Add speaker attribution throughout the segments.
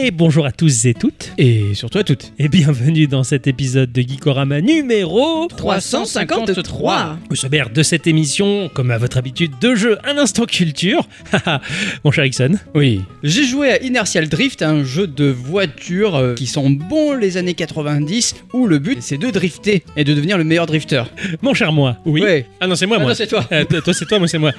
Speaker 1: Et bonjour à tous et toutes,
Speaker 2: Et surtout à toutes.
Speaker 1: et bienvenue dans cet épisode de Geekorama numéro
Speaker 2: 353.
Speaker 1: Au sommaire de cette émission, comme à votre habitude, deux jeux, un instant culture. Haha, Mon cher Ixon,
Speaker 2: Oui. J'ai joué à Inertial Drift, un jeu de voitures euh, qui sent bon les années 90, où le but c'est de drifter et de devenir le meilleur drifter.
Speaker 1: mon cher moi. Oui.
Speaker 2: Ouais.
Speaker 1: Ah non, c'est moi,
Speaker 2: Ah
Speaker 1: moi.
Speaker 2: non, c'est toi.
Speaker 1: Euh, toi, toi, c'est toi, moi c'est moi.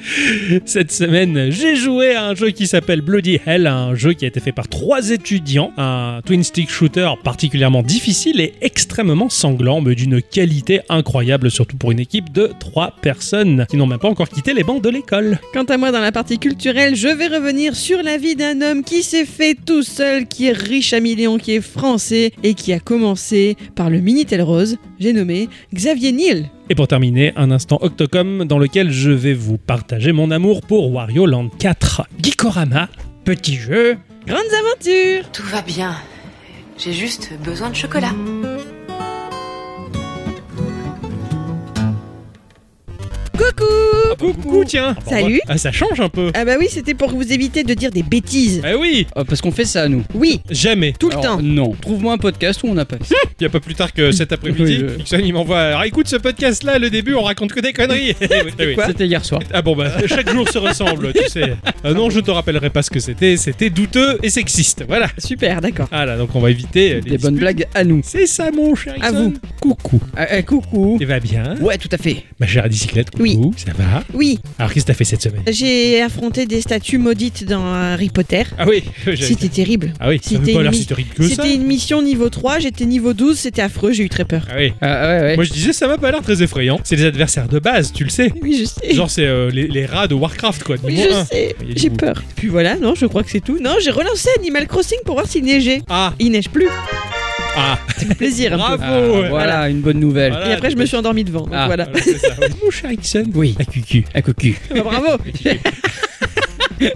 Speaker 1: Cette semaine, j'ai joué à un jeu qui s'appelle Bloody Hell, un jeu qui a été fait par trois étudiants, un twin stick shooter particulièrement difficile et extrêmement sanglant, mais d'une qualité incroyable, surtout pour une équipe de trois personnes qui n'ont même pas encore quitté les bancs de l'école.
Speaker 3: Quant à moi, dans la partie culturelle, je vais revenir sur la vie d'un homme qui s'est fait tout seul, qui est riche à millions, qui est français et qui a commencé par le Minitel Rose, j'ai nommé Xavier Niel.
Speaker 1: Et pour terminer, un instant Octocom dans lequel je vais vous partager mon amour pour Wario Land 4. Gikorama, petit jeu.
Speaker 3: Grandes aventures
Speaker 4: Tout va bien. J'ai juste besoin de chocolat.
Speaker 3: Coucou
Speaker 1: coucou, tiens.
Speaker 3: Salut.
Speaker 1: Ah, ça change un peu.
Speaker 3: Ah bah oui, c'était pour vous éviter de dire des bêtises.
Speaker 1: Eh oui,
Speaker 2: Euh, parce qu'on fait ça nous.
Speaker 3: Oui,
Speaker 1: jamais.
Speaker 3: tout le
Speaker 2: Alors,
Speaker 3: temps.
Speaker 2: Non. Trouve-moi un podcast où on n'a pas.
Speaker 1: Il n'y a pas plus tard que cet après-midi,
Speaker 2: Oui, je-
Speaker 1: Nixon il m'envoie Alors écoute ce podcast-là, le début on raconte que des conneries Eh oui, eh oui.
Speaker 2: C'était hier soir.
Speaker 1: Ah bon, bah chaque jour se ressemble, tu sais. Ah non, je te rappellerai pas ce que c'était, c'était douteux et sexiste, voilà.
Speaker 3: Super, d'accord.
Speaker 1: Ah là, donc on va éviter euh, les
Speaker 2: Des bonnes
Speaker 1: disputes.
Speaker 2: blagues à nous.
Speaker 1: C'est ça, mon cher
Speaker 3: À
Speaker 1: Ixon.
Speaker 3: vous.
Speaker 1: Coucou.
Speaker 3: Euh,
Speaker 2: Ah, ah, coucou.
Speaker 1: Tu vas bien
Speaker 2: Ouais, tout à fait.
Speaker 1: Ma chère bicyclette, coucou.
Speaker 3: Oui. Euh,
Speaker 1: Ça va
Speaker 3: Oui,
Speaker 1: Alors qu'est-ce que t'as fait cette semaine
Speaker 3: j'ai affronté des statues maudites dans Harry Potter.
Speaker 1: Ah oui, j'avais-
Speaker 3: C'était terrible.
Speaker 1: Ah oui, ça
Speaker 3: c'était
Speaker 1: veut pas
Speaker 3: une
Speaker 1: l'air
Speaker 3: mi-
Speaker 1: si terrible que ça.
Speaker 3: C'était une mission niveau 3, j'étais niveau 12, c'était affreux, j'ai eu très peur.
Speaker 1: Ah oui.
Speaker 2: Ah, ouais, ouais.
Speaker 1: Moi je disais, ça m'a pas l'air très effrayant. C'est les adversaires de base, tu le sais.
Speaker 3: Oui, je sais.
Speaker 1: Genre, c'est euh, les, les rats de Warcraft, quoi.
Speaker 3: Oui,
Speaker 1: niveau
Speaker 3: je
Speaker 1: un.
Speaker 3: sais,
Speaker 1: Il y a du
Speaker 3: j'ai
Speaker 1: boulot.
Speaker 3: peur. Puis voilà, non, je crois que c'est tout. Non, j'ai relancé Animal Crossing pour voir s'il neigeait.
Speaker 1: Ah,
Speaker 3: Il neige plus,
Speaker 1: ah.
Speaker 3: c'est le plaisir un peu.
Speaker 1: Bravo.
Speaker 2: Ah,
Speaker 1: Oh, ouais.
Speaker 2: voilà, une bonne nouvelle.
Speaker 1: Voilà.
Speaker 3: Et après, je me suis endormi devant. donc
Speaker 2: Ah.
Speaker 3: voilà.
Speaker 1: Voilà, c'est ça. Mon cher Ixon.
Speaker 2: Oui.
Speaker 1: La cucu.
Speaker 2: Ah, cocu.
Speaker 3: Bah, bravo.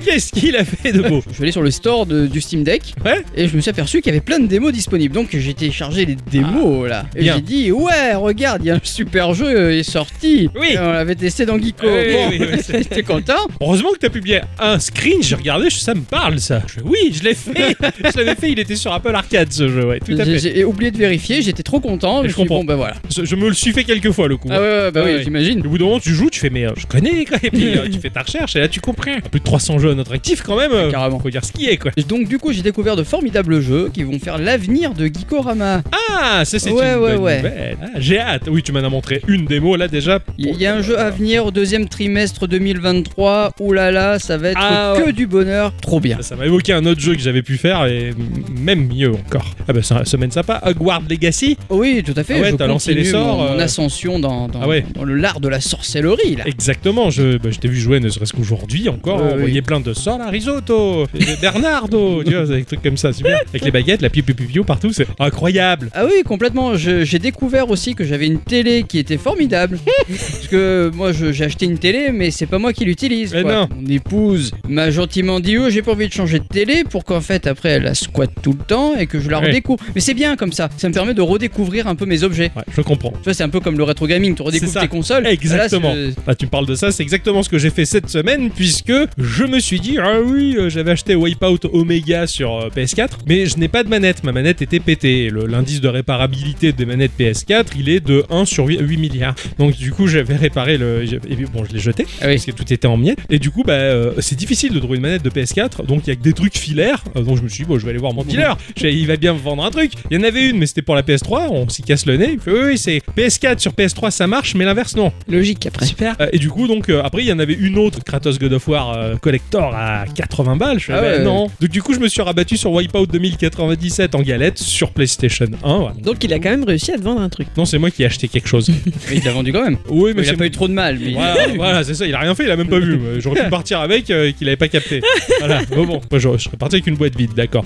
Speaker 1: Qu'est-ce qu'il a fait de beau
Speaker 2: Je suis allé sur le store de- du Steam Deck
Speaker 1: Ouais.
Speaker 2: et je me suis aperçu qu'il y avait plein de démos disponibles. Donc j'ai téléchargé les démos là. Et
Speaker 1: Ah, bien.
Speaker 2: j'ai dit ouais regarde il y a un super jeu euh, est sorti.
Speaker 1: Oui.
Speaker 2: Et on l'avait testé dans Geeko.
Speaker 1: Ah oui,
Speaker 2: Bon,
Speaker 1: oui, oui, oui.
Speaker 2: J'étais content.
Speaker 1: Heureusement que t'as publié un screen, j'ai regardé, je- ça me parle ça. Je fais, oui, je l'ai fait. je l'avais fait, il était sur Apple Arcade ce jeu, ouais, tout à
Speaker 2: J'ai-
Speaker 1: fait.
Speaker 2: J'ai oublié de vérifier. J'étais trop content.
Speaker 1: Et je
Speaker 2: me suis dit,
Speaker 1: comprends.
Speaker 2: Bon bah voilà.
Speaker 1: Je, je me le suis fait quelques fois le coup.
Speaker 2: Ah ouais, ouais, bah
Speaker 1: Ah
Speaker 2: oui
Speaker 1: ouais.
Speaker 2: j'imagine.
Speaker 1: Au bout d'un moment, tu joues, tu fais mais euh, je connais quoi. Et puis euh, tu fais ta recherche et là tu comprends. Plus de 300 jeux à notre actif quand même. euh,
Speaker 2: Carrément.
Speaker 1: Faut dire ce qui est quoi.
Speaker 2: Et Donc du coup j'ai découvert de formidables jeux qui vont faire l'avenir de Geekorama.
Speaker 1: Ah, ça c'est
Speaker 2: Ouais,
Speaker 1: une
Speaker 2: ouais,
Speaker 1: bonne
Speaker 2: ouais.
Speaker 1: nouvelle. Ah, j'ai hâte. Oui, tu m'en as montré une démo oh là déjà.
Speaker 2: Il y- il y a un jeu à venir au deuxième trimestre 2023. Ouh là là ça va être
Speaker 1: Ah ouais.
Speaker 2: que du bonheur. Trop bien.
Speaker 1: Ça, Ça m'a évoqué un autre jeu que j'avais pu faire et m- même mieux encore. Ah bah c'est une semaine sympa, Hogwarts Legacy.
Speaker 2: Oui, tout à fait.
Speaker 1: Ah ouais,
Speaker 2: je
Speaker 1: t'as lancé
Speaker 2: continue
Speaker 1: les sorts,
Speaker 2: Mon, mon
Speaker 1: euh.
Speaker 2: ascension dans, dans,
Speaker 1: Ah ouais.
Speaker 2: dans le l'art de la sorcellerie, là.
Speaker 1: Exactement, je, bah, je t'ai vu jouer ne serait-ce qu'aujourd'hui encore,
Speaker 2: Ouais,
Speaker 1: on voyait
Speaker 2: oui.
Speaker 1: plein de sorts, la risotto, et de Bernardo, tu vois, des trucs comme ça, super. Avec les baguettes, la piou piou piou piou partout, c'est incroyable.
Speaker 2: Ah oui, complètement. Je- J'ai découvert aussi que j'avais une télé qui était formidable. parce que moi, je- j'ai acheté une télé, mais c'est pas moi qui l'utilise.
Speaker 1: Mais
Speaker 2: quoi.
Speaker 1: Eh non.
Speaker 2: Mon épouse m'a gentiment dit Oh, j'ai pas envie de changer de télé pour qu'en fait, après, elle la squatte tout le temps et que je la
Speaker 1: Ah Ouais.
Speaker 2: redécouvre. Mais c'est bien comme ça. Ça me permet de redécouvrir un peu mes objets.
Speaker 1: Ouais, je comprends.
Speaker 2: Tu vois, c'est un peu comme le rétro gaming. Tu
Speaker 1: ça.
Speaker 2: redécouvres tes consoles. Ah
Speaker 1: Exactement.
Speaker 2: Là, c'est-
Speaker 1: Bah, tu me parles de ça, c'est exactement ce que j'ai fait cette semaine, puisque je me suis dit, ah oui, euh, j'avais acheté Wipeout Omega sur euh, PS4, mais je n'ai pas de manette, ma manette était pétée. Le- L'indice de réparabilité des manettes PS4, il est de 1 sur 8, 8 milliards. Donc du coup, j'avais réparé le... j'avais- et puis, bon, je l'ai jeté,
Speaker 2: Ah oui.
Speaker 1: parce que tout était en miettes. Et du coup, bah, euh, c'est difficile de trouver une manette de PS4, donc il y a que des trucs filaires. Euh, donc je me suis dit, bon, je vais aller voir mon dealer, Je fais, il va bien me vendre un truc. Il y en avait une, mais c'était pour la PS3, on s'y casse le nez. Il fait, oui, oui, c'est PS4 sur PS3, ça marche, mais l'inverse, non.
Speaker 3: Logique après.
Speaker 1: Super. Euh, et du coup, donc, euh, après, il y en avait une autre, Kratos God of War euh, Collector à 80 balles. Je fais,
Speaker 2: Ah
Speaker 1: bah,
Speaker 2: ouais.
Speaker 1: non. Donc, du coup, je me suis rabattu sur Wipeout 2097 en galette sur PlayStation 1. voilà.
Speaker 3: Donc il a quand même réussi à te vendre un truc.
Speaker 1: Non, c'est moi qui ai acheté quelque chose.
Speaker 2: Mais il l'a vendu quand même.
Speaker 1: oui,
Speaker 2: il
Speaker 1: c'est
Speaker 2: a pas eu trop de mal. Mais il l'a
Speaker 1: Voilà,
Speaker 2: vendu.
Speaker 1: voilà, c'est ça, il a rien fait, il a même pas vu. Euh, J'aurais pu partir avec euh, et qu'il avait pas capté. Voilà, bon, bon, moi je, je serais parti avec une boîte vide, d'accord.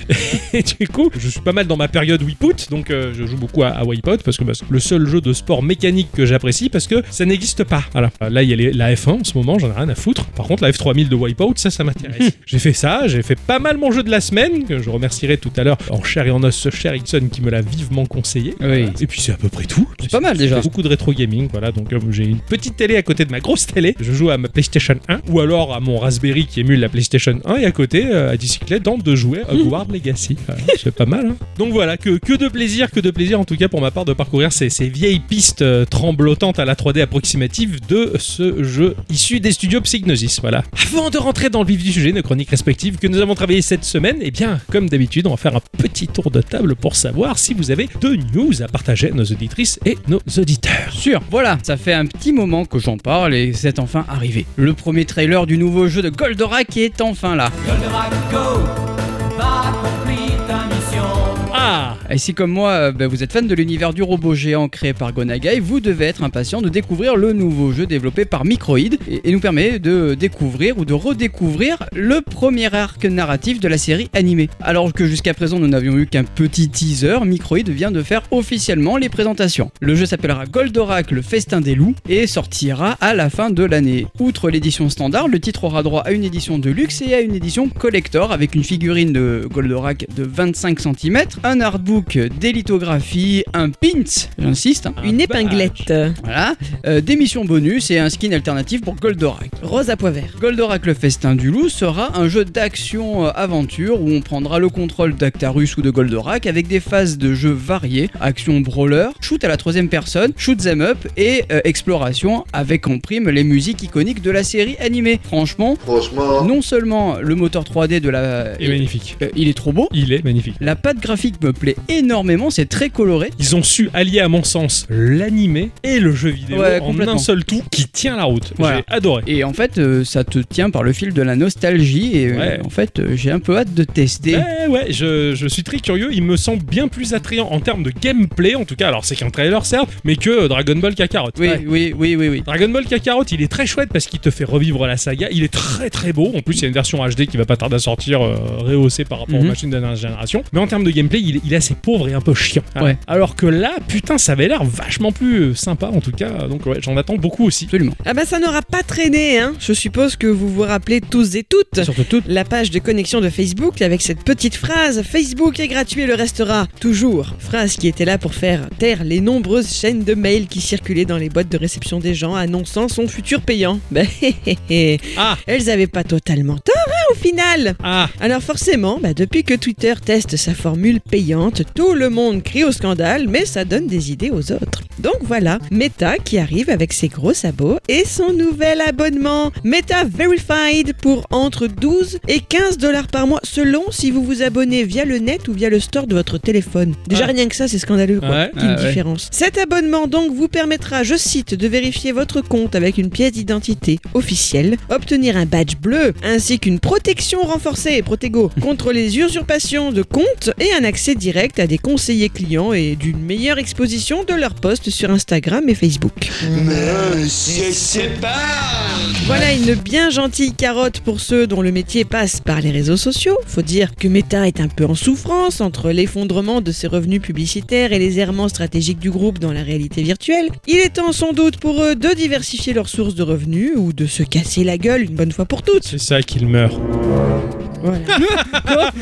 Speaker 1: Et du coup, je suis pas mal dans ma période Wipeout, donc euh, je joue beaucoup à, à Wipeout parce que bah, c'est le seul jeu de sport mécanique que j'apprécie parce que ça n'existe pas. Voilà, Euh, là il y a les- la F1 en ce moment, j'en ai rien à foutre. Par contre, la F3000 de Wipeout, ça, ça m'intéresse. j'ai fait ça, j'ai fait pas mal mon jeu de la semaine, que je remercierai tout à l'heure en chair et en os ce cher Ixon qui me l'a vivement conseillé.
Speaker 2: Oui.
Speaker 1: Et puis c'est à peu près tout.
Speaker 2: C'est pas mal,
Speaker 1: Je fais
Speaker 2: déjà.
Speaker 1: beaucoup de rétro gaming, voilà. Donc euh, j'ai une petite télé à côté de ma grosse télé. Je joue à ma PlayStation 1 ou alors à mon Raspberry qui émule la PlayStation 1 et à côté euh, à bicyclette tente de jouer à euh, Hogwarts Legacy. Voilà, c'est pas mal. hein. Donc voilà, que, que de plaisir, que de plaisir en tout cas pour ma part de parcourir ces, ces vieilles pistes euh, tremblotantes à la 3D approximative de ce jeu issu des studios Psygnosis. Voilà. Avant de rentrer dans le vif du sujet, nos chroniques respectives que nous avons travaillées cette semaine, eh bien, comme d'habitude, on va faire un petit tour de table pour savoir si vous avez deux news à partager à nos auditrices et nos auditeurs.
Speaker 2: Sûr, voilà, ça fait un petit moment que j'en parle et c'est enfin arrivé. Le premier trailer du nouveau jeu de Goldorak est enfin là.
Speaker 5: Goldorak Go va accomplir ta mission.
Speaker 1: Ah
Speaker 2: Et si comme moi, euh, bah, vous êtes fan de l'univers du robot géant créé par Gonagai, vous devez être impatient de découvrir le nouveau jeu développé par Microïd et, et nous permet de découvrir ou de redécouvrir le premier arc narratif de la série animée. Alors que jusqu'à présent nous n'avions eu qu'un petit teaser, Microïd vient de faire officiellement les présentations. Le jeu s'appellera Goldorak, le festin des loups, et sortira à la fin de l'année. Outre l'édition standard, le titre aura droit à une édition de luxe et à une édition collector avec une figurine de Goldorak de 25 cm, un artbook, des lithographies, un pint, j'insiste,
Speaker 1: Ah,
Speaker 2: hein,
Speaker 3: Une épinglette.
Speaker 2: voilà, euh, des missions bonus et un skin alternatif pour Goldorak.
Speaker 3: Rose à pois vert.
Speaker 2: Goldorak le festin du loup sera un jeu d'action-aventure où on prendra le contrôle d'Actarus ou de Goldorak avec des phases de jeu variées, action brawler, shoot à la troisième personne, shoot them up et euh, exploration avec en prime les musiques iconiques de la série animée. Franchement,
Speaker 6: Franchement,
Speaker 2: non seulement le moteur 3D de la...
Speaker 1: Et magnifique.
Speaker 2: Euh, il est trop beau,
Speaker 1: Il est magnifique.
Speaker 2: la patte graphique me plaît énormément, c'est très coloré,
Speaker 1: Ils ont su allier, à mon sens, l'animé et le jeu vidéo
Speaker 2: Ouais,
Speaker 1: en
Speaker 2: complètement.
Speaker 1: un seul tout qui tient la route.
Speaker 2: Voilà.
Speaker 1: J'ai adoré.
Speaker 2: Et en fait, euh, ça te tient par le fil de la nostalgie. Et euh,
Speaker 1: Ouais.
Speaker 2: en fait, euh, j'ai un peu hâte de tester.
Speaker 1: Ouais, Eh ouais, je, je suis très curieux. Il me semble bien plus attrayant en termes de gameplay, en tout cas. Alors, c'est qu'un trailer, certes, mais que euh, Dragon Ball Kakarot.
Speaker 2: Oui,
Speaker 1: Ouais.
Speaker 2: oui, oui, oui, oui.
Speaker 1: Dragon Ball Kakarot, il est très chouette parce qu'il te fait revivre la saga. Il est très très beau. En plus, il y a une version HD qui va pas tarder à sortir, euh, rehaussée par rapport
Speaker 2: Mhm.
Speaker 1: aux machines de la dernière génération. Mais en termes de gameplay, il, est- il est assez pauvre et un peu chiant. Voilà.
Speaker 2: Ouais.
Speaker 1: Alors que là, putain, ça avait l'air vachement plus euh, sympa, en tout cas. Donc, ouais, j'en attends beaucoup aussi.
Speaker 2: Absolument.
Speaker 3: Ah bah ça n'aura pas traîné, hein. Je suppose que vous vous rappelez tous et toutes
Speaker 2: Surtout tout.
Speaker 3: la page de connexion de Facebook avec cette petite phrase Facebook est gratuit et le restera toujours. Phrase qui était là pour faire taire les nombreuses chaînes de mails qui circulaient dans les boîtes de réception des gens annonçant son futur payant. Bah, hé, hé, hé.
Speaker 1: Ah.
Speaker 3: Elles avaient pas totalement tort hein, au final.
Speaker 1: Ah,
Speaker 3: Alors forcément, bah, depuis que Twitter teste sa formule payante, tout le monde crie au scandale, mais ça donne des idées aux autres. Donc voilà, Meta qui arrive avec ses gros sabots et son nouvel abonnement Meta Verified pour entre 12 et 15 dollars par mois selon si vous vous abonnez via le net ou via le store de votre téléphone. Déjà
Speaker 1: Ah.
Speaker 3: rien que ça, c'est scandaleux quoi.
Speaker 1: Ouais.
Speaker 3: Quelle
Speaker 2: Ah ouais.
Speaker 3: différence. Cet abonnement donc vous permettra, je cite, de vérifier votre compte avec une pièce d'identité officielle, obtenir un badge bleu, ainsi qu'une protection renforcée, Protego, contre les usurpations de comptes et un accès direct à des conseillers clients et d'une meilleure exposition de leurs posts sur Instagram et Facebook. Voilà une bien gentille carotte pour ceux dont le métier passe par les réseaux sociaux. Faut dire que Meta est un peu en souffrance entre l'effondrement de ses revenus publicitaires et les errements stratégiques du groupe dans la réalité virtuelle. Il est temps sans doute pour eux de diversifier leurs sources de revenus ou de se casser la gueule une bonne fois pour toutes.
Speaker 1: c'est ça qu'il meurt.
Speaker 3: Voilà.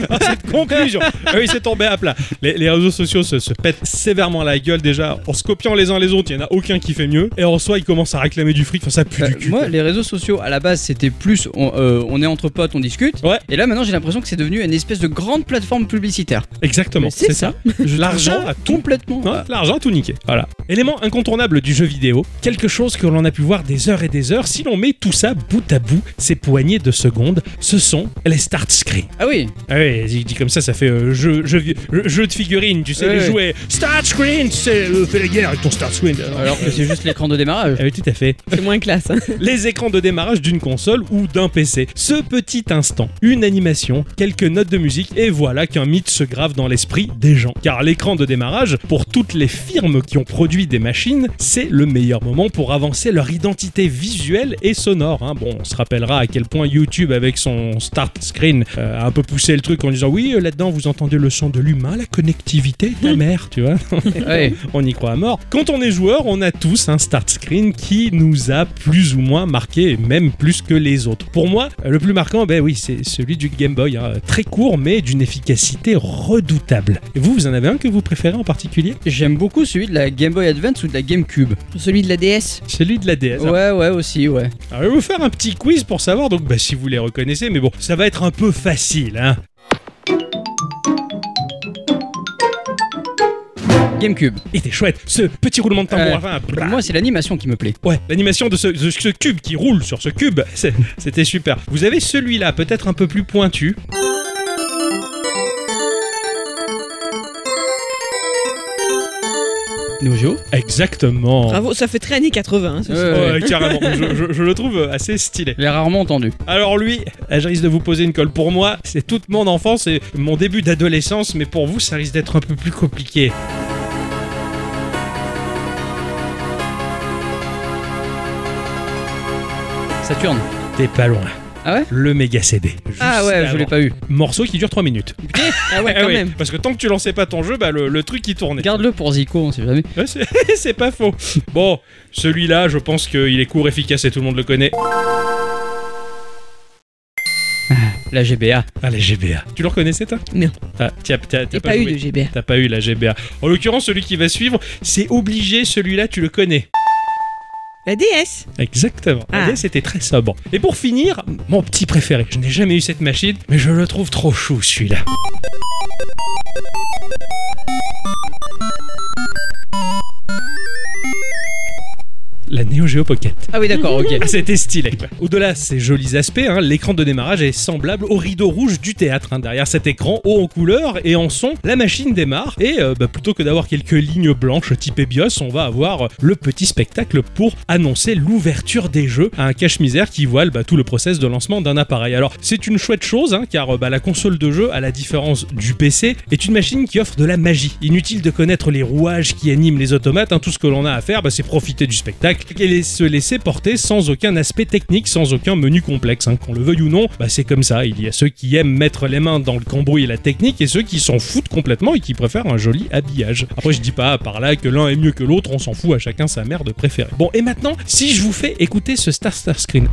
Speaker 1: Ah, Conclusion. Ah oui, c'est tombé à plat. Les, les réseaux sociaux se, se pètent sévèrement la gueule déjà en se copiant les uns les autres. Il y en a aucun qui fait mieux. Et en soi, ils commencent à réclamer du fric. Enfin, ça pue
Speaker 2: Euh,
Speaker 1: du cul.
Speaker 2: moi, les réseaux sociaux, à la base, c'était plus on, euh, on est entre potes, on discute.
Speaker 1: Ouais.
Speaker 2: Et là, maintenant, j'ai l'impression que c'est devenu une espèce de grande plateforme publicitaire.
Speaker 1: Exactement.
Speaker 3: Mais c'est
Speaker 1: C'est ça. L'argent a tout
Speaker 2: Complètement.
Speaker 1: Hein, L'argent tout niqué. Voilà. Élément incontournable du jeu vidéo, quelque chose que l'on a pu voir des heures et des heures, si l'on met tout ça bout à bout, ces poignées de secondes, ce sont les start screens.
Speaker 2: Ah oui,
Speaker 1: Ah oui, il dit comme ça, ça fait euh, jeu, jeu, vi- jeu- jeu de figurines, tu sais,
Speaker 2: Ouais,
Speaker 1: les
Speaker 2: ouais.
Speaker 1: jouets. Start screen, tu sais, euh, fais la guerre avec ton start screen.
Speaker 2: alors que c'est juste l'écran de démarrage.
Speaker 1: Ah oui, tout à fait.
Speaker 3: C'est moins classe. hein.
Speaker 1: Les écrans de démarrage d'une console ou d'un PC. Ce petit instant, une animation, quelques notes de musique, et voilà qu'un mythe se grave dans l'esprit des gens. Car l'écran de démarrage, pour toutes les firmes qui ont produit des machines, c'est le meilleur moment pour avancer leur identité visuelle et sonore. hein. Bon, on se rappellera à quel point YouTube, avec son start screen, Ken euh, a un peu poussé le truc en disant oui, euh, là-dedans vous entendez le son de l'humain, la connectivité, ta mère, tu vois.
Speaker 2: Ouais.
Speaker 1: on y croit à mort. Quand on est joueur, on a tous un start screen qui nous a plus ou moins marqué, même plus que les autres. Pour moi, euh, le plus marquant, ben oui, c'est celui du Game Boy, hein. très court mais d'une efficacité redoutable. Et vous, vous en avez un que vous préférez en particulier
Speaker 2: J'aime beaucoup celui de la Game Boy Advance ou de la GameCube.
Speaker 3: Celui de la DS.
Speaker 1: Celui de la DS. hein.
Speaker 2: Ouais, ouais, aussi, ouais.
Speaker 1: Alors, je vais vous faire un petit quiz pour savoir, donc bah, si vous les reconnaissez, mais bon, ça va être un peu facile. Hein.
Speaker 2: GameCube.
Speaker 3: Bah.
Speaker 1: Il était chouette, ce petit roulement de tambour.
Speaker 2: Ouais.
Speaker 1: enfin, blah.
Speaker 2: Euh, Moi, c'est l'animation qui me plaît.
Speaker 1: Ouais, l'animation de ce, de ce cube qui roule sur ce cube, c'est- c'était super. Vous avez celui-là, peut-être un peu plus pointu.
Speaker 2: Nojo.
Speaker 1: Exactement.
Speaker 3: Bravo, ça fait très années 80. hein, ce-
Speaker 1: Ouais, carrément, je, je- je le trouve assez stylé.
Speaker 2: Je l'ai rarement entendu.
Speaker 1: Alors lui, euh, je risque de vous poser une colle. Pour moi, c'est toute mon enfance et mon début d'adolescence, mais pour vous, ça risque d'être un peu plus compliqué.
Speaker 2: Saturne.
Speaker 1: T'es pas loin.
Speaker 2: Ah ouais
Speaker 1: Le méga CD.
Speaker 2: Ah
Speaker 1: Juste
Speaker 2: ouais, je
Speaker 1: avant.
Speaker 2: l'ai pas eu.
Speaker 1: Morceau qui dure 3 minutes.
Speaker 3: Ah ouais,
Speaker 1: Eh
Speaker 3: quand
Speaker 1: oui,
Speaker 3: même.
Speaker 1: Parce que tant que tu lançais pas ton jeu, bah le, le truc il tournait.
Speaker 2: Garde-le pour Zico, on sait jamais.
Speaker 1: Ouais, c'est- c'est pas faux. Bon, celui-là, je pense qu'il est court, efficace et tout le monde le connaît.
Speaker 2: La GBA.
Speaker 1: Ah, la GBA. Tu le reconnaissais, toi
Speaker 3: Non.
Speaker 1: Ah, tiens, t'as t'as
Speaker 3: J'ai
Speaker 1: pas,
Speaker 3: pas eu
Speaker 1: joué.
Speaker 3: de GBA.
Speaker 1: T'as pas eu la GBA. En l'occurrence, celui qui va suivre, c'est obligé, celui-là, tu le connais.
Speaker 3: La DS.
Speaker 1: Exactement. La
Speaker 3: Ah.
Speaker 1: DS était très sobre. Et pour finir, mon petit préféré. Je n'ai jamais eu cette machine, mais je le trouve trop chou celui-là. La Neo Geo Pocket.
Speaker 2: Ah oui, d'accord, ok.
Speaker 1: Ah, c'était stylé. quoi. Au-delà de ces jolis aspects, hein, l'écran de démarrage est semblable au rideau rouge du théâtre. hein. Derrière cet écran haut en couleur et en son, la machine démarre et euh, bah, plutôt que d'avoir quelques lignes blanches type EBIOS, on va avoir euh, le petit spectacle pour annoncer l'ouverture des jeux à un cache-misère qui voile bah, tout le process de lancement d'un appareil. Alors c'est une chouette chose hein, car euh, bah, la console de jeu, à la différence du PC, est une machine qui offre de la magie. Inutile de connaître les rouages qui animent les automates, hein, tout ce que l'on a à faire, bah, c'est profiter du spectacle et les- se laisser porter sans aucun aspect technique, sans aucun menu complexe. hein. Qu'on le veuille ou non, bah, c'est comme ça. Il y a ceux qui aiment mettre les mains dans le cambouis et la technique et ceux qui s'en foutent complètement et qui préfèrent un joli habillage. Après, je dis pas par là que l'un est mieux que l'autre, on s'en fout à chacun sa merde préférée. Bon, et maintenant, si je vous fais écouter ce Star Star Screen,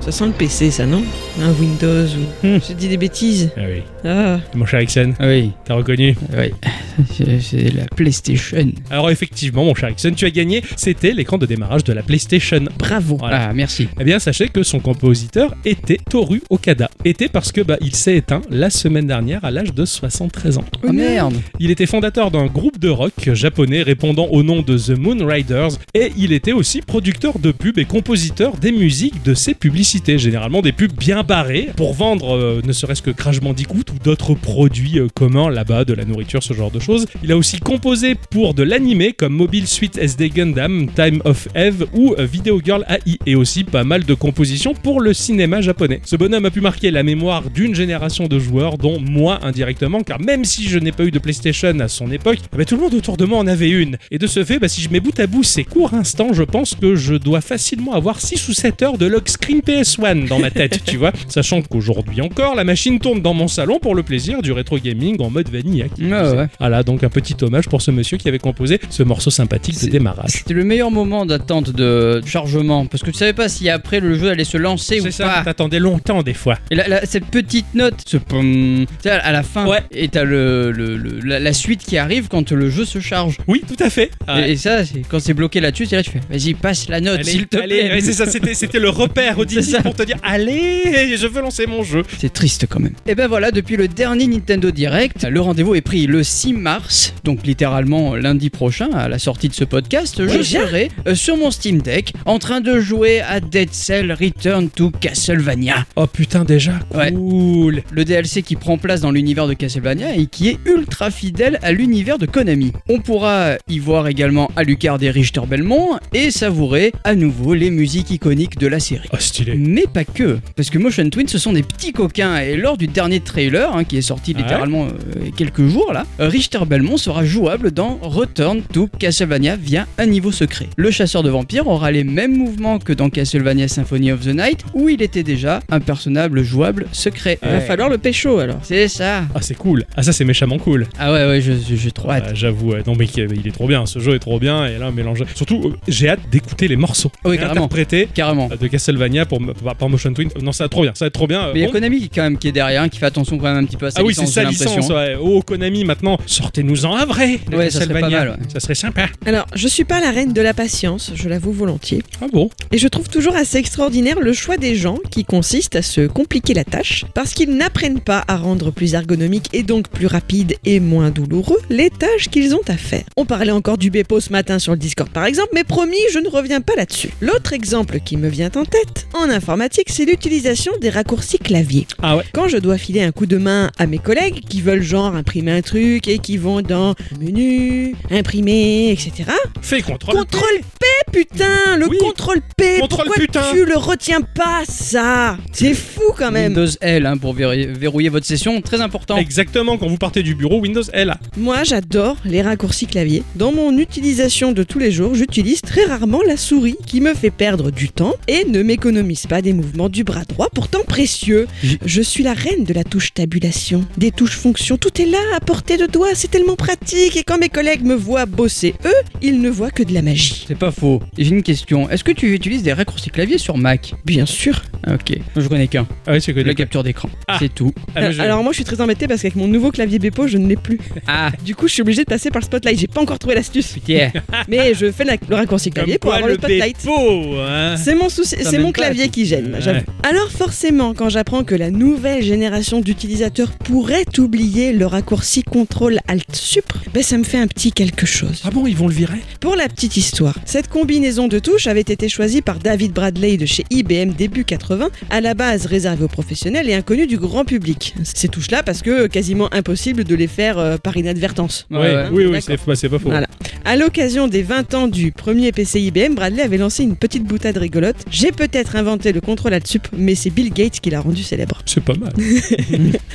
Speaker 3: Ça sent le PC, ça, non Un Windows ou.
Speaker 1: Hmm.
Speaker 3: Je dis des bêtises.
Speaker 1: ah oui,
Speaker 3: Ah.
Speaker 1: mon cher Ixon,
Speaker 2: Ah Oui,
Speaker 1: t'as reconnu
Speaker 2: oui. C'est- C'est la PlayStation.
Speaker 1: Alors effectivement, mon cher Ixon, tu as gagné. C'était l'écran de démarrage de la PlayStation.
Speaker 3: Bravo.
Speaker 1: Voilà.
Speaker 2: Ah, merci.
Speaker 1: Eh bien, sachez que son compositeur était Toru Okada. Était parce que bah, il s'est éteint la semaine dernière à l'âge de 73 ans.
Speaker 2: Ah merde.
Speaker 1: Il était fondateur d'un groupe de rock japonais répondant au nom de The Moon Riders et il était aussi producteur de pubs et compositeur des musiques de ses publicités, généralement des pubs bien barrées pour vendre euh, ne serait-ce que Crash Bandicoot ou d'autres produits euh, communs là-bas, de la nourriture, ce genre de choses. Il a aussi composé pour de l'animé comme Mobile Suit SD Gundam, Time of Eve ou euh, Video Girl AI et aussi pas mal de compositions pour le cinéma japonais. Ce bonhomme a pu marquer la mémoire d'une génération de joueurs, dont moi indirectement, car même si je n'ai pas eu de PlayStation à son époque, eh ben, tout le monde autour de moi en avait une. Et de ce fait, bah, si je mets bout à bout ces courts instants, je pense que je dois facilement avoir 6 ou 7 heures de lock screen PS1 dans ma tête, tu vois. Sachant qu'aujourd'hui encore, la machine tourne dans mon salon pour le plaisir du rétro gaming en mode vanille. hein, qui
Speaker 2: Ouais,
Speaker 1: plus est.
Speaker 2: Ah, ouais.
Speaker 1: Voilà, donc un petit hommage pour ce monsieur qui avait composé ce morceau sympathique de
Speaker 2: C'est-
Speaker 1: démarrage.
Speaker 2: C'était le meilleur moment d'attente de chargement parce que tu savais pas si après le jeu allait se lancer ou
Speaker 1: C'est ça,
Speaker 2: pas.
Speaker 1: t'attendais longtemps des fois.
Speaker 2: Et là, là, cette petite note, ce pom, tu sais, à la fin,
Speaker 1: Ouais.
Speaker 2: et t'as le, le- le- la, la suite qui arrive quand le jeu se charge.
Speaker 1: Oui, tout à fait. Ah,
Speaker 2: Et, et ça, c'est- quand c'est bloqué là-dessus, c'est là tu fais, vas-y, passe la note,
Speaker 1: Allez,
Speaker 2: s'il te
Speaker 1: allez,
Speaker 2: plaît.
Speaker 1: ouais, c'est ça, c'était, c'était le repère
Speaker 2: C'est
Speaker 1: auditif
Speaker 2: ça.
Speaker 1: pour te dire allez, je veux lancer mon jeu.
Speaker 2: C'est triste quand même. Et ben voilà, depuis le dernier Nintendo Direct, le rendez-vous est pris le 6 mars, donc littéralement lundi prochain, à la sortie de ce podcast, je
Speaker 3: Déjà
Speaker 2: serai euh, sur mon Steam Deck en train de jouer à Dead Cell Return to Castlevania.
Speaker 1: Oh putain déjà,
Speaker 2: Ouais.
Speaker 1: cool.
Speaker 2: le DLC qui prend place dans l'univers de Castlevania et qui est ultra fidèle à l'univers de Konami. On pourra y voir également Alucard et Richter Belmont et savourer à nouveau les musiques iconiques de la série.
Speaker 1: Oh stylé.
Speaker 2: Mais pas que, parce que Motion Twin ce sont des petits coquins et lors du dernier trailer hein, qui est sorti
Speaker 1: Ah ouais
Speaker 2: littéralement euh, quelques jours là, Richter Richter Belmont sera jouable dans Return to Castlevania via un niveau secret. Le chasseur de vampires aura les mêmes mouvements que dans Castlevania Symphony of the Night, où il était déjà un personnage jouable secret.
Speaker 3: Il va falloir le pécho alors.
Speaker 2: C'est ça.
Speaker 1: Ah, c'est cool. Ah, ça, c'est méchamment cool.
Speaker 2: Ah ouais, ouais, je- je- j'ai trop hâte.
Speaker 1: Ah, J'avoue, ouais. non mais qui- il est trop bien, ce jeu est trop bien, et là, mélange. Surtout, euh, j'ai hâte d'écouter les morceaux
Speaker 2: Ah Oui,
Speaker 1: Et
Speaker 2: carrément.
Speaker 1: interprétés
Speaker 2: Carrément.
Speaker 1: euh, de Castlevania pour, m- par par Motion Twin. Non, ça va être trop bien, ça va être trop bien. Euh,
Speaker 2: Mais il y a
Speaker 1: bon.
Speaker 2: Konami qui, quand même, qui est derrière, hein, qui fait attention quand même un petit peu à sa
Speaker 1: Ah oui, c'est
Speaker 2: licence,
Speaker 1: sa
Speaker 2: j'ai l'impression. hein.
Speaker 1: licence. ouais. Oh, Konami, maintenant, sortez-nous-en un vrai. de
Speaker 2: Ouais, ça serait pas
Speaker 1: Castlevania.
Speaker 2: mal, ouais.
Speaker 1: Ça serait sympa.
Speaker 3: Alors, je suis pas la reine de la patience, je l'avoue volontiers.
Speaker 1: Ah bon
Speaker 3: Et je trouve toujours assez extraordinaire le choix des gens qui consiste à se compliquer la tâche parce qu'ils n'apprennent pas à rendre plus ergonomique et donc plus rapide et moins douloureux les tâches qu'ils ont à faire. On parlait encore du Bepo ce matin sur le Discord par exemple, mais promis, je ne reviens pas là-dessus. L'autre exemple qui me vient en tête en informatique, c'est l'utilisation des raccourcis clavier.
Speaker 1: Ah ouais.
Speaker 3: Quand je dois filer un coup de main à mes collègues qui veulent genre imprimer un truc et qui vont dans menu, imprimer, etc.
Speaker 1: Fais contrôle.
Speaker 3: Contrôle P, putain Le
Speaker 1: Oui.
Speaker 3: contrôle P
Speaker 1: Contrôle
Speaker 3: Pourquoi
Speaker 1: putain.
Speaker 3: tu le retiens pas, ça C'est fou, quand même
Speaker 2: Windows L hein, pour verrouiller verrouiller votre session, très important.
Speaker 1: Exactement, quand vous partez du bureau, Windows L.
Speaker 3: Moi, j'adore les raccourcis clavier. Dans mon utilisation de tous les jours, j'utilise très rarement la souris qui me fait perdre du temps et ne m'économise pas des mouvements du bras droit, pourtant précieux.
Speaker 2: J-
Speaker 3: Je suis la reine de la touche tabulation, des touches fonctions, tout est là à portée de doigt, c'est tellement pratique et quand mes collègues me voient bosser, eux, ils ne voient que de la magie.
Speaker 2: C'est pas faux. J'ai une question. Est-ce que tu utilises des raccourcis clavier sur Mac
Speaker 3: Bien sûr.
Speaker 2: Ah, Ok. Moi, Je connais qu'un.
Speaker 1: Ah oui, c'est
Speaker 2: La
Speaker 1: connu.
Speaker 2: capture d'écran.
Speaker 1: Ah.
Speaker 2: C'est tout.
Speaker 1: Ah, mais je-
Speaker 3: Euh, Alors moi je suis très embêtée parce qu'avec mon nouveau clavier Bepo je ne l'ai plus.
Speaker 2: Ah,
Speaker 3: Du coup je suis obligée de passer par le spotlight. J'ai pas encore trouvé l'astuce,
Speaker 2: putain.
Speaker 3: mais je fais la- le raccourci
Speaker 1: Comme
Speaker 3: clavier pour
Speaker 1: quoi,
Speaker 3: avoir le spotlight.
Speaker 1: dépôt, hein.
Speaker 3: C'est mon souci,
Speaker 2: Ça
Speaker 3: c'est
Speaker 2: mène
Speaker 3: mon
Speaker 2: pas à
Speaker 3: clavier qui gêne,
Speaker 1: Ouais.
Speaker 3: j'avoue. Alors forcément, quand j'apprends que la nouvelle génération d'utilisateurs pourrait oublier le raccourci contrôle alt sup, ben ça me fait un petit quelque chose.
Speaker 1: Ah bon, ils vont le virer
Speaker 3: Pour la petite histoire, cette combinaison de touches avait été choisie par David Bradley de chez IBM début 80, à la base réservée aux professionnels et inconnue du grand public. Ces touches-là parce que euh, quasiment impossible de les faire euh, par inadvertance.
Speaker 2: Ouais,
Speaker 1: Ouais,
Speaker 2: ouais.
Speaker 1: Oui, oui,
Speaker 3: D'accord.
Speaker 1: c'est bah, c'est pas faux.
Speaker 3: Voilà. À l'occasion des 20 ans du premier PC IBM, Bradley avait lancé une petite boutade rigolote. J'ai peut-être inventé le contrôle là-dessus, mais c'est Bill Gates qui l'a rendu célèbre.
Speaker 1: C'est pas mal.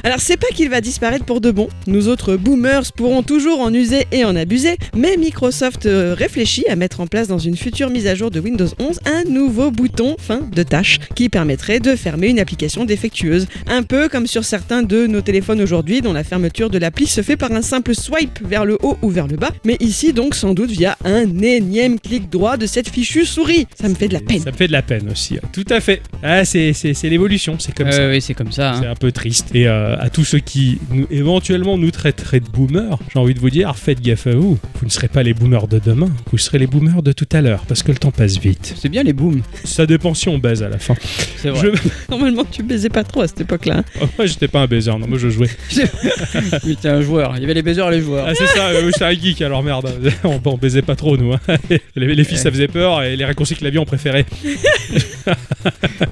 Speaker 3: Alors c'est pas qu'il va disparaître pour de bon. Nous autres boomers pourrons toujours en user et en abuser, mais Microsoft euh, réfléchit à mettre en place dans une future mise à jour de Windows 11 un nouveau bouton fin de tâche qui permettrait de fermer une application défectueuse, un peu comme sur certains de nos téléphones aujourd'hui dont la fermeture de l'appli se fait par un simple swipe vers le haut ou vers le bas, mais ici donc sans doute via un énième clic droit de cette fichue souris. Ça me fait de la peine.
Speaker 1: Ça me fait de la peine aussi. hein. Tout à fait. Ah, c'est c'est- c'est l'évolution, c'est comme ça.
Speaker 2: Euh, oui, c'est comme ça. hein.
Speaker 1: C'est un peu triste. Et euh, à tous ceux qui nous- éventuellement nous traiteraient de boomers, j'ai envie de vous dire, faites gaffe à vous. Vous ne serez pas les boomers de demain, vous serez les boomers de tout à l'heure, parce que le temps passe vite.
Speaker 2: C'est bien les booms.
Speaker 1: Ça dépend si on baise à la fin.
Speaker 2: C'est vrai.
Speaker 1: Je...
Speaker 3: Normalement tu baisais pas trop à cette époque-là. hein.
Speaker 1: Oh, moi, j'étais pas un baiser, non, moi je jouais.
Speaker 2: Oui, t'es un joueur. Il y avait les baiseurs et les joueurs.
Speaker 1: Ah, c'est ça, euh, j'étais un geek, alors merde. On, on baisait pas trop, nous. hein. Les, les filles, ça faisait peur, et les raccourcis clavier, on préférait.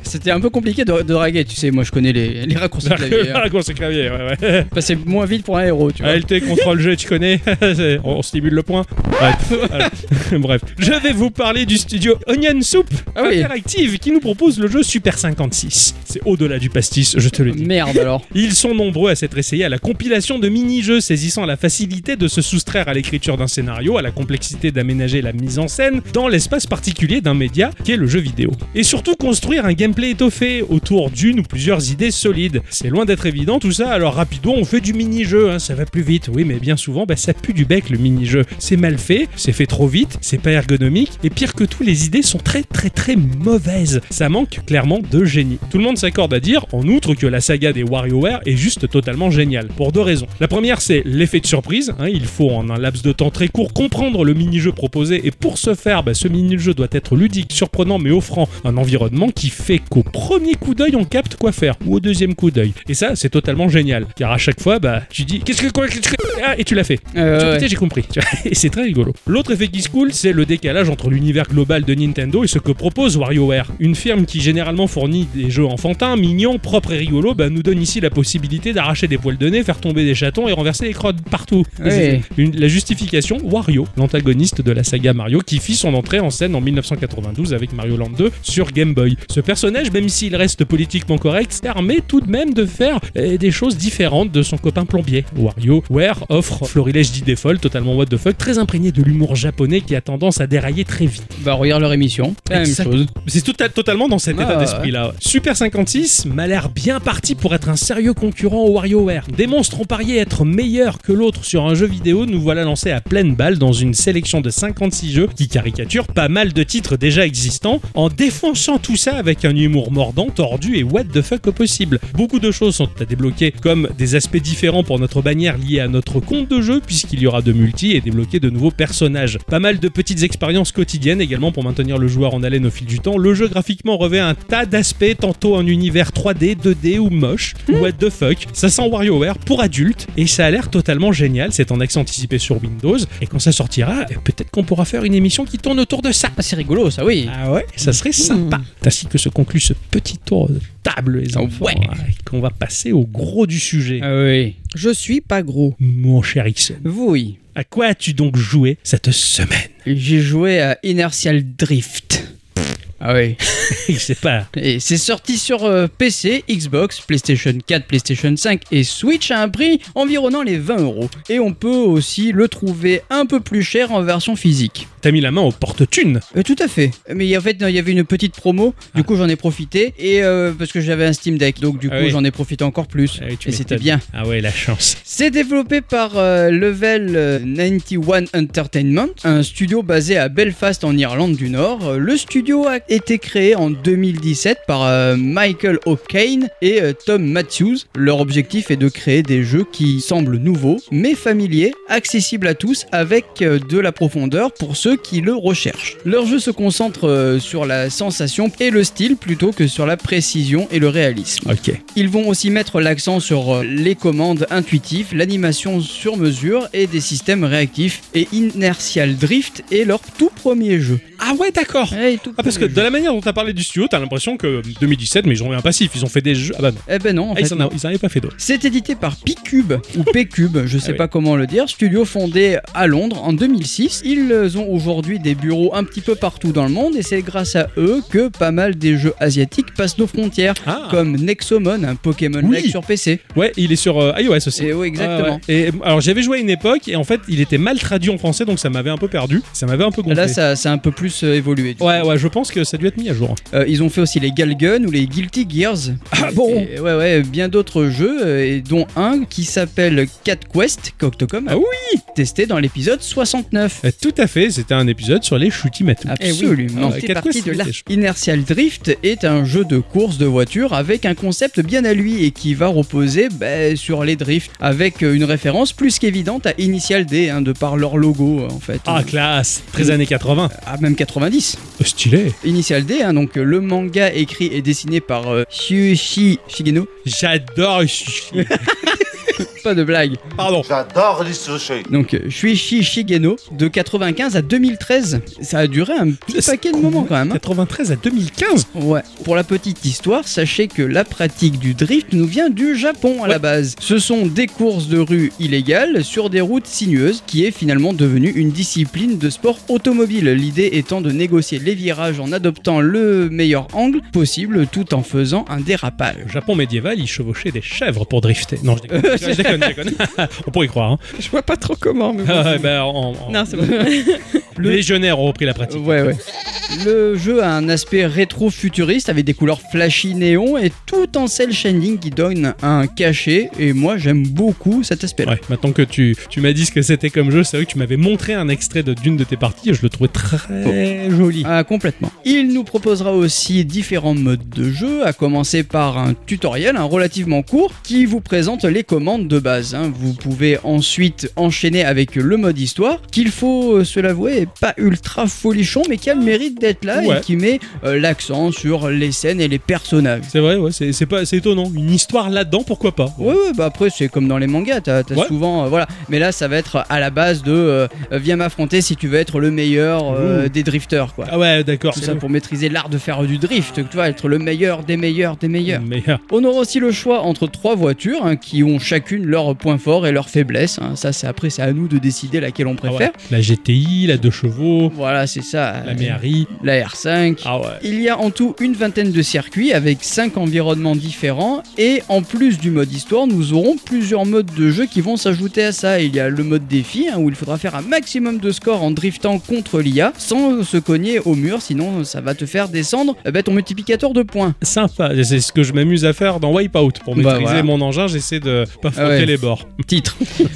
Speaker 2: C'était un peu compliqué de, de draguer, tu sais. Moi, je connais les, les raccourcis de
Speaker 1: Les
Speaker 2: clavier. hein.
Speaker 1: raccourcis clavier, ouais, ouais.
Speaker 2: Passer moins vite pour un héros, tu vois.
Speaker 1: ALT, contrôle G, tu connais C'est- on, on stimule le point. Bref. Voilà. Bref. Je vais vous parler du studio Onion Soup
Speaker 2: Ah oui.
Speaker 1: Interactive qui nous propose le jeu Super 56. C'est au-delà du pastis, je te le dis.
Speaker 2: Merde alors.
Speaker 1: Ils sont nombreux à s'être essayés à la compilation de mini-jeux saisissant la facilité de se soustraire à l'écriture d'un scénario, à la complexité d'aménager la mise en scène dans l'espace particulier d'un média qui est le jeu vidéo. Et surtout construire un gameplay étoffé autour d'une ou plusieurs idées solides. C'est loin d'être évident tout ça, alors rapido on fait du mini-jeu, hein, ça va plus vite. Oui mais bien souvent bah, ça pue du bec le mini-jeu. C'est mal fait, c'est fait trop vite, c'est pas ergonomique, et pire que tout les idées sont très très très mauvaises. Ça manque clairement de génie. Tout le monde s'accorde à dire, en outre, que la saga des WarioWare est juste totalement géniale, pour deux raisons. La première, c'est l'effet de surprise. hein, il faut, en un laps de temps très court, comprendre le mini-jeu proposé, et pour ce faire, bah, ce mini-jeu doit être ludique, surprenant, mais offrant un environnement qui fait qu'au premier coup d'œil, on capte quoi faire, ou au deuxième coup d'œil. Et ça, c'est totalement génial, car à chaque fois, bah, tu dis, qu'est-ce que quoi, qu'est-ce que... Ah, et tu l'as fait.
Speaker 2: Euh,
Speaker 1: Tu-
Speaker 2: ouais.
Speaker 1: putain, j'ai compris. Tu vois, Et c'est très rigolo. L'autre effet qui se coule, c'est le décalage entre l'univers global de Nintendo et ce que propose WarioWare. Une firme qui généralement fournit des jeux enfantins, mignons, propres et rigolos, bah, nous donne ici la possibilité d'arracher des poils de nez, faire tomber des chatons et renverser des crottes partout.
Speaker 2: Ouais.
Speaker 1: C'est une- la justification, Wario, l'antagoniste de la saga Mario, qui fit son entrée en scène en 1992 avec Mario Land 2 sur Game Boy. Ce personnage, même s'il reste politiquement eh, correct, permet tout de même de faire euh, des choses différentes de son copain plombier. Wario, Ware offre florilège d'idées folles, totalement what the fuck, très imprégné de l'humour japonais qui a tendance à dérailler très vite.
Speaker 2: Bah, regarde leur émission. C'est la même
Speaker 1: Exact.
Speaker 2: chose.
Speaker 1: C'est tout à- totalement dans cet
Speaker 2: Ah,
Speaker 1: état d'esprit là. ouais. Super 56 m'a l'air bien parti pour être un sérieux concurrent au WarioWare. Des monstres ont parié être meilleurs que l'autre sur un jeu vidéo, nous voilà lancés à pleine balle dans une sélection de 56 jeux qui caricature pas mal de titres déjà existants, en défonçant tout ça avec un humour mordant, tordu et what the fuck au possible. Beaucoup de choses sont à débloquer, comme des aspects différents pour notre bannière liés à notre compte de jeu, puisqu'il y aura de multi et débloquer de nouveaux personnages. Pas mal de petites expériences quotidiennes également pour maintenir le joueur en haleine au fil du temps. Le jeu graphiquement revêt un tas d'aspects, tantôt un univers 3D, 2D ou moche.
Speaker 2: Hmm.
Speaker 1: What the fuck Ça sent WarioWare pour adultes et ça a l'air totalement génial. C'est en accès anticipé sur Windows et quand ça sortira, eh, peut-être qu'on pourra faire une émission qui tourne autour de ça.
Speaker 2: Ah, c'est rigolo, ça, oui.
Speaker 1: Ah ouais, ça serait sympa. Ainsi que se conclut ce petit tour de table, les
Speaker 2: Hmm. Ah
Speaker 1: enfants,
Speaker 2: ouais.
Speaker 1: et qu'on va passer au gros du sujet.
Speaker 2: Ah oui.
Speaker 3: Je suis pas gros.
Speaker 1: Mon cher Ixon,
Speaker 2: Vous, oui.
Speaker 1: à quoi as-tu donc joué cette semaine
Speaker 2: J'ai joué à Inertial Drift. Ah oui.
Speaker 1: Je sais pas.
Speaker 2: Et c'est sorti sur euh, PC, Xbox, PlayStation 4, PlayStation 5 et Switch à un prix environnant les 20 euros. Et on peut aussi le trouver un peu plus cher en version physique.
Speaker 1: T'as mis la main au porte-thunes.
Speaker 2: Euh, tout à fait. Mais en fait, non, il y avait une petite promo. Du coup, j'en ai profité. Et euh, parce que j'avais un Steam Deck. Donc, du coup,
Speaker 1: Ah oui.
Speaker 2: j'en ai profité encore plus.
Speaker 1: Ah oui, tu
Speaker 2: et c'était
Speaker 1: m'étonnes.
Speaker 2: bien.
Speaker 1: Ah ouais, la chance.
Speaker 2: C'est développé par euh, Level euh, 91 Entertainment, un studio basé à Belfast en Irlande du Nord. Euh, Le studio a été créé en 2017 par euh, Michael O'Kane et euh, Tom Matthews. Leur objectif est de créer des jeux qui semblent nouveaux, mais familiers, accessibles à tous, avec euh, de la profondeur pour ceux qui le recherchent. Leur jeu se concentre euh, sur la sensation et le style plutôt que sur la précision et le réalisme.
Speaker 1: Ok.
Speaker 2: Ils vont aussi mettre l'accent sur euh, les commandes intuitives, l'animation sur mesure et des systèmes réactifs. Et Inertial Drift est leur tout premier jeu.
Speaker 1: Ah ouais, d'accord.
Speaker 2: Ouais, tout
Speaker 1: Ah parce que
Speaker 2: premier
Speaker 1: de
Speaker 2: jeu.
Speaker 1: la manière dont t'as parlé du studio, t'as l'impression que hum, 2017, mais ils ont eu un passif, ils ont fait des jeux. Ah bah non.
Speaker 2: Eh ben non, en
Speaker 1: Ah,
Speaker 2: fait.
Speaker 1: ils, en a- ils en avaient pas fait d'autres.
Speaker 2: C'est édité par P-Cube ou P-Cube, je sais
Speaker 1: Ah oui.
Speaker 2: pas comment le dire, studio fondé à Londres en 2006. Ils euh, ont aujourd'hui des bureaux un petit peu partout dans le monde et c'est grâce à eux que pas mal des jeux asiatiques passent nos frontières,
Speaker 1: Ah.
Speaker 2: comme Nexomon, un Pokémon
Speaker 1: Oui.
Speaker 2: like sur PC.
Speaker 1: Ouais, il est sur euh, iOS aussi.
Speaker 2: Et Eh oui, exactement.
Speaker 1: Ah ouais. Et alors j'avais joué à une époque et en fait il était mal traduit en français donc ça m'avait un peu perdu, ça m'avait un peu gonflé.
Speaker 2: Là, ça, ça a un peu plus euh, évolué. du
Speaker 1: Ouais
Speaker 2: coup.
Speaker 1: ouais, je pense que ça a dû être mis à jour.
Speaker 2: Euh, ils ont fait aussi les Galgun ou les Guilty Gears.
Speaker 1: Ah
Speaker 2: Et, ouais, ouais, bien d'autres jeux, euh, et dont un qui s'appelle Cat Quest, qu'Octocom a
Speaker 1: Ah
Speaker 2: testé dans l'épisode 69.
Speaker 1: Euh, Tout à fait, c'était un épisode sur les shoot'imatou.
Speaker 2: Absolument.
Speaker 1: Ah ouais,
Speaker 3: T'es
Speaker 1: Cat
Speaker 3: parti
Speaker 1: Quest,
Speaker 3: de là.
Speaker 1: c'était chou-
Speaker 2: Inertial Drift est un jeu de course de voiture avec un concept bien à lui et qui va reposer bah, sur les drifts avec euh, une référence plus qu'évidente à Initial D hein, de par leur logo euh, en fait.
Speaker 1: Ah classe, 13 années 80.
Speaker 2: Ah, même 90.
Speaker 1: Oh, Stylé.
Speaker 2: Initial D, hein, donc euh, le manga écrit et dessiné par euh, Shuichi Shigeno.
Speaker 1: J'adore. Sushi.
Speaker 2: Pas de blague.
Speaker 1: Pardon.
Speaker 6: J'adore les sushis.
Speaker 2: Donc euh, Shuichi Shigeno de 95 à 2013. Ça a duré un petit
Speaker 1: C'est
Speaker 2: paquet de moments quand même. hein.
Speaker 1: 93 à 2015.
Speaker 2: Ouais. Pour la petite histoire, sachez que la pratique du drift nous vient du Japon à la base. Ce sont des courses de rue illégales sur des routes sinueuses qui est finalement devenue une discipline de sport automobile. L'idée étant de négocier les virages en adoptant le meilleur angle possible tout en faisant un dérapage.
Speaker 1: Au Japon médiéval, ils chevauchaient des chèvres pour drifter. Non, je déconne. je déconne, je déconne. On pourrait y croire. Hein.
Speaker 3: Je vois pas trop comment, mais. bon.
Speaker 1: Ah, ouais, bah, en- en-
Speaker 3: Non, c'est bon.
Speaker 1: les légionnaires ont repris la pratique.
Speaker 2: Ouais, ouais. Le jeu a un aspect rétro-futuriste avec des couleurs flashy néon et tout en cel shading qui donne un cachet. Et moi, j'aime beaucoup cet aspect-là.
Speaker 1: Ouais, maintenant que tu, tu m'as dit ce que c'était comme jeu, c'est vrai que tu m'avais montré un extrait de- d'une de, tes parties et je le trouvais très joli.
Speaker 2: Ah, complètement. Il nous proposera aussi différents modes de jeu, à commencer par un tutoriel hein, relativement court qui vous présente les commandes de base. hein. Vous pouvez ensuite enchaîner avec le mode histoire, qu'il faut euh, se l'avouer, est pas ultra folichon, mais qui a le mérite d'être là
Speaker 1: Ouais.
Speaker 2: et qui met euh, l'accent sur les scènes et les personnages.
Speaker 1: C'est vrai, ouais, c'est c'est pas c'est étonnant. Une histoire là-dedans, pourquoi pas
Speaker 2: Ouais, ouais, bah après, c'est comme dans les mangas, t'as t'as
Speaker 1: Ouais.
Speaker 2: souvent. euh, voilà. Mais là, ça va être à la base de euh, viens m'affronter si tu veux être le meilleur euh, des drifters, quoi.
Speaker 1: Ah ouais, d'accord.
Speaker 2: Tout ça pour maîtriser l'art de faire du drift, tu vois, être le meilleur des meilleurs des meilleurs.
Speaker 1: Meilleur.
Speaker 2: On aura aussi le choix entre trois voitures hein, qui ont chacune leurs points forts et leurs faiblesses. hein. Ça, c'est après, c'est à nous de décider laquelle on
Speaker 1: Ah ouais.
Speaker 2: préfère.
Speaker 1: La GTI, la deux chevaux,
Speaker 2: Voilà, c'est ça.
Speaker 1: la Méhari.
Speaker 2: la R5.
Speaker 1: Ah ouais.
Speaker 2: Il y a en tout une vingtaine de circuits avec 5 environnements différents et en plus du mode histoire, nous aurons plusieurs modes de jeu qui vont s'ajouter à ça. Il y a le mode défi hein, où il faudra faire un maximum de scores en driftant contre l'IA sans se cogner au mur, sinon ça va te faire descendre eh ben, ton multiplicateur de points.
Speaker 1: Sympa. C'est ce que je m'amuse à faire dans Wipeout. Pour
Speaker 2: Bah,
Speaker 1: maîtriser
Speaker 2: voilà. Ah
Speaker 1: mon engin, j'essaie de pas frotter
Speaker 2: ouais.
Speaker 1: les bords.
Speaker 2: Titre.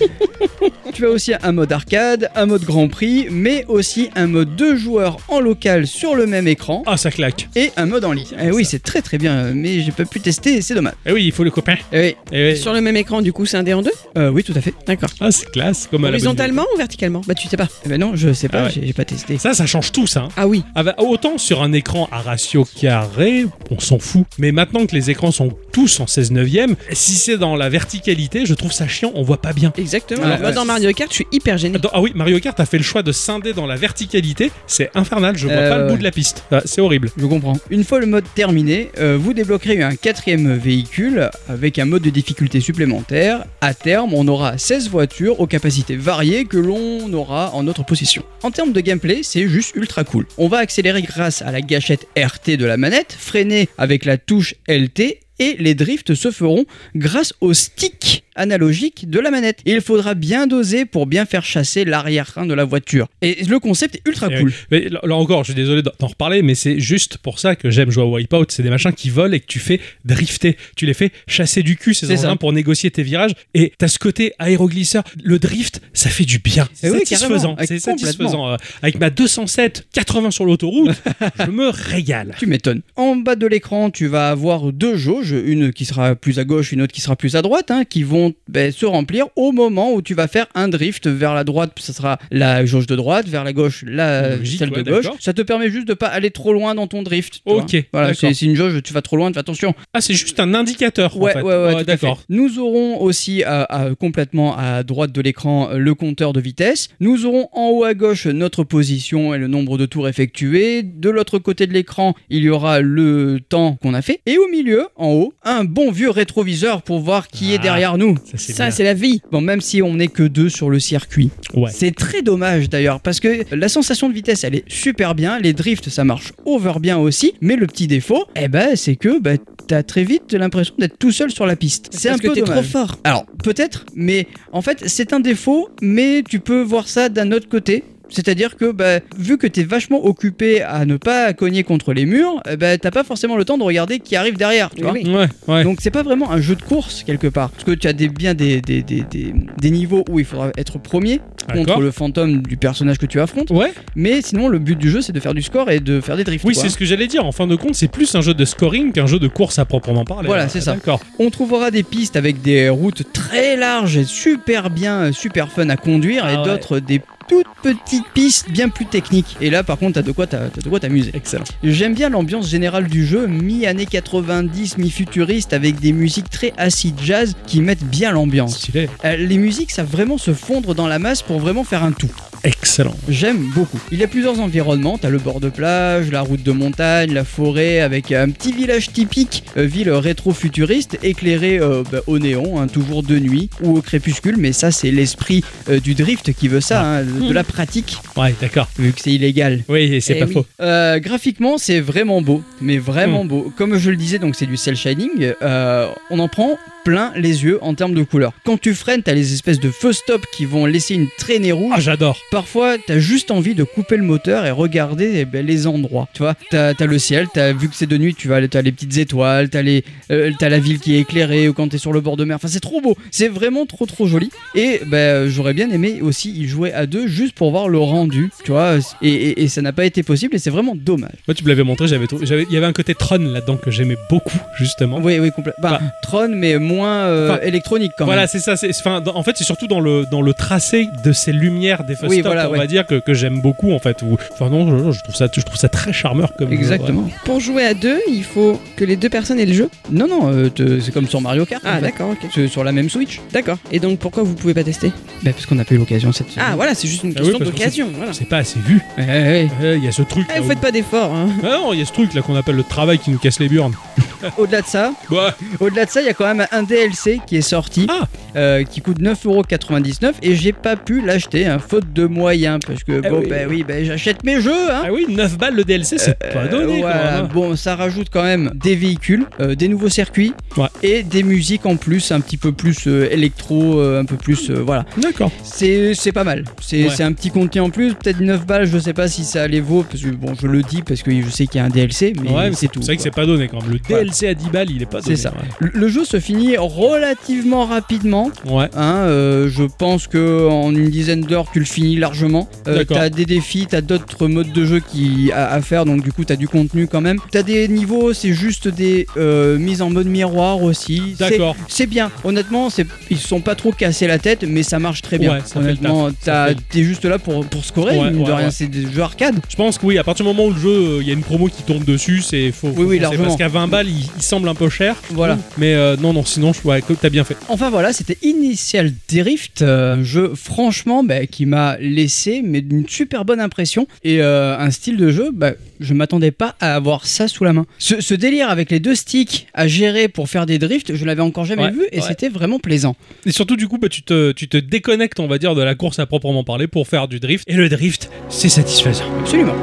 Speaker 2: tu as aussi un mode arcade, un mode Grand Prix, mais aussi un mode deux joueurs en local sur le même écran.
Speaker 1: Ah, ça claque.
Speaker 2: Et un mode en ligne. Eh oui, c'est très très bien, mais j'ai pas pu tester, c'est dommage.
Speaker 1: Eh oui, il faut le copain.
Speaker 2: Eh oui,
Speaker 1: Eh oui.
Speaker 3: Sur le même écran, du coup, c'est un dé en deux
Speaker 2: euh, oui, tout à fait.
Speaker 3: D'accord.
Speaker 1: Ah, c'est classe. Comme à la Bah, bonne
Speaker 3: Horizontalement ou verticalement Bah, tu sais pas.
Speaker 2: Eh ben non, je sais pas,
Speaker 1: Ah ouais.
Speaker 2: j'ai j'ai pas testé.
Speaker 1: époque. Ça, ça change tout, ça. hein.
Speaker 3: Ah oui.
Speaker 1: Ah bah, autant sur un écran à ratio carré, on s'en fout. Mais maintenant que les écrans sont tous en 16 neuvième, si c'est dans la verticalité, je trouve ça chiant, on voit pas bien.
Speaker 3: Exactement.
Speaker 2: Ah,
Speaker 3: Alors, moi,
Speaker 2: ouais.
Speaker 1: bah,
Speaker 3: dans Mario Kart, je suis hyper gêné.
Speaker 1: Attends, ah oui, Mario Kart a fait le choix de scinder dans la verticalité, c'est infernal, je vois
Speaker 2: Euh,
Speaker 1: pas le bout
Speaker 2: ouais.
Speaker 1: de la piste. Ah, c'est horrible.
Speaker 2: Je comprends. Une fois le mode terminé, euh, vous débloquerez un quatrième véhicule avec un mode de difficulté supplémentaire. À terme, on aura 16 voitures aux capacités variées que l'on aura en notre possession. En termes de gameplay, c'est juste ultra cool. On va accélérer grâce à la gâchette RT de la manette, freiner avec la touche LT et les drifts se feront grâce au stick analogique de la manette. Il faudra bien doser pour bien faire chasser l'arrière-train de la voiture. Et le concept est ultra
Speaker 1: Eh
Speaker 2: Ah, cool.
Speaker 1: Mais là, là encore, je suis désolé d'en d'en reparler, mais c'est juste pour ça que j'aime jouer à Wipeout. C'est des machins qui volent et que tu fais drifter. Tu les fais chasser du cul, ces
Speaker 2: C'est ça.
Speaker 1: engins, pour négocier tes virages. Et t'as ce côté aéroglisseur. Le drift, ça fait du bien. C'est
Speaker 2: Eh oui,
Speaker 1: satisfaisant.
Speaker 2: carrément. Ah,
Speaker 1: C'est
Speaker 2: complètement.
Speaker 1: satisfaisant. Euh, Avec ma 207, 80 sur l'autoroute, je me régale.
Speaker 2: Tu m'étonnes. En bas de l'écran, tu vas avoir deux jauges, une qui sera plus à gauche, une autre qui sera plus à droite, hein, qui vont ben, se remplir au moment où tu vas faire un drift. Vers la droite, ça sera la jauge de droite, vers la gauche, la
Speaker 1: Logique,
Speaker 2: celle
Speaker 1: ouais,
Speaker 2: de gauche.
Speaker 1: d'accord.
Speaker 2: Ça te permet juste de pas aller trop loin dans ton drift. tu
Speaker 1: Ok,
Speaker 2: vois. Voilà,
Speaker 1: d'accord.
Speaker 2: c'est c'est une jauge, tu vas trop loin, fais attention.
Speaker 1: Ah, c'est juste un indicateur. en
Speaker 2: Ouais,
Speaker 1: fait.
Speaker 2: ouais, ouais, tout à
Speaker 1: D'accord.
Speaker 2: fait. Nous aurons aussi à- à- complètement à droite de l'écran euh, le compteur de vitesse. Nous aurons en haut à gauche notre position et le nombre de tours effectués. De l'autre côté de l'écran, il y aura le temps qu'on a fait. Et au milieu, en haut, un bon vieux rétroviseur pour voir qui est
Speaker 1: Ah.
Speaker 2: derrière nous.
Speaker 1: Ça, c'est
Speaker 3: Ça,
Speaker 1: bien.
Speaker 3: c'est la vie.
Speaker 2: Bon, même si on n'est que deux sur le circuit.
Speaker 1: Ouais.
Speaker 2: C'est très dommage d'ailleurs, parce que la sensation de vitesse, elle est super bien, les drifts, ça marche over bien aussi, mais le petit défaut, eh ben, c'est que bah, t'as très vite l'impression d'être tout seul sur la piste. C'est un
Speaker 3: parce
Speaker 2: peu
Speaker 3: que t'es trop
Speaker 2: dommage.
Speaker 3: fort.
Speaker 2: Alors, peut-être, mais en fait, c'est un défaut, mais tu peux voir ça d'un autre côté. C'est-à-dire que, bah, vu que t'es vachement occupé à ne pas cogner contre les murs, eh ben, t'as pas forcément le temps de regarder qui arrive derrière, tu
Speaker 3: Oui,
Speaker 2: vois.
Speaker 3: oui.
Speaker 1: Ouais, ouais.
Speaker 2: Donc c'est pas vraiment un jeu de course quelque part, parce que tu as des, bien des, des, des, des- des niveaux où il faudra être premier contre
Speaker 1: D'accord.
Speaker 2: le fantôme du personnage que tu affrontes,
Speaker 1: Ouais,
Speaker 2: mais sinon le but du jeu c'est de faire du score et de faire des drifts.
Speaker 1: oui,
Speaker 2: quoi.
Speaker 1: c'est ce que j'allais dire. En fin de compte, c'est plus un jeu de scoring qu'un jeu de course à proprement parler.
Speaker 2: Voilà,
Speaker 1: Ah,
Speaker 2: c'est ça.
Speaker 1: D'accord.
Speaker 2: On trouvera des pistes avec des routes très larges et super bien, euh, super fun à conduire, et
Speaker 1: Ah ouais.
Speaker 2: d'autres des toutes petites pistes bien plus techniques. Et là par contre t'as de quoi t'as t'as de quoi t'amuser.
Speaker 1: Excellent.
Speaker 2: J'aime bien l'ambiance générale du jeu, mi-années 90, mi-futuriste, avec des musiques très acid jazz qui mettent bien l'ambiance.
Speaker 1: Stylé.
Speaker 2: Euh, les musiques savent vraiment se fondre dans la masse pour vraiment faire un tout.
Speaker 1: Excellent.
Speaker 2: J'aime beaucoup. Il y a plusieurs environnements, t'as le bord de plage, la route de montagne, la forêt, avec un petit village typique, euh, ville rétro-futuriste, éclairée euh, bah, au néon, hein, toujours de nuit ou au crépuscule, mais ça c'est l'esprit euh, du drift qui veut ça, hein, de de la pratique,
Speaker 1: Ouais, d'accord.
Speaker 2: vu que c'est illégal.
Speaker 1: Oui, c'est
Speaker 3: Eh
Speaker 1: pas
Speaker 3: oui.
Speaker 1: faux.
Speaker 2: Euh, graphiquement, c'est vraiment beau, mais vraiment beau. Comme je le disais, donc c'est du cel shining. euh, on en prend plein les yeux en termes de couleurs. Quand tu freines, t'as les espèces de feu stop qui vont laisser une traînée rouge.
Speaker 1: Ah, j'adore.
Speaker 2: Parfois, t'as juste envie de couper le moteur et regarder eh ben, les endroits. Tu vois, t'as as le ciel, t'as vu que c'est de nuit, tu vas, t'as les petites étoiles, t'as les, euh, t'as la ville qui est éclairée ou quand t'es sur le bord de mer. Enfin, c'est trop beau, c'est vraiment trop trop joli. Et ben, j'aurais bien aimé aussi y jouer à deux juste pour voir le rendu, tu vois. Et, et- et ça n'a pas été possible et c'est vraiment dommage.
Speaker 1: Moi, tu me l'avais montré, j'avais trouvé- j'avais- il y avait un côté Tron là-dedans que j'aimais beaucoup, justement.
Speaker 2: Oui, oui, complètement. Bah,
Speaker 1: Bah.
Speaker 2: Tron, mais moins euh,
Speaker 1: Enfin,
Speaker 2: électronique quand
Speaker 1: voilà,
Speaker 2: même.
Speaker 1: c'est ça. c'est- enfin, dans- en fait, c'est surtout dans le, dans le tracé de ces lumières des feux
Speaker 2: Oui,
Speaker 1: stop,
Speaker 2: voilà,
Speaker 1: on
Speaker 2: ouais.
Speaker 1: va dire, que, que j'aime beaucoup, en fait. ou- Enfin, non, je, je trouve ça, je trouve ça très charmeur comme euh, jeu,
Speaker 2: Exactement.
Speaker 3: Pour jouer à deux, il faut que les deux personnes aient le jeu.
Speaker 2: Non, non, euh, te- c'est comme sur Mario Kart. en
Speaker 3: Ah,
Speaker 2: fait.
Speaker 3: d'accord, ok.
Speaker 2: C'est sur la même Switch.
Speaker 3: D'accord. Et donc, pourquoi vous pouvez pas tester
Speaker 2: Bah, parce qu'on n'a pas eu l'occasion cette semaine.
Speaker 3: Ah, voilà, c'est juste une
Speaker 1: Ah oui,
Speaker 3: question
Speaker 1: parce que
Speaker 3: d'occasion. Voilà.
Speaker 1: ouais. C'est pas assez vu.
Speaker 2: Ah. Ouais, ouais, ouais.
Speaker 1: Eh, Il y a ce truc.
Speaker 3: Eh,
Speaker 1: là,
Speaker 3: vous
Speaker 1: où-
Speaker 3: faites pas d'efforts. Hein.
Speaker 1: Ah non, il y a ce truc là qu'on appelle le travail qui nous casse les burnes. Bah,
Speaker 2: Au-delà de ça,
Speaker 1: Ouais.
Speaker 2: au-delà de ça, il y a quand même un DLC qui est sorti
Speaker 1: Ah.
Speaker 2: euh, qui coûte 9,99€ et j'ai pas pu l'acheter, hein, faute de moyens, parce que
Speaker 1: Ah
Speaker 2: bon,
Speaker 1: oui.
Speaker 2: bah oui, bah, j'achète mes jeux, hein.
Speaker 1: Ah oui, 9 balles le DLC, c'est pas donné. quand
Speaker 2: Euh, voilà.
Speaker 1: même, hein.
Speaker 2: Bon, ça rajoute quand même des véhicules, euh, des nouveaux circuits
Speaker 1: Ouais.
Speaker 2: et des musiques en plus, un petit peu plus euh, électro, euh, un peu plus. euh, voilà.
Speaker 1: D'accord.
Speaker 2: C'est c'est pas mal. C'est
Speaker 1: Ouais.
Speaker 2: c'est un petit contenu en plus, peut-être 9 balles, je sais pas si ça les vaut, parce que bon, je le dis parce que je sais qu'il y a un DLC, mais
Speaker 1: Ouais, mais
Speaker 2: c'est tout.
Speaker 1: C'est vrai que
Speaker 2: quoi.
Speaker 1: c'est pas donné quand même. Le DLC à 10 balles, il est pas donné.
Speaker 2: C'est ça.
Speaker 1: ouais.
Speaker 2: Le le jeu se finit relativement rapidement.
Speaker 1: Ouais.
Speaker 2: Hein, euh, je pense que en une dizaine d'heures tu le finis largement. Euh,
Speaker 1: D'accord.
Speaker 2: t'as des défis, t'as d'autres modes de jeu qui à, à faire, donc du coup t'as du contenu quand même. T'as des niveaux, c'est juste des euh, mises en mode miroir aussi. C'est-
Speaker 1: D'accord.
Speaker 2: C'est bien. Honnêtement, c'est ils se sont pas trop cassés la tête, mais ça marche très bien.
Speaker 1: Ouais, ça fait le
Speaker 2: Honnêtement,
Speaker 1: taf. Ça
Speaker 2: t'as-
Speaker 1: fait
Speaker 2: t'es juste là pour pour scorer.
Speaker 1: Ouais,
Speaker 2: mine de
Speaker 1: ouais,
Speaker 2: rien,
Speaker 1: ouais.
Speaker 2: c'est des jeux arcade.
Speaker 1: Je pense que oui, à partir du moment où le jeu, euh, il y a une promo qui tombe dessus, c'est faux.
Speaker 2: Oui, oui, largement.
Speaker 1: Parce qu'à 20 balles, il, il semble un peu cher. je
Speaker 2: Voilà.
Speaker 1: trouve. Mais euh, non, non, sinon, je, ouais, que t'as bien fait.
Speaker 2: Enfin voilà, c'était Initial Drift, euh, un jeu franchement bah, qui m'a laissé mais d'une super bonne impression et euh, un style de jeu, bah, je m'attendais pas à avoir ça sous la main. Ce, ce délire avec les deux sticks à gérer pour faire des drifts, je l'avais encore jamais
Speaker 1: Ouais,
Speaker 2: vu et
Speaker 1: ouais.
Speaker 2: c'était vraiment plaisant.
Speaker 1: Et surtout, du coup, bah, tu, te, tu te déconnectes, on va dire, de la course à proprement parler pour faire du drift. Et le drift, c'est satisfaisant.
Speaker 2: Absolument.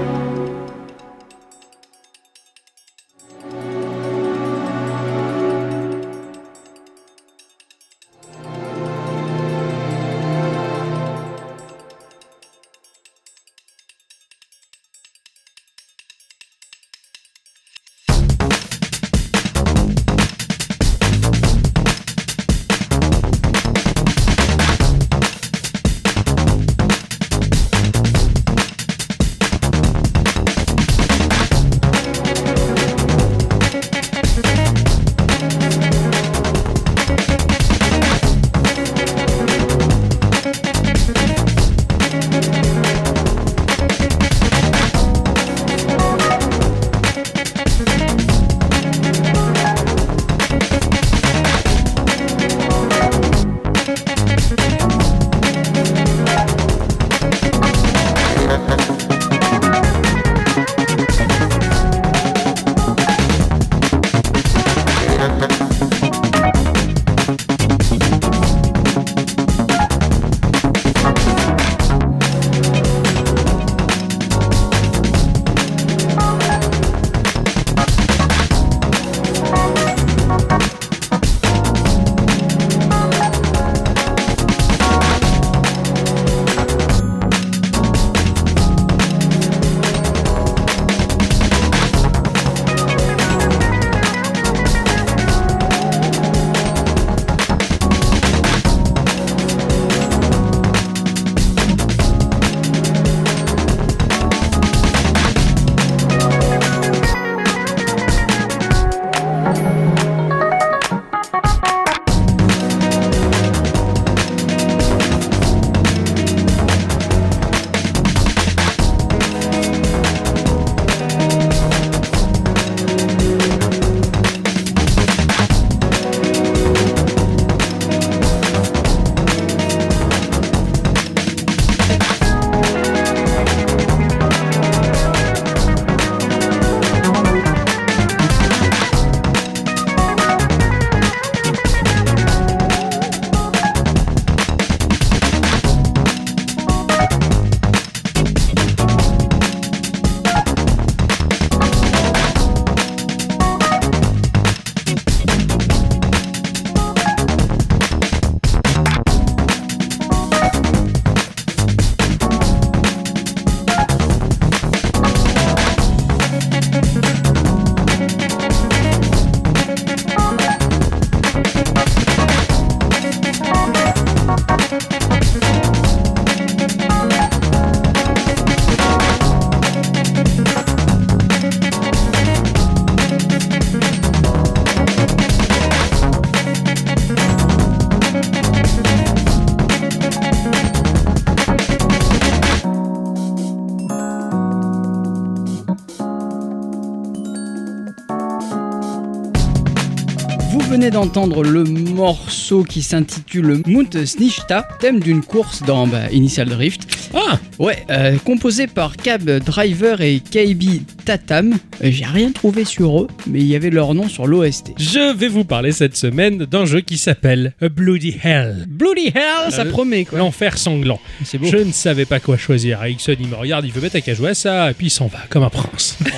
Speaker 2: Vous venez d'entendre le morceau qui s'intitule Mount Snishta, thème d'une course dans bah, Initial Drift.
Speaker 1: Ah
Speaker 2: Ouais, euh, composé par Cab Driver et KB Tatam. Euh, J'ai rien trouvé sur eux, mais il y avait leur nom sur l'OST.
Speaker 1: Je vais vous parler cette semaine d'un jeu qui s'appelle Bloody Hell. Bloody Hell,
Speaker 2: Ça promet quoi.
Speaker 1: L'enfer sanglant.
Speaker 2: C'est beau.
Speaker 1: Je ne savais pas quoi choisir. Ixon, il me regarde, il veut mettre à jouer à ça, et puis il s'en va comme un prince.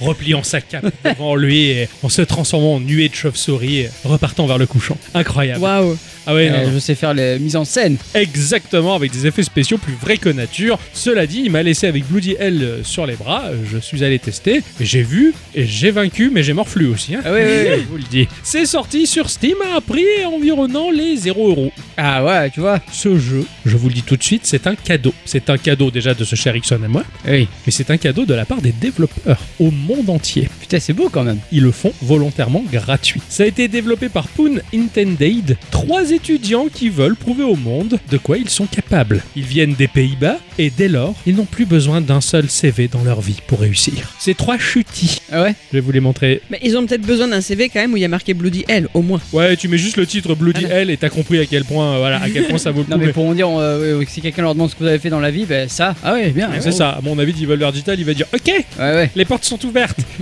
Speaker 1: En repliant sa cape devant lui, et en se transformant en nuée de chauve-souris, et repartant vers le couchant. Incroyable.
Speaker 3: Waouh
Speaker 1: Ah ouais, non,
Speaker 2: Euh,
Speaker 1: non.
Speaker 2: je sais faire les mises en scène.
Speaker 1: Exactement, avec des effets spéciaux plus vrais que nature. Cela dit, il m'a laissé avec Bloody Hell euh, sur les bras. Euh, Je suis allé tester, j'ai vu, et j'ai vaincu, mais j'ai morflu aussi. hein.
Speaker 2: Ah ouais, ouais,
Speaker 1: Je vous le dis. C'est sorti sur Steam à un prix environnant les 0 euros.
Speaker 2: Ah ouais, tu vois.
Speaker 1: Ce jeu, je vous le dis tout de suite, c'est un cadeau. C'est un cadeau déjà de ce cher Ixon à moi,
Speaker 2: Oui.
Speaker 1: mais c'est un cadeau de la part des développeurs au monde entier.
Speaker 2: Putain, c'est beau quand même.
Speaker 1: Ils le font volontairement gratuit. Ça a été développé par Poon Intended, trois étudiants qui veulent prouver au monde de quoi ils sont capables. Ils viennent des Pays-Bas et dès lors, ils n'ont plus besoin d'un seul CV dans leur vie pour réussir. Ces trois chutis,
Speaker 2: Ah ouais.
Speaker 1: je vais vous les montrer.
Speaker 3: Mais ils ont peut-être besoin d'un CV quand même où il y a marqué Bloody Hell, au moins.
Speaker 1: Ouais, tu mets juste le titre Bloody Hell et t'as compris à quel point, euh, voilà, à quel point ça vaut le coup.
Speaker 2: Ah Non mais
Speaker 1: mais-
Speaker 2: pour en dire, euh, euh, si quelqu'un leur demande ce que vous avez fait dans la vie, ben ça. Ah ouais, bien.
Speaker 1: C'est ça, à mon avis, Devolver Digital, il va dire Ok,
Speaker 2: Ouais ouais.
Speaker 1: Les portes sont ouvertes.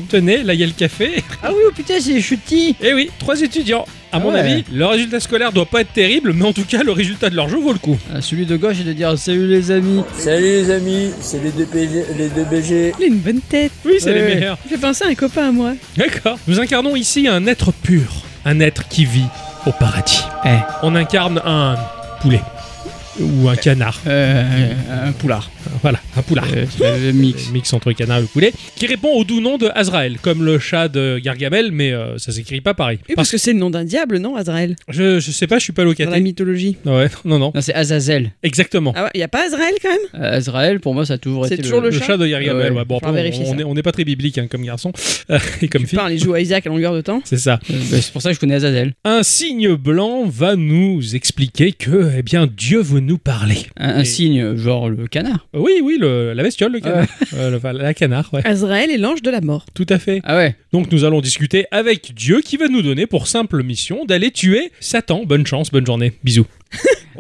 Speaker 1: Tenez, là il y a le café.
Speaker 2: Ah oui, oh putain, c'est chutis.
Speaker 1: Et Eh oui, trois étudiants. À
Speaker 2: Ah
Speaker 1: mon
Speaker 2: ouais.
Speaker 1: avis, le résultat scolaire doit pas être terrible, mais en tout cas, le résultat de leur jeu vaut le coup.
Speaker 2: Ah, celui de gauche et de dire salut les amis.
Speaker 6: Salut les amis, c'est les deux PG, les deux BG.
Speaker 3: Il a une bonne tête.
Speaker 1: Oui, c'est les
Speaker 2: Ouais.
Speaker 1: meilleurs.
Speaker 3: Il fait penser à un copain à moi.
Speaker 1: D'accord. Nous incarnons ici un être pur, un être qui vit au paradis.
Speaker 2: Eh.
Speaker 1: On incarne un poulet ou un canard.
Speaker 2: Euh, un poulard.
Speaker 1: Voilà, un poulard.
Speaker 2: Euh, le mix.
Speaker 1: mix entre canard et poulet, qui répond au doux nom de Azrael, comme le chat de Gargamel, mais euh, ça s'écrit pas pareil.
Speaker 3: Oui, parce que c'est le nom d'un diable, non, Azrael
Speaker 1: Je, je sais pas, je suis pas
Speaker 3: Dans la
Speaker 1: locataire. Ah
Speaker 3: mythologie.
Speaker 1: Ouais, non, non,
Speaker 2: Non, c'est Azazel.
Speaker 1: exactement.
Speaker 3: Ah ouais, il n'y a pas Azrael quand même
Speaker 2: Euh, Azrael, pour moi, ça a toujours
Speaker 3: C'est
Speaker 2: été
Speaker 3: toujours
Speaker 1: Le,
Speaker 3: Le
Speaker 1: chat,
Speaker 3: chat
Speaker 1: de Gargamel,
Speaker 2: Ouais,
Speaker 1: ouais. Bon,
Speaker 3: faudra
Speaker 1: après,
Speaker 3: vérifier
Speaker 1: on, on
Speaker 3: ça.
Speaker 1: est, on est pas très biblique hein, comme garçon euh, et comme
Speaker 3: Tu
Speaker 1: fille.
Speaker 3: parles, il joue à Isaac à longueur de temps.
Speaker 1: C'est ça.
Speaker 2: Euh, bah, c'est pour ça que je connais Azazel.
Speaker 1: Un signe blanc va nous expliquer que, eh bien, Dieu veut nous parler.
Speaker 2: Un, un
Speaker 1: Et-
Speaker 2: signe, genre le canard.
Speaker 1: Oui, oui, le- la bestiole, le canard. Euh, le- enfin, la canard, ouais.
Speaker 3: Azrael est l'ange de la mort.
Speaker 1: Tout à fait.
Speaker 2: Ah ouais.
Speaker 1: Donc, nous allons discuter avec Dieu qui va nous donner pour simple mission d'aller tuer Satan. Bonne chance, bonne journée. Bisous.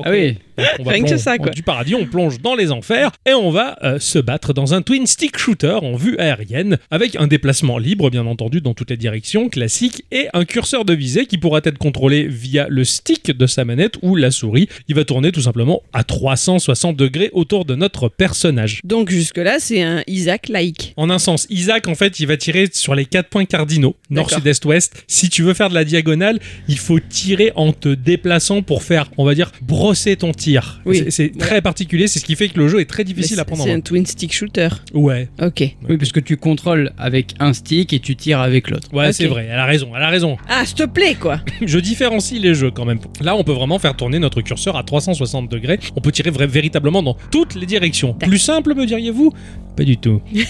Speaker 2: Ah oui.
Speaker 1: Donc, on va
Speaker 3: Rien que
Speaker 1: plonger-
Speaker 3: ça, quoi.
Speaker 1: Du paradis, on plonge dans les enfers et on va euh, se battre dans un twin stick shooter en vue aérienne avec un déplacement libre, bien entendu, dans toutes les directions, classique, et un curseur de visée qui pourra être contrôlé via le stick de sa manette ou la souris. Il va tourner tout simplement à 360 degrés autour de notre personnage.
Speaker 3: Donc jusque-là, c'est un Isaac laïque.
Speaker 1: En un sens, Isaac, en fait, il va tirer sur les quatre points cardinaux, nord,
Speaker 2: D'accord.
Speaker 1: sud, est, ouest. Si tu veux faire de la diagonale, il faut tirer en te déplaçant pour faire, on va dire, brosser ton tir.
Speaker 3: Oui.
Speaker 1: C'est- C'est très particulier, c'est ce qui fait que le jeu est très difficile
Speaker 3: Mais
Speaker 1: à prendre en
Speaker 3: C'est un
Speaker 1: main.
Speaker 3: twin stick shooter.
Speaker 1: Ouais,
Speaker 3: Ok.
Speaker 2: Oui, parce que tu contrôles avec un stick et tu tires avec l'autre.
Speaker 1: ouais,
Speaker 3: Ok.
Speaker 1: c'est vrai, elle a raison, elle a raison.
Speaker 3: Ah, s'il te plaît, quoi
Speaker 1: Je différencie les jeux quand même. Là, on peut vraiment faire tourner notre curseur à 360 degrés. On peut tirer vra- véritablement dans toutes les directions. Plus simple, me diriez-vous Pas du tout. Hmm.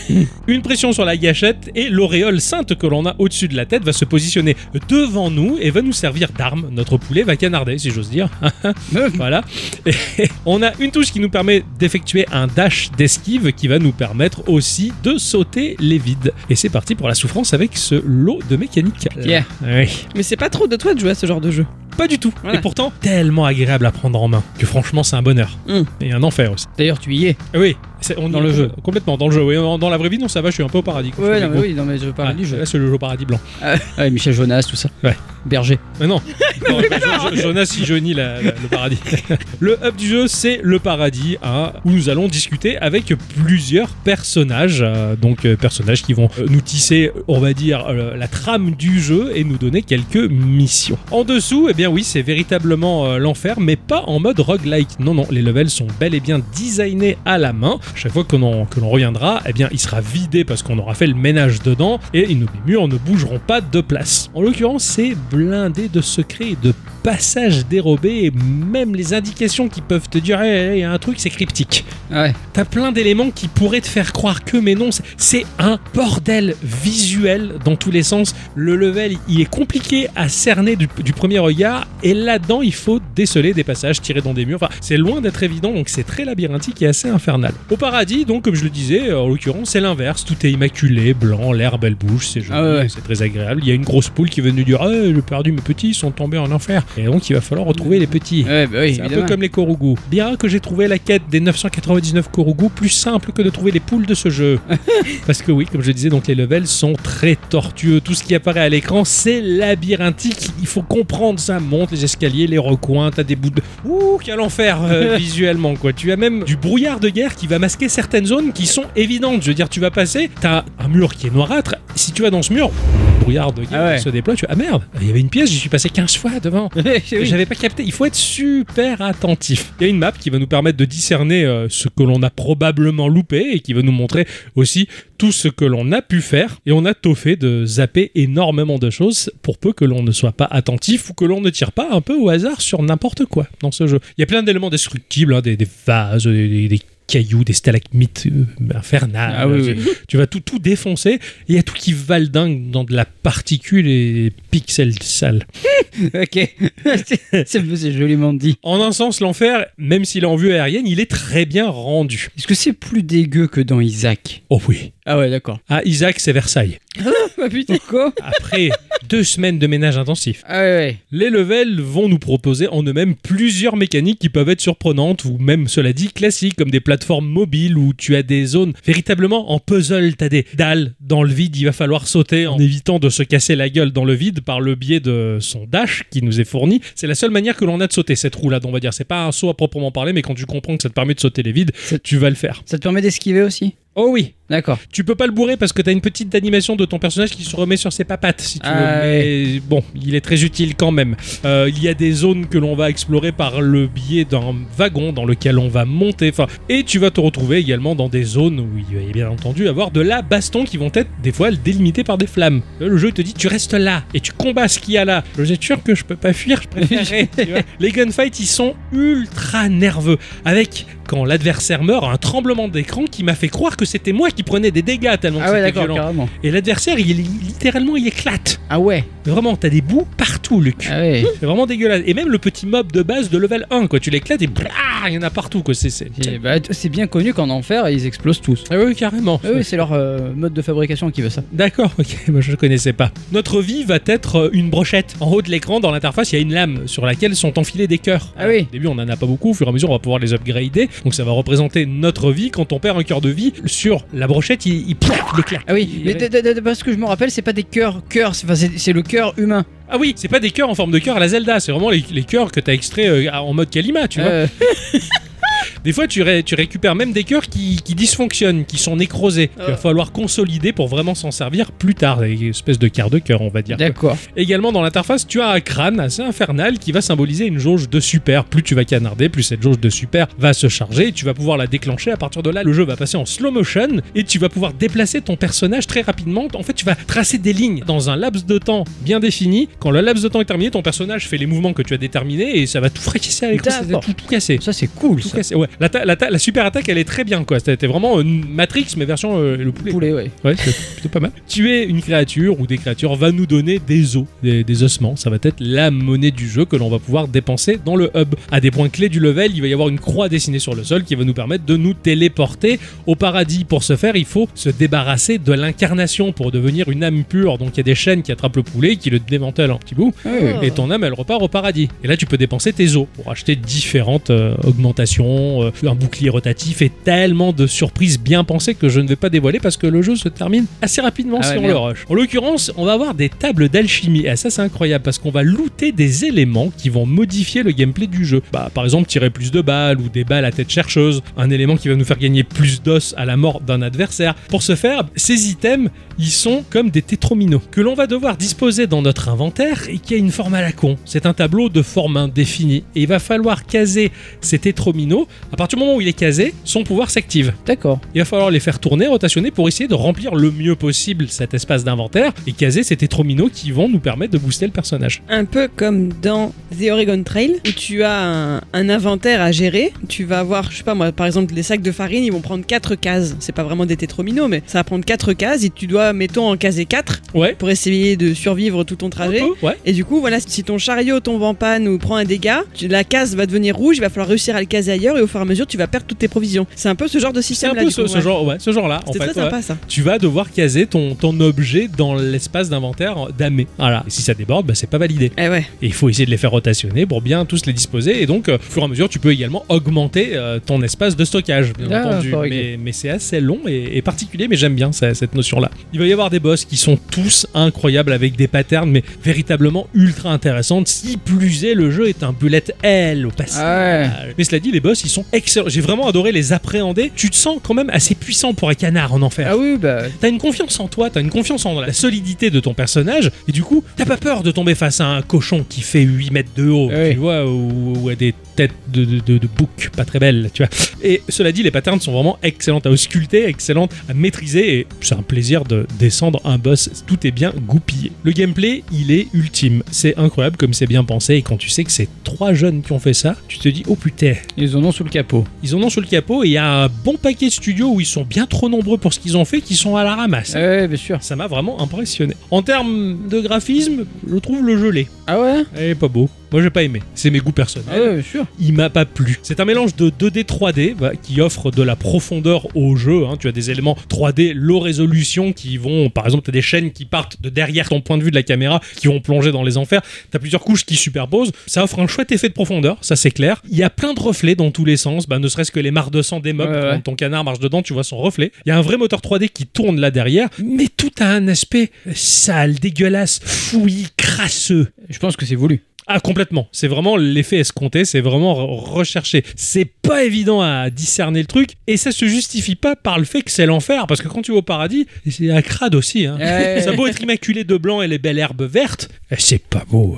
Speaker 1: Une pression sur la gâchette et l'auréole sainte que l'on a au-dessus de la tête va se positionner devant nous et va nous servir d'arme. Notre poulet va canarder, si j'ose dire. Ah,
Speaker 2: Meuf.
Speaker 1: Voilà. Et on a une touche qui nous permet d'effectuer un dash d'esquive qui va nous permettre aussi de sauter les vides. Et c'est parti pour la souffrance avec ce lot de mécanique.
Speaker 2: Yeah.
Speaker 1: Oui.
Speaker 3: Mais c'est pas trop de toi de jouer à ce genre de jeu.
Speaker 1: Pas du tout.
Speaker 3: Voilà.
Speaker 1: Et pourtant, tellement agréable à prendre en main que franchement, c'est un bonheur.
Speaker 3: Mm.
Speaker 1: Et un enfer aussi.
Speaker 2: D'ailleurs, tu y es.
Speaker 1: Ah Oui, c'est- on y
Speaker 2: Dans
Speaker 1: est
Speaker 2: le
Speaker 1: com-
Speaker 2: jeu.
Speaker 1: Complètement, dans le jeu. Oui, en- dans la vraie vie, non, ça va, je suis un peu au paradis. quoi.
Speaker 2: Ouais,
Speaker 1: Je
Speaker 2: non,
Speaker 1: fais
Speaker 2: mais
Speaker 1: des
Speaker 2: oui, non, mais je parle
Speaker 1: gros-
Speaker 2: du
Speaker 1: Ah,
Speaker 2: jeu.
Speaker 1: Là, c'est le jeu au paradis blanc.
Speaker 2: Ouais, Michel Jonas, tout ça.
Speaker 1: Ouais.
Speaker 2: Berger.
Speaker 1: Mais non. Non, Jo- Jonas si Johnny la- la- le paradis. le hub du jeu, c'est le paradis, hein, où nous allons discuter avec plusieurs personnages. euh, donc, euh, personnages qui vont euh, nous tisser, on va dire, euh, la trame du jeu et nous donner quelques missions. En dessous, eh bien oui, c'est véritablement euh, l'enfer, mais pas en mode roguelike. Non, non, les levels sont bel et bien designés à la main. Chaque fois que l'on que l'on reviendra, eh bien, il sera vidé parce qu'on aura fait le ménage dedans et nos murs ne bougeront pas de place. En l'occurrence, c'est blindé de secrets et de passages dérobés et même les indications qui peuvent te dire, Hey, hey, il y a un truc, c'est cryptique.
Speaker 2: Ouais.
Speaker 1: T'as plein d'éléments qui pourraient te faire croire que, mais non, c'est- c'est un bordel visuel dans tous les sens. Le level, il est compliqué à cerner du, du premier regard, et là-dedans, il faut déceler des passages tirés dans des murs. Enfin, c'est loin d'être évident, donc c'est très labyrinthique et assez infernal. Au paradis, donc, comme je le disais, en l'occurrence, c'est l'inverse. Tout est immaculé, blanc, l'herbe, elle bouge, c'est joli,
Speaker 2: Ah ouais.
Speaker 1: Eh, c'est très agréable. Il y a une grosse poule qui est venue dire, Ah, j'ai perdu mes petits, ils sont tombés en enfer. Et donc il va falloir retrouver les petits.
Speaker 2: Ouais, bah oui,
Speaker 1: C'est un peu
Speaker 2: évidemment.
Speaker 1: comme les Korugu. Bien que j'ai trouvé la quête des 999 Korugu plus simple que de trouver les poules de ce jeu. Parce que oui, comme je disais, donc les levels sont très tortueux. Tout ce qui apparaît à l'écran, c'est labyrinthique. Il faut comprendre ça. Monte les escaliers, les recoins, t'as des bouts de... Ouh, quel enfer euh, visuellement, quoi. Tu as même du brouillard de guerre qui va masquer certaines zones qui sont évidentes. Je veux dire, tu vas passer, t'as un mur qui est noirâtre. Si tu vas dans ce mur, le brouillard de guerre
Speaker 2: Ah ouais.
Speaker 1: se déploie, tu... Ah merde, il y avait une pièce, j'y suis passé 15 fois devant.
Speaker 2: Oui.
Speaker 1: J'avais pas capté. Il faut être super attentif. Il y a une map qui va nous permettre de discerner euh, ce que l'on a probablement loupé et qui va nous montrer aussi tout ce que l'on a pu faire. Et on a tôt fait de zapper énormément de choses pour peu que l'on ne soit pas attentif ou que l'on ne tire pas un peu au hasard sur n'importe quoi dans ce jeu. Il y a plein d'éléments destructibles, hein, des, des vases, des, des- des cailloux, des stalagmites euh, infernales.
Speaker 2: Ah oui, oui.
Speaker 1: Tu vas tout, tout défoncer et il y a tout qui va le dingue dans de la particule et des pixels sales.
Speaker 2: ok. C'est- c'est joliment dit.
Speaker 1: En un sens, l'enfer, même s'il est en vue aérienne, il est très bien rendu.
Speaker 2: Est-ce que c'est plus dégueu que dans Isaac
Speaker 1: Oh oui.
Speaker 2: Ah ouais, d'accord.
Speaker 1: Ah, Isaac, c'est Versailles.
Speaker 2: Bah putain, quoi
Speaker 1: Après deux semaines de ménage intensif,
Speaker 2: Ah ouais, ouais.
Speaker 1: les levels vont nous proposer en eux-mêmes plusieurs mécaniques qui peuvent être surprenantes ou même, cela dit, classiques, comme des plateformes mobiles où tu as des zones véritablement en puzzle. T'as des dalles dans le vide, il va falloir sauter en évitant de se casser la gueule dans le vide par le biais de son dash qui nous est fourni. C'est la seule manière que l'on a de sauter cette roue-là, on va dire. C'est pas un saut à proprement parler, mais quand tu comprends que ça te permet de sauter les vides,
Speaker 2: C'est-
Speaker 1: tu vas le faire.
Speaker 2: Ça te permet d'esquiver aussi
Speaker 1: Oh oui,
Speaker 2: D'accord.
Speaker 1: tu peux pas le bourrer parce que t'as une petite animation de ton personnage qui se remet sur ses papates, si tu
Speaker 2: Ah
Speaker 1: veux. Mais bon, il est très utile quand même. Euh, il y a des zones que l'on va explorer par le biais d'un wagon dans lequel on va monter. Enfin, et tu vas te retrouver également dans des zones où il va y bien entendu avoir de la baston qui vont être des fois délimitées par des flammes. Euh, Le jeu te dit tu restes là et tu combats ce qu'il y a là. Vous êtes sûr que je peux pas fuir Je préférerais. tu vois. Les gunfights, ils sont ultra nerveux avec quand l'adversaire meurt un tremblement d'écran qui m'a fait croire que c'était moi qui prenais des dégâts tellement que
Speaker 2: ah ouais,
Speaker 1: c'était
Speaker 2: d'accord,
Speaker 1: violent.
Speaker 2: carrément.
Speaker 1: Et l'adversaire, il littéralement, il éclate.
Speaker 2: Ah ouais,
Speaker 1: Vraiment, t'as des bouts partout, Luc.
Speaker 2: ah ouais.
Speaker 1: C'est vraiment dégueulasse. Et même le petit mob de base de level 1, quoi. Tu l'éclates et blah, il y en a partout, quoi. C'est. c'est-
Speaker 2: Et bah, t- c'est bien connu qu'en enfer, ils explosent tous.
Speaker 1: Ah oui, carrément.
Speaker 2: Ah oui, c'est leur euh, mode de fabrication qui veut ça.
Speaker 1: D'accord, ok, moi je ne connaissais pas. Notre vie va être euh, une brochette. En haut de l'écran, dans l'interface, il y a une lame sur laquelle sont enfilés des cœurs.
Speaker 2: Ah oui.
Speaker 1: Au début, on n'en a pas beaucoup, au fur et à mesure, on va pouvoir les upgrader. Donc ça va représenter notre vie. Quand on perd un cœur de vie, sur la brochette, il, il, plouf, il éclate.
Speaker 2: Ah oui, mais
Speaker 1: Il-
Speaker 2: de- de- de- de- parce que je me rappelle, c'est pas des cœurs, cœurs, c'est enfin, c'est- c'est le cœur humain.
Speaker 1: Ah oui, c'est pas des cœurs en forme de cœur à la Zelda, c'est vraiment les, les cœurs que t'as extraits euh, en mode Kalima, tu vois.
Speaker 2: Euh,
Speaker 1: Des fois, tu, ré- tu récupères même des cœurs qui, qui dysfonctionnent, qui sont nécrosés. Il
Speaker 2: Euh.
Speaker 1: va falloir consolider pour vraiment s'en servir plus tard. Une espèce de quart de cœur, on va dire.
Speaker 2: D'accord.
Speaker 1: Également, dans l'interface, tu as un crâne assez infernal qui va symboliser une jauge de super. Plus tu vas canarder, plus cette jauge de super va se charger et tu vas pouvoir la déclencher. À partir de là, le jeu va passer en slow motion et tu vas pouvoir déplacer ton personnage très rapidement. En fait, tu vas tracer des lignes dans un laps de temps bien défini. Quand le laps de temps est terminé, ton personnage fait les mouvements que tu as déterminés et ça va tout fracasser avec ça va
Speaker 2: D'accord.
Speaker 1: tout, tout casser.
Speaker 2: Ça, c'est cool,
Speaker 1: Tout
Speaker 2: ça.
Speaker 1: casser, ouais. la, ta- la ta- la super attaque, elle est très bien, quoi. C'était vraiment une Matrix, mais version euh, le poulet.
Speaker 2: Poulet, ouais.
Speaker 1: Ouais, c'est plutôt pas mal. Tuer une créature ou des créatures va nous donner des os, des, des ossements. Ça va être la monnaie du jeu que l'on va pouvoir dépenser dans le hub. À des points clés du level, il va y avoir une croix dessinée sur le sol qui va nous permettre de nous téléporter au paradis. Pour ce faire, il faut se débarrasser de l'incarnation pour devenir une âme pure. Donc il y a des chaînes qui attrapent le poulet, et qui le démantèlent un petit bout.
Speaker 2: Ah ouais.
Speaker 1: Et ton âme, elle repart au paradis. Et là, tu peux dépenser tes os pour acheter différentes euh, augmentations, euh, un bouclier rotatif et tellement de surprises bien pensées que je ne vais pas dévoiler parce que le jeu se termine assez rapidement
Speaker 2: Ah
Speaker 1: si
Speaker 2: ouais,
Speaker 1: on
Speaker 2: merde.
Speaker 1: le rush. En l'occurrence, on va avoir des tables d'alchimie. Ah, ça, c'est incroyable parce qu'on va looter des éléments qui vont modifier le gameplay du jeu. Bah, par exemple, tirer plus de balles ou des balles à tête chercheuse, un élément qui va nous faire gagner plus d'os à la mort d'un adversaire. Pour ce faire, ces items ils sont comme des tétrominos que l'on va devoir disposer dans notre inventaire et qui a une forme à la con. C'est un tableau de forme indéfinie et il va falloir caser ces tétrominos. À partir du moment où il est casé, son pouvoir s'active.
Speaker 2: D'accord.
Speaker 1: Il va falloir les faire tourner, rotationner pour essayer de remplir le mieux possible cet espace d'inventaire et caser ces tétrominos qui vont nous permettre de booster le personnage.
Speaker 3: Un peu comme dans The Oregon Trail, où tu as un, un inventaire à gérer. Tu vas avoir, je sais pas moi, par exemple, les sacs de farine, ils vont prendre 4 cases. C'est pas vraiment des tétrominos, mais ça va prendre 4 cases et tu dois, mettons, en caser 4
Speaker 1: Ouais. Oh,
Speaker 3: pour essayer de survivre tout ton trajet.
Speaker 1: Ouais.
Speaker 3: Et du coup, voilà, si ton chariot tombe en panne ou prend un dégât, tu- la case va devenir rouge, il va falloir réussir à le caser ailleurs et au fur et à à mesure, tu vas perdre toutes tes provisions. C'est un peu ce genre de
Speaker 1: C'est un
Speaker 3: système-là.
Speaker 1: peu
Speaker 3: du
Speaker 1: ce,
Speaker 3: coup,
Speaker 1: ce
Speaker 3: ouais.
Speaker 1: genre, ouais, ce genre-là. en
Speaker 3: C'était
Speaker 1: fait,
Speaker 3: très
Speaker 1: ouais.
Speaker 3: sympa ça.
Speaker 1: Tu vas devoir caser ton, ton objet dans l'espace d'inventaire d'amé. Voilà. Et si ça déborde, bah, c'est pas validé.
Speaker 3: Eh ouais.
Speaker 1: Et il faut essayer de les faire rotationner pour bien tous les disposer. Et donc, euh, au fur et à mesure, tu peux également augmenter euh, ton espace de stockage, bien
Speaker 7: Ah,
Speaker 1: entendu.
Speaker 7: pas réglé.
Speaker 1: Mais, mais c'est assez long et, et particulier, mais j'aime bien ça- cette notion-là. Il va y avoir des boss qui sont tous incroyables avec des patterns, mais véritablement ultra intéressantes. Si plus est, le jeu est un bullet L au passage.
Speaker 7: Ah ouais.
Speaker 1: Mais cela dit, les boss, ils sont excellents. J'ai vraiment adoré les appréhender. Tu te sens quand même assez puissant pour un canard en enfer.
Speaker 7: Ah oui, bah.
Speaker 1: T'as une confiance en toi, t'as une confiance en la solidité de ton personnage, et du coup, t'as pas peur de tomber face à un cochon qui fait 8 mètres de haut,
Speaker 7: Ah oui.
Speaker 1: tu vois, ou, ou à des têtes de, de, de- de bouc pas très belles, tu vois. Et cela dit, les patterns sont vraiment excellentes à ausculter, excellentes à maîtriser, et c'est un plaisir de descendre un boss, tout est bien goupillé. Le gameplay, il est ultime, c'est incroyable comme c'est bien pensé, et quand tu sais que c'est trois jeunes qui ont fait ça, tu te dis, oh putain,
Speaker 7: Ils en ont sous le capot.
Speaker 1: ils en ont sous le capot, et il y a un bon paquet de studios où ils sont bien trop nombreux pour ce qu'ils ont fait, qui sont à la ramasse.
Speaker 7: Ah ouais, bien sûr.
Speaker 1: Ça m'a vraiment impressionné. En termes de graphisme, je trouve le gelé.
Speaker 7: Ah ouais
Speaker 1: Eh, pas beau. Moi, j'ai pas aimé. C'est mes goûts
Speaker 7: Ah
Speaker 1: personnels.
Speaker 7: ouais, bien sûr.
Speaker 1: Il m'a pas plu. C'est un mélange de 2D 3D bah, qui offre de la profondeur au jeu. hein. Tu as des éléments 3D low résolution qui vont, par exemple, tu as des chaînes qui partent de derrière ton point de vue de la caméra, qui vont plonger dans les enfers. Tu as plusieurs couches qui superposent. Ça offre un chouette effet de profondeur, ça c'est clair. Il y a plein de reflets dans tous les sens, bah, ne serait-ce que les mares de sang des mobs.
Speaker 7: Ouais, ouais.
Speaker 1: Quand ton canard marche dedans, tu vois son reflet. Il y a un vrai moteur 3D qui tourne là derrière, mais tout a un aspect sale, dégueulasse, fouillis, crasseux.
Speaker 7: Je pense que c'est voulu.
Speaker 1: Ah, complètement. C'est vraiment l'effet escompté, c'est vraiment re- recherché. C'est pas évident à discerner le truc, et ça se justifie pas par le fait que c'est l'enfer, parce que quand tu vas au paradis, c'est un crade aussi. Hein.
Speaker 7: Ouais.
Speaker 1: Ça a beau être immaculé de blanc et les belles herbes vertes, eh, c'est pas beau.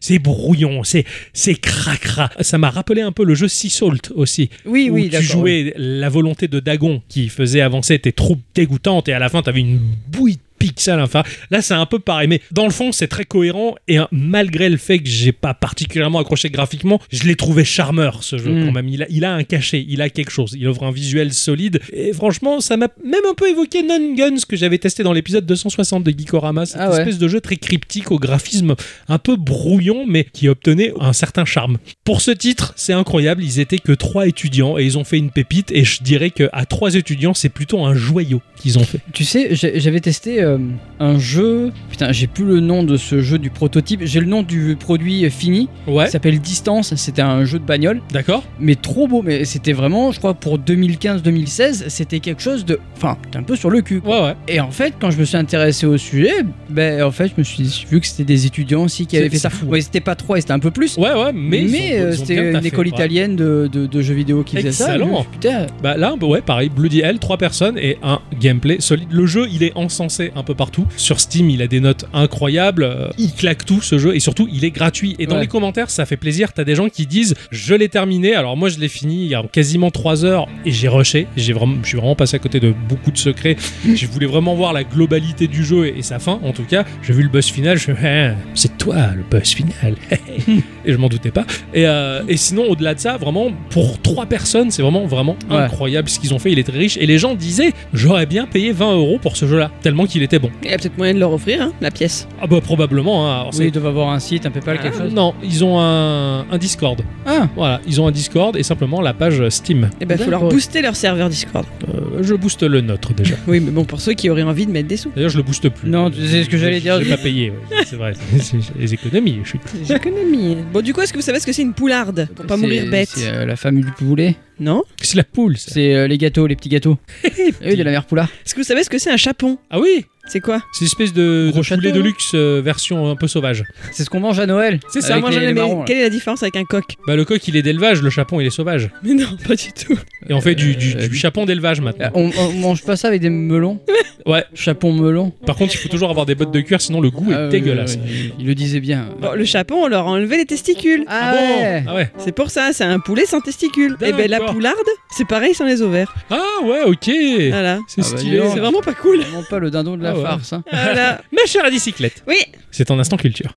Speaker 1: C'est brouillon, c'est c'est cracra. Ça m'a rappelé un peu le jeu Sea Salt aussi,
Speaker 3: Oui,
Speaker 1: où
Speaker 3: oui,
Speaker 1: tu
Speaker 3: d'accord.
Speaker 1: jouais la volonté de Dagon qui faisait avancer tes troupes dégoûtantes et à la fin t'avais une bouille de pixels enfin là c'est un peu pareil mais dans le fond c'est très cohérent et hein, malgré le fait que j'ai pas particulièrement accroché graphiquement je l'ai trouvé charmeur ce jeu
Speaker 3: Hmm.
Speaker 7: Mm.
Speaker 1: quand même il a, il a un cachet il a quelque chose il offre un visuel solide et franchement ça m'a même un peu évoqué Non Guns que j'avais testé dans l'épisode 260 de Geekorama cette
Speaker 7: Ah ouais.
Speaker 1: espèce de jeu très cryptique au graphisme un peu brouillon mais qui obtenait un certain charme pour ce titre, c'est incroyable, ils étaient que trois étudiants et ils ont fait une pépite et je dirais que à trois étudiants, c'est plutôt un joyau qu'ils ont fait.
Speaker 7: Tu sais, j'ai- j'avais testé euh, un jeu. Putain, j'ai plus le nom de ce jeu du prototype. J'ai le nom du produit fini.
Speaker 1: Ouais,
Speaker 7: Il s'appelle Distance. C'était un jeu de bagnole.
Speaker 1: d'accord.
Speaker 7: mais trop beau. Mais c'était vraiment, je crois, pour 2015-2016, c'était quelque chose de. Enfin, t'es un peu sur le cul. quoi.
Speaker 1: Ouais, ouais.
Speaker 7: Et en fait, quand je me suis intéressé au sujet, ben en fait, je me suis dit, vu que c'était des étudiants aussi qui avaient
Speaker 1: C'est-
Speaker 7: fait
Speaker 1: c'est
Speaker 7: ça.
Speaker 1: fou.
Speaker 7: Ouais, c'était pas trois, et c'était un peu plus.
Speaker 1: Ouais, ouais, mais, ils
Speaker 7: euh,
Speaker 1: ont- ils ont bien
Speaker 7: c'était une
Speaker 1: taffé,
Speaker 7: école
Speaker 1: ouais.
Speaker 7: italienne de, de- de jeux vidéo qui faisait ça.
Speaker 1: Excellent.
Speaker 7: Je me suis dit, Putain,
Speaker 1: Bah là, bah ouais, pareil, Bloody Hell, trois personnes et un gameplay solide. Le jeu, il est encensé un peu partout. Sur Steam, il a des notes incroyables. Euh, Il claque tout ce jeu et surtout, il est gratuit. Et dans
Speaker 7: Ouais.
Speaker 1: les commentaires, ça fait plaisir. T'as des gens qui disent Je l'ai terminé. Alors moi, je l'ai fini il y a quasiment trois heures et j'ai rushé. J'ai vraiment, je suis vraiment passé à côté de beaucoup de secrets. je voulais vraiment voir la globalité du jeu et, et sa fin. En tout cas, j'ai vu le boss final. Je me suis dit, Ah, C'est toi le boss final. et je m'en doutais pas. Et, euh, et sinon, au-delà de ça, vraiment, pour trois personnes, c'est vraiment, vraiment
Speaker 7: Ouais.
Speaker 1: incroyable ce qu'ils ont fait. Il est très riche. Et les gens disaient, j'aurais bien payé 20 euros pour ce jeu-là, tellement qu'il était bon.
Speaker 3: Il y a peut-être moyen de leur offrir hein, la pièce.
Speaker 1: Ah bah probablement. hein. Alors,
Speaker 7: oui,
Speaker 1: c'est- Ah,
Speaker 7: ils doivent avoir un site, un PayPal, quelque chose.
Speaker 1: Non, ils ont un, un Discord.
Speaker 7: Ah,
Speaker 1: Voilà, ils ont un Discord et simplement la page Steam.
Speaker 3: Et ben, faut
Speaker 7: D'accord.
Speaker 3: leur booster leur serveur Discord.
Speaker 1: Euh, je booste le nôtre déjà.
Speaker 3: Oui, mais bon, pour ceux qui auraient envie de mettre des sous.
Speaker 1: D'ailleurs, je le booste plus.
Speaker 7: Non, tu sais ce que j'allais dire.
Speaker 1: J'ai pas payé. ouais. C'est vrai. C'est- c'est Les économies. Je suis.
Speaker 3: J'économie. Bon, du coup, est-ce que vous savez ce que c'est une poularde Pour pas
Speaker 7: c'est-
Speaker 3: mourir bête.
Speaker 7: C'est euh, la famille du poulet.
Speaker 3: Non
Speaker 1: C'est la poule. ça.
Speaker 7: C'est euh, les gâteaux, les petits gâteaux. Et oui, de la mère Poula.
Speaker 3: Est-ce que vous savez ce que c'est un chapon
Speaker 1: Ah oui,
Speaker 3: C'est quoi
Speaker 1: c'est une espèce de, de
Speaker 7: Gros château,
Speaker 1: poulet de
Speaker 7: non
Speaker 1: luxe euh, version un peu sauvage.
Speaker 7: C'est ce qu'on mange à Noël.
Speaker 1: C'est ça,
Speaker 7: Avec
Speaker 1: moi,
Speaker 7: les-
Speaker 1: j'en
Speaker 7: les
Speaker 3: Mais
Speaker 7: marrons, là.
Speaker 3: quelle est la différence avec un coq
Speaker 1: Bah le coq il est d'élevage, le chapon il est sauvage.
Speaker 3: Mais non, pas du tout.
Speaker 1: Et on fait du, du-
Speaker 7: Euh,
Speaker 1: du chapon d'élevage
Speaker 7: Euh,
Speaker 1: maintenant.
Speaker 7: On, on mange pas ça avec des melons
Speaker 1: Ouais.
Speaker 7: Chapon melon
Speaker 1: Par contre, il faut toujours avoir des bottes de cuir, sinon le goût est
Speaker 7: Ah, oui,
Speaker 1: dégueulasse.
Speaker 7: oui, oui, Il le disait bien.
Speaker 3: Bon, le chapon, on leur a enlevé les testicules.
Speaker 7: Ah, ouais.
Speaker 1: Ah ouais.
Speaker 3: C'est pour ça, c'est un poulet sans testicules. Et ben la
Speaker 1: D'accord.
Speaker 3: poularde, c'est pareil sans les ovaires.
Speaker 1: Ah ouais, ok.
Speaker 3: Voilà.
Speaker 1: C'est
Speaker 7: Ah bah,
Speaker 1: stylé.
Speaker 7: dis donc.
Speaker 3: C'est vraiment pas cool.
Speaker 7: Vraiment pas le dindon de la
Speaker 1: Ah ouais.
Speaker 7: farce. hein.
Speaker 3: Voilà.
Speaker 1: Ma chère bicyclette,
Speaker 3: Oui,
Speaker 1: c'est ton instant culture.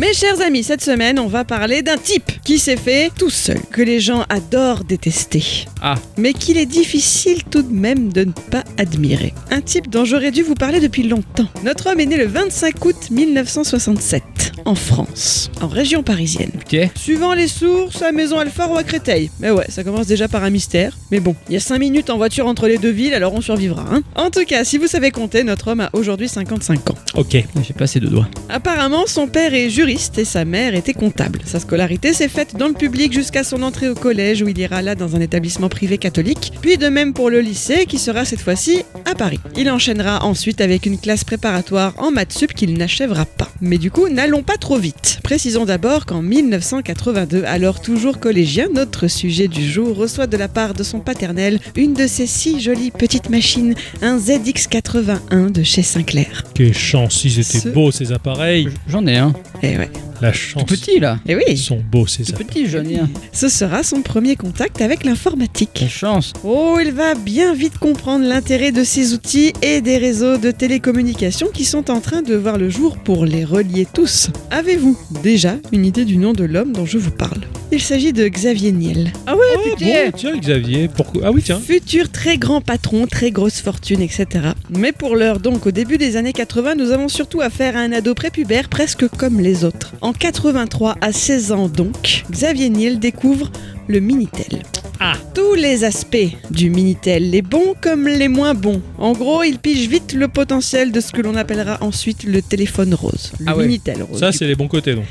Speaker 3: Mes chers amis, cette semaine, on va parler d'un type qui s'est fait tout seul, que les gens adorent détester.
Speaker 7: Ah.
Speaker 3: Mais qu'il est difficile tout de même de ne pas admirer. Un type dont j'aurais dû vous parler depuis longtemps. Notre homme est né le 25 août 1967, en France, en région parisienne.
Speaker 7: Ok.
Speaker 3: Suivant les sources, à Maison Alfort ou à Créteil. Mais ouais, ça commence déjà par un mystère. Mais bon, il y a 5 minutes en voiture entre les deux villes, alors on survivra. hein. en tout cas, si vous savez compter, notre homme a aujourd'hui 55 ans.
Speaker 1: Ok.
Speaker 7: J'ai passé deux doigts.
Speaker 3: Apparemment, son père est juriste et sa mère était comptable. Sa scolarité s'est faite dans le public jusqu'à son entrée au collège où il ira là dans un établissement privé catholique, puis de même pour le lycée qui sera cette fois-ci à Paris. Il enchaînera ensuite avec une classe préparatoire en maths sup qu'il n'achèvera pas. Mais du coup, n'allons pas trop vite. Précisons d'abord qu'en 1982, alors toujours collégien, notre sujet du jour reçoit de la part de son paternel une de ses six jolies petites machines, un ZX81 de chez Sinclair.
Speaker 1: Quelle chance, ils étaient
Speaker 3: Ce-
Speaker 1: beaux ces appareils.
Speaker 7: J'en ai un.
Speaker 3: Eh ouais.
Speaker 1: La
Speaker 7: Tout
Speaker 1: chance.
Speaker 7: petit là.
Speaker 3: Eh oui.
Speaker 1: Ils sont beaux ces
Speaker 7: Tout
Speaker 1: appareils.
Speaker 7: petit, j'en ai un.
Speaker 3: Ce sera son premier contact avec l'informatique.
Speaker 7: Quelle chance.
Speaker 3: Oh, il va bien vite comprendre l'intérêt de ces outils et des réseaux de télécommunications qui sont en train de voir le jour pour les relier tous. Avez-vous déjà une idée du nom de l'homme dont je vous parle Il s'agit de Xavier Niel. Ah ouais,
Speaker 1: Ah bon, tiens Xavier, pourquoi Ah oui tiens.
Speaker 3: Futur très grand patron, très grosse fortune, etc. Mais pour l'heure, donc, au début des années 80, nous avons surtout affaire à un ado prépubère presque comme les autres. En 83, à 16 ans donc, Xavier Niel découvre le Minitel.
Speaker 1: Ah.
Speaker 3: Tous les aspects du Minitel, les bons comme les moins bons. En gros, il pige vite le potentiel de ce que l'on appellera ensuite le téléphone rose. Le
Speaker 7: Ah ouais.
Speaker 3: Minitel rose.
Speaker 1: Ça c'est les bons côtés donc.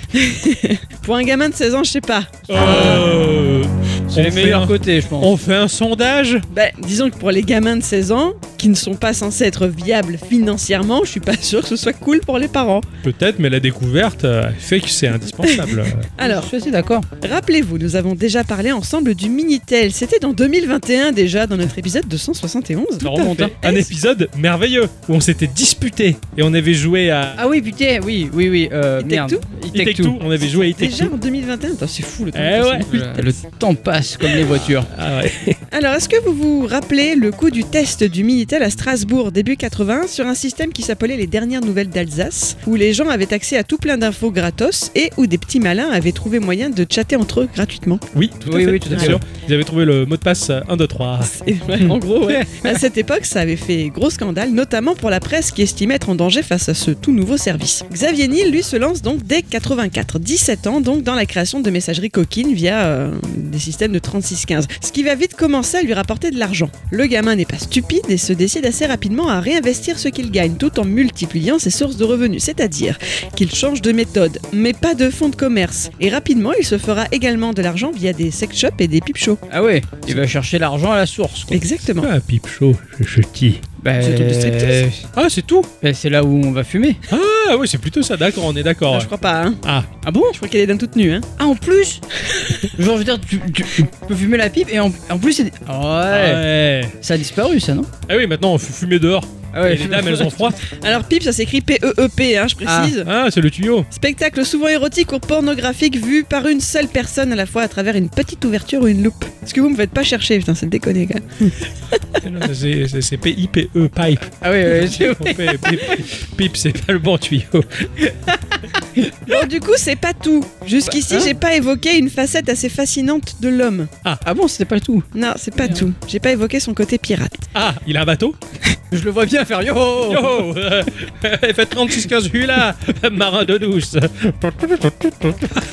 Speaker 3: Pour un gamin de 16 ans, je sais pas.
Speaker 1: Euh,
Speaker 7: C'est
Speaker 1: on
Speaker 7: les
Speaker 1: fait
Speaker 7: meilleurs
Speaker 1: un-
Speaker 7: côtés, je pense.
Speaker 1: On fait un sondage
Speaker 3: Ben, disons que pour les gamins de 16 ans, qui ne sont pas censés être viables financièrement, je suis pas sûr que ce soit cool pour les parents.
Speaker 1: Peut-être, mais la découverte euh, fait que c'est indispensable.
Speaker 3: Alors,
Speaker 7: je suis assez d'accord.
Speaker 3: rappelez-vous, nous avons déjà parlé ensemble du Minitel. C'était dans 2021 déjà, dans notre épisode 271.
Speaker 1: Ça remonte, hein.
Speaker 3: Est-ce-
Speaker 1: Un épisode merveilleux où on s'était disputé et on avait joué à
Speaker 7: Ah oui, putain, oui, oui, oui. Euh,
Speaker 3: It Take
Speaker 7: merde.
Speaker 3: Two
Speaker 7: It
Speaker 1: It
Speaker 7: Take
Speaker 1: Take
Speaker 7: Two.
Speaker 1: Two. On avait joué à It Take
Speaker 3: Déjà
Speaker 1: Two.
Speaker 3: en 2021 Attends, C'est fou le temps.
Speaker 1: Eh
Speaker 3: que ça
Speaker 1: ouais.
Speaker 3: passe.
Speaker 7: Le le temps passe comme les voitures.
Speaker 1: Ah ouais.
Speaker 3: Alors, est-ce que vous vous rappelez le coup du test du Minitel à Strasbourg début 80 sur un système qui s'appelait les dernières nouvelles d'Alsace, où les gens avaient accès à tout plein d'infos gratos et où des petits malins avaient trouvé moyen de chatter entre eux gratuitement
Speaker 1: Oui, tout à
Speaker 7: Oui,
Speaker 1: fait,
Speaker 7: oui, tout à
Speaker 1: bien
Speaker 7: fait.
Speaker 1: sûr. Ils avaient trouvé le mot de passe euh, 1, 2, 3.
Speaker 3: en gros, ouais. À cette époque, ça avait fait gros scandale, notamment pour la presse qui estimait être en danger face à ce tout nouveau service. Xavier Niel, lui, se lance donc dès 84, 17 ans, donc dans la création de messageries coquines via euh, des systèmes de 3615, ce qui va vite commencer à lui rapporter de l'argent. Le gamin n'est pas stupide et se décide assez rapidement à réinvestir ce qu'il gagne, tout en multipliant ses sources de revenus, c'est-à-dire qu'il change de méthode, mais pas de fonds de commerce. Et rapidement, il se fera également de l'argent via des sex shops et des pipe shows.
Speaker 7: Ah ouais, il va chercher l'argent à la source. quoi.
Speaker 3: Exactement.
Speaker 1: Ah, pipe show, je, je dis.
Speaker 7: Bah,
Speaker 3: C'est tout du striptease.
Speaker 1: Ah, c'est tout
Speaker 7: bah, c'est là où on va fumer.
Speaker 1: Ah oui, c'est plutôt ça, d'accord, on est d'accord.
Speaker 3: Ah, je crois pas, hein.
Speaker 1: Ah.
Speaker 3: Ah bon Je crois qu'elle est d'un toute nue, hein.
Speaker 7: Ah, en plus Genre, je veux dire, tu, tu- tu peux fumer la pipe et en, en plus, c'est. Ah ouais.
Speaker 1: Ouais.
Speaker 7: Ça a disparu, ça, non
Speaker 1: Ah oui, maintenant on fait fumer dehors.
Speaker 7: Ah
Speaker 1: et les dames, elles ont froid.
Speaker 3: Alors pipe, ça s'écrit P-E-E-P, hein, je précise.
Speaker 1: Ah, c'est le tuyau.
Speaker 3: Spectacle souvent érotique ou pornographique vu par une seule personne à la fois à travers une petite ouverture ou une loupe. Est-ce que vous me faites pas chercher Putain, c'est déconné, gars.
Speaker 1: C'est- c'est- C'est P-I-P-E, pipe.
Speaker 7: Ah ouais, ouais, c'est-
Speaker 1: On fait pipe. Pipe, c'est pas le bon tuyau.
Speaker 3: Bon, du coup, c'est pas tout. Jusqu'ici,
Speaker 7: Bah, hein
Speaker 3: j'ai pas évoqué une facette assez fascinante de l'homme.
Speaker 7: Ah bon, c'était pas le tout.
Speaker 3: Non, c'est pas tout. J'ai pas évoqué son côté pirate.
Speaker 1: Ah, il a un bateau
Speaker 7: Je le vois bien faire yo
Speaker 1: Yo euh, Fait 36-15 là Marin de douce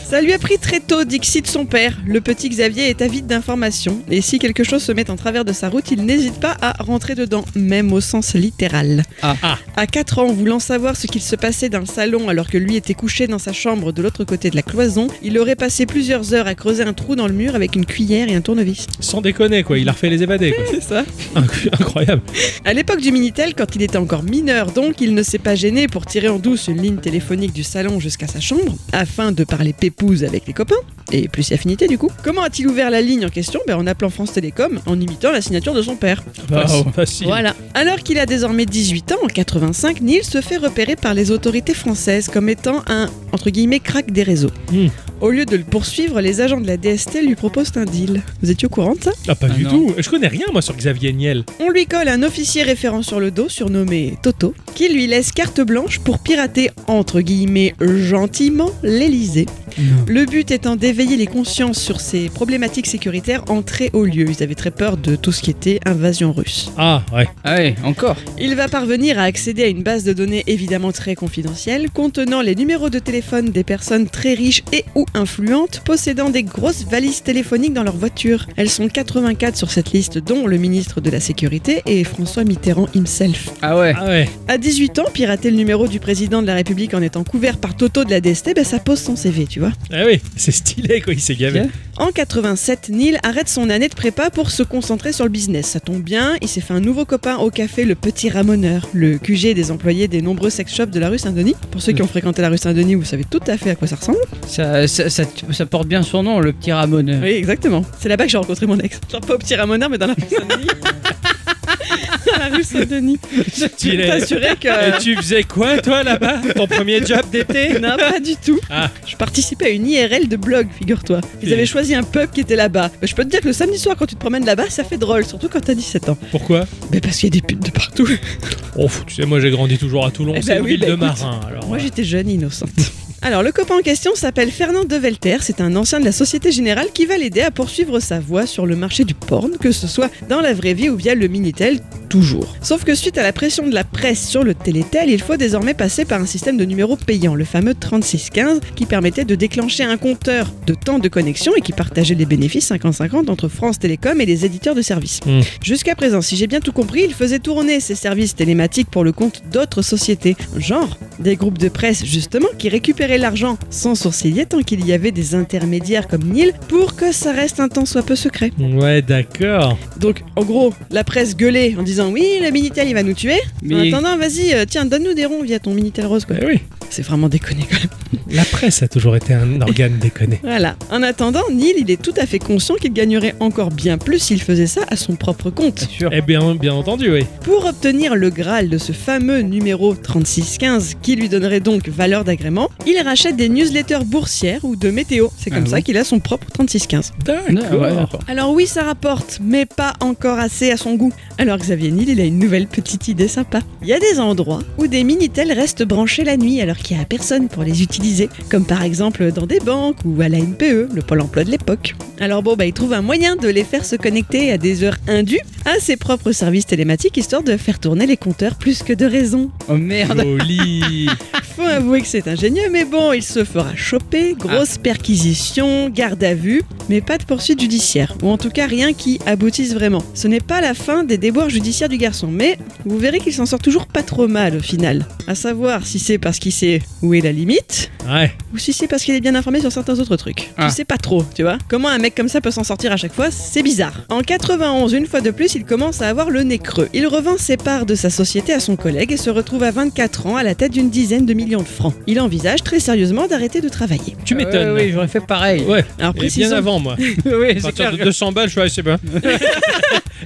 Speaker 3: Ça lui a pris très tôt Dixie de son père. Le petit Xavier est avide d'informations, et si quelque chose se met en travers de sa route, il n'hésite pas à rentrer dedans, même au sens littéral.
Speaker 7: Ah.
Speaker 1: Ah.
Speaker 3: À 4 ans, voulant savoir ce qu'il se passait dans le salon alors que lui était couché dans sa chambre de l'autre côté de la cloison, il aurait passé plusieurs heures à creuser un trou dans le mur avec une cuillère et un tournevis.
Speaker 1: Sans déconner, quoi, il a refait les évadés, quoi.
Speaker 3: C'est ça
Speaker 1: Inc- Incroyable.
Speaker 3: À l'époque du Minitel, quand il était encore mineur, donc, il ne s'est pas gêné pour tirer en douce une ligne téléphonique du salon jusqu'à sa chambre, afin de parler pépouze avec les copains, et plus affinité du coup. Comment a-t-il ouvert la ligne en question ben, En appelant France Télécom, en imitant la signature de son père.
Speaker 1: Fac- Ah, oh, Facile.
Speaker 3: Voilà. Alors qu'il a désormais 18 ans, en 85, Neil se fait repérer par les autorités françaises comme étant un, entre guillemets, crack des réseaux.
Speaker 1: Hmm.
Speaker 3: Au lieu de le poursuivre, les agents de la DST lui proposent un deal. Vous étiez au courant de ça
Speaker 1: Ah, pas
Speaker 7: Ah,
Speaker 1: du
Speaker 7: non.
Speaker 1: tout. Je connais rien, moi, sur Xavier Niel.
Speaker 3: On lui colle un officier référent sur le dos, surnommé Toto, qui lui laisse carte blanche pour pirater, entre guillemets, gentiment l'Elysée. Le but étant d'éveiller les consciences sur ces problématiques sécuritaires entrées au lieu. Ils avaient très peur de tout ce qui était invasion russe.
Speaker 1: Ah, ouais.
Speaker 7: Ah ouais, encore.
Speaker 3: Il va parvenir à accéder à une base de données évidemment très confidentielle, contenant les numéros de téléphone des personnes très riches et ou influentes possédant des grosses valises téléphoniques dans leur voiture. Elles sont 84 sur cette liste, dont le ministre de la Sécurité et François Mitterrand himself.
Speaker 7: Ah ouais.
Speaker 1: Ah, ouais.
Speaker 3: À 18 ans, pirater le numéro du président de la République en étant couvert par Toto de la DST, ben, ça pose son CV, tu vois.
Speaker 1: Ah, oui. C'est stylé, quoi. Il s'est gavé.
Speaker 7: Tiens.
Speaker 3: En 87, Neil arrête son année de prépa pour se concentrer sur le business. Ça tombe bien, il s'est fait un nouveau copain au café Le Petit Ramoneur, le QG des employés des nombreux sex shops de la rue Saint-Denis. Pour ceux qui ont fréquenté la rue Saint-Denis, vous savez tout à fait à quoi ça ressemble.
Speaker 2: Ah.
Speaker 7: Ça, ça, ça, ça porte bien son nom, le petit Ramon.
Speaker 3: Oui, exactement. C'est là-bas que j'ai rencontré mon ex. Genre pas au Petit Ramoneur, mais dans la rue Saint-Denis. dans la rue Saint-Denis. Je peux
Speaker 1: Stylé.
Speaker 3: t'assurer
Speaker 1: Et
Speaker 3: que... euh,
Speaker 1: tu faisais quoi, toi, là-bas Ton premier job d'été
Speaker 3: Non, pas du tout.
Speaker 1: Ah.
Speaker 3: Je participais à une IRL de blog, figure-toi. Ils avaient choisi un pub qui était là-bas. Mais Je peux te dire que le samedi soir, quand tu te promènes là-bas, ça fait drôle, surtout quand t'as 17 ans.
Speaker 1: Pourquoi
Speaker 3: Mais parce qu'il y a des putes de partout.
Speaker 1: Oh, pff, tu sais, moi, j'ai grandi toujours à Toulon.
Speaker 3: Eh
Speaker 1: c'est
Speaker 3: ben
Speaker 1: une
Speaker 3: oui,
Speaker 1: ville
Speaker 3: bah
Speaker 1: de
Speaker 3: écoute,
Speaker 1: marins. Alors,
Speaker 3: Moi
Speaker 1: euh,
Speaker 3: j'étais jeune et innocente. Alors le copain en question s'appelle Fernand Develter, c'est un ancien de la Société Générale qui va l'aider à poursuivre sa voie sur le marché du porn, que ce soit dans la vraie vie ou via le Minitel, toujours. Sauf que suite à la pression de la presse sur le Télétel, il faut désormais passer par un système de numéros payants, le fameux 3615, qui permettait de déclencher un compteur de temps de connexion et qui partageait les bénéfices 50-50 entre France Télécom et les éditeurs de services.
Speaker 1: Hmm.
Speaker 3: Jusqu'à présent, si j'ai bien tout compris, il faisait tourner ses services télématiques pour le compte d'autres sociétés, genre des groupes de presse justement qui récupéraient l'argent sans sourciller tant qu'il y avait des intermédiaires comme Neil pour que ça reste un temps soit peu secret.
Speaker 1: euh. Ouais, d'accord.
Speaker 3: Donc en gros, la presse gueulait en disant oui, le Minitel il va nous tuer.
Speaker 7: Mais-
Speaker 3: En attendant, vas-y, euh, tiens, donne-nous des ronds via ton Minitel rose quoi.
Speaker 1: Eh oui.
Speaker 3: C'est vraiment déconné quoi.
Speaker 1: La presse a toujours été un organe déconné.
Speaker 3: Voilà. En attendant, Neil il est tout à fait conscient qu'il gagnerait encore bien plus s'il faisait ça à son propre compte.
Speaker 7: Bien sûr.
Speaker 1: Eh bien, bien entendu, oui.
Speaker 3: Pour obtenir le Graal de ce fameux numéro 3615 qui lui donnerait donc valeur d'agrément, il rachète des newsletters boursières ou de météo. C'est comme
Speaker 7: Ah
Speaker 3: ça
Speaker 7: oui.
Speaker 3: qu'il a son propre 3615.
Speaker 2: Ah
Speaker 7: Non, ouais,
Speaker 1: D'accord.
Speaker 7: d'accord.
Speaker 3: Alors oui, ça rapporte, mais pas encore assez à son goût. Alors Xavier Niel, il a une nouvelle petite idée sympa. Il y a des endroits où des Minitel restent branchés la nuit alors qu'il n'y a personne pour les utiliser, comme par exemple dans des banques ou à la NPE, le pôle emploi de l'époque. Alors bon, bah, il trouve un moyen de les faire se connecter à des heures indues à ses propres services télématiques, histoire de faire tourner les compteurs plus que de raison.
Speaker 7: Oh merde.
Speaker 1: Joli.
Speaker 3: Faut avouer que c'est ingénieux, mais bon, il se fera choper, grosse perquisition, garde à vue, mais pas de poursuite judiciaire, ou en tout cas rien qui aboutisse vraiment. Ce n'est pas la fin des déboires judiciaires du garçon, mais vous verrez qu'il s'en sort toujours pas trop mal au final. À savoir si c'est parce qu'il sait où est la limite,
Speaker 1: Ouais.
Speaker 3: ou si c'est parce qu'il est bien informé sur certains autres trucs.
Speaker 7: Ah.
Speaker 3: Tu sais pas trop, tu vois. Comment un mec comme ça peut s'en sortir à chaque fois, c'est bizarre. En 91, une fois de plus, il commence à avoir le nez creux. Il revend ses parts de sa société à son collègue et se retrouve à 24 ans à la tête d'une dizaine de millions de francs. Il envisage très sérieusement d'arrêter de travailler.
Speaker 2: Ah
Speaker 1: Tu m'étonnes.
Speaker 7: Ouais, oui, j'aurais fait pareil.
Speaker 1: Ouais.
Speaker 3: Alors
Speaker 1: Et bien
Speaker 3: précisons,
Speaker 1: avant, moi.
Speaker 7: oui,
Speaker 1: À
Speaker 7: c'est
Speaker 1: partir
Speaker 7: clair.
Speaker 1: de 200 balles, je suis assez bien.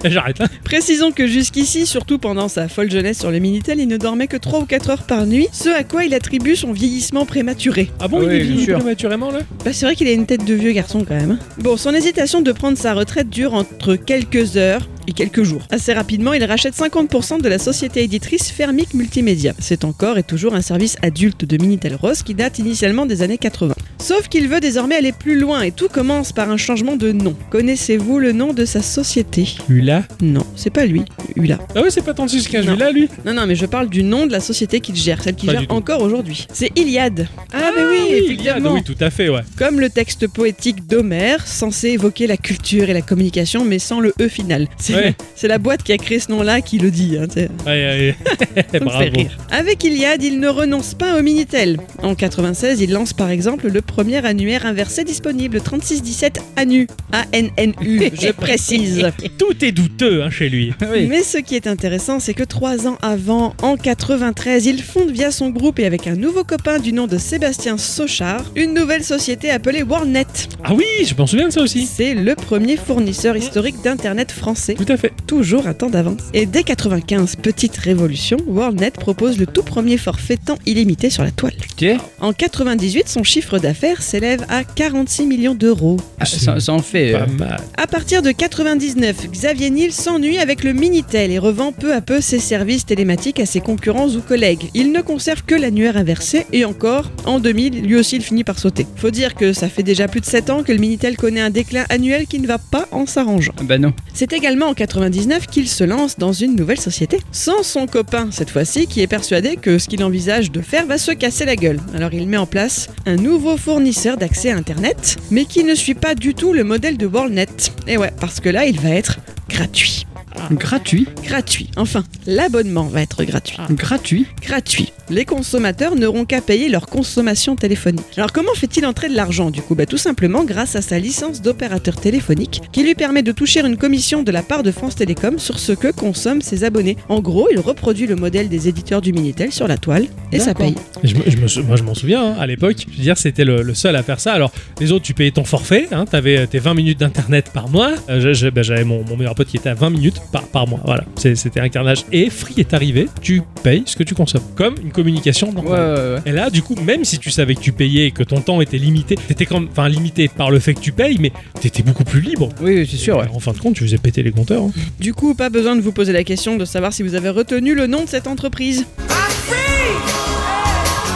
Speaker 1: J'arrête hein. là.
Speaker 3: précisons que jusqu'ici, surtout pendant sa folle jeunesse sur le Minitel, il ne dormait que 3 ou 4 heures par nuit, ce à quoi il attribue son vieillissement prématuré.
Speaker 1: Ah bon,
Speaker 7: Oui,
Speaker 1: il est
Speaker 7: bien
Speaker 1: venu
Speaker 7: sûr.
Speaker 1: prématurément, là
Speaker 3: Bah, c'est vrai qu'il a une tête de vieux garçon quand même. hein. Bon, son hésitation de prendre sa retraite dure entre quelques heures et quelques jours. Assez rapidement, il rachète 50% de la société éditrice Fermic Multimédia. C'est encore et toujours un service adulte de Minitel Rose qui date initialement des années 80. Sauf qu'il veut désormais aller plus loin et tout commence par un changement de nom. Connaissez-vous le nom de sa société
Speaker 1: Hula.
Speaker 3: Non, c'est pas lui, Hula.
Speaker 1: Ah ouais, c'est pas 36 15
Speaker 3: Non.
Speaker 1: Hula, lui Ah
Speaker 3: Non, non, mais je parle du nom de la société qu'il gère, celle qu'il
Speaker 1: Pas
Speaker 3: gère
Speaker 1: du tout.
Speaker 3: encore aujourd'hui. C'est Iliade. Ah, mais oui,
Speaker 1: Iliade,
Speaker 3: effectivement.
Speaker 1: oui, tout à fait, ouais.
Speaker 3: Comme le texte poétique d'Homère, censé évoquer la culture et la communication, mais sans le E final. C'est
Speaker 1: Ouais.
Speaker 3: c'est la boîte qui a créé ce nom-là qui le dit. hein, t'sais.
Speaker 1: Aïe, aïe.
Speaker 3: Ça me fait
Speaker 1: Bravo.
Speaker 3: rire. Avec Iliade, il ne renonce pas au Minitel. En 96, il lance par exemple le premier annuaire inversé disponible, 3617 ANU. A-N-N-U, je précise.
Speaker 1: Tout est douteux hein, chez lui.
Speaker 7: Oui.
Speaker 3: Mais ce qui est intéressant, c'est que trois ans avant, en 93, il fonde via son groupe et avec un nouveau copain du nom de Sébastien Sochard, une nouvelle société appelée Warnet.
Speaker 1: Ah oui, je m'en souviens de ça aussi.
Speaker 3: C'est le premier fournisseur historique d'Internet français,
Speaker 1: Tout à fait.
Speaker 3: toujours un temps d'avance. Et dès 95, petite révolution, WorldNet propose le tout premier forfait temps illimité sur la toile.
Speaker 7: Tiens.
Speaker 3: En 98, son chiffre d'affaires d'affaires s'élève à 46 millions d'euros.
Speaker 2: Ah, ça, ça en fait. euh,
Speaker 1: Pas mal.
Speaker 3: À partir de 99, Xavier Niel s'ennuie avec le Minitel et revend peu à peu ses services télématiques à ses concurrents ou collègues. Il ne conserve que l'annuaire inversé et encore, en 2000, lui aussi il finit par sauter. Faut dire que ça fait déjà plus de 7 ans que le Minitel connaît un déclin annuel qui ne va pas en s'arrangeant.
Speaker 2: ah bah non.
Speaker 3: C'est également en 99 qu'il se lance dans une nouvelle société, sans son copain cette fois-ci, qui est persuadé que ce qu'il envisage de faire va se casser la gueule. Alors il met en place un nouveau fournisseur d'accès à Internet, mais qui ne suit pas du tout le modèle de WorldNet. Et ouais, parce que là, il va être gratuit.
Speaker 2: Ah. Gratuit.
Speaker 3: Gratuit. Enfin, l'abonnement va être gratuit.
Speaker 2: Gratuit.
Speaker 3: Gratuit. Les consommateurs n'auront qu'à payer leur consommation téléphonique. Alors comment fait-il entrer de l'argent du coup bah, Tout simplement grâce à sa licence d'opérateur téléphonique qui lui permet de toucher une commission de la part de France Télécom sur ce que consomment ses abonnés. En gros, il reproduit le modèle des éditeurs du Minitel sur la toile et ça
Speaker 2: D'accord.
Speaker 3: paye.
Speaker 1: Je, me- je me sou- moi, je m'en souviens, hein, à l'époque, je veux dire, c'était le, le seul à faire ça. Alors, les autres, tu payais ton forfait, hein, t'avais euh, tes 20 minutes d'internet par mois. Euh, je- je- ben, J'avais mon, mon meilleur pote qui était à 20 minutes par, par mois. Voilà, C'est- c'était un carnage. Et Free est arrivé, tu payes ce que tu consommes, comme une communication
Speaker 2: Ouais,
Speaker 1: normale.
Speaker 2: ouais, ouais.
Speaker 1: Et là, du coup, même si tu savais que tu payais et que ton temps était limité, t'étais quand même, enfin, limité par le fait que tu payes, mais t'étais beaucoup plus libre.
Speaker 2: Oui, oui, c'est sûr, ouais.
Speaker 1: Alors, En fin de compte, tu faisais péter les compteurs. hein.
Speaker 3: Du coup, pas besoin de vous poser la question de savoir si vous avez retenu le nom de cette entreprise.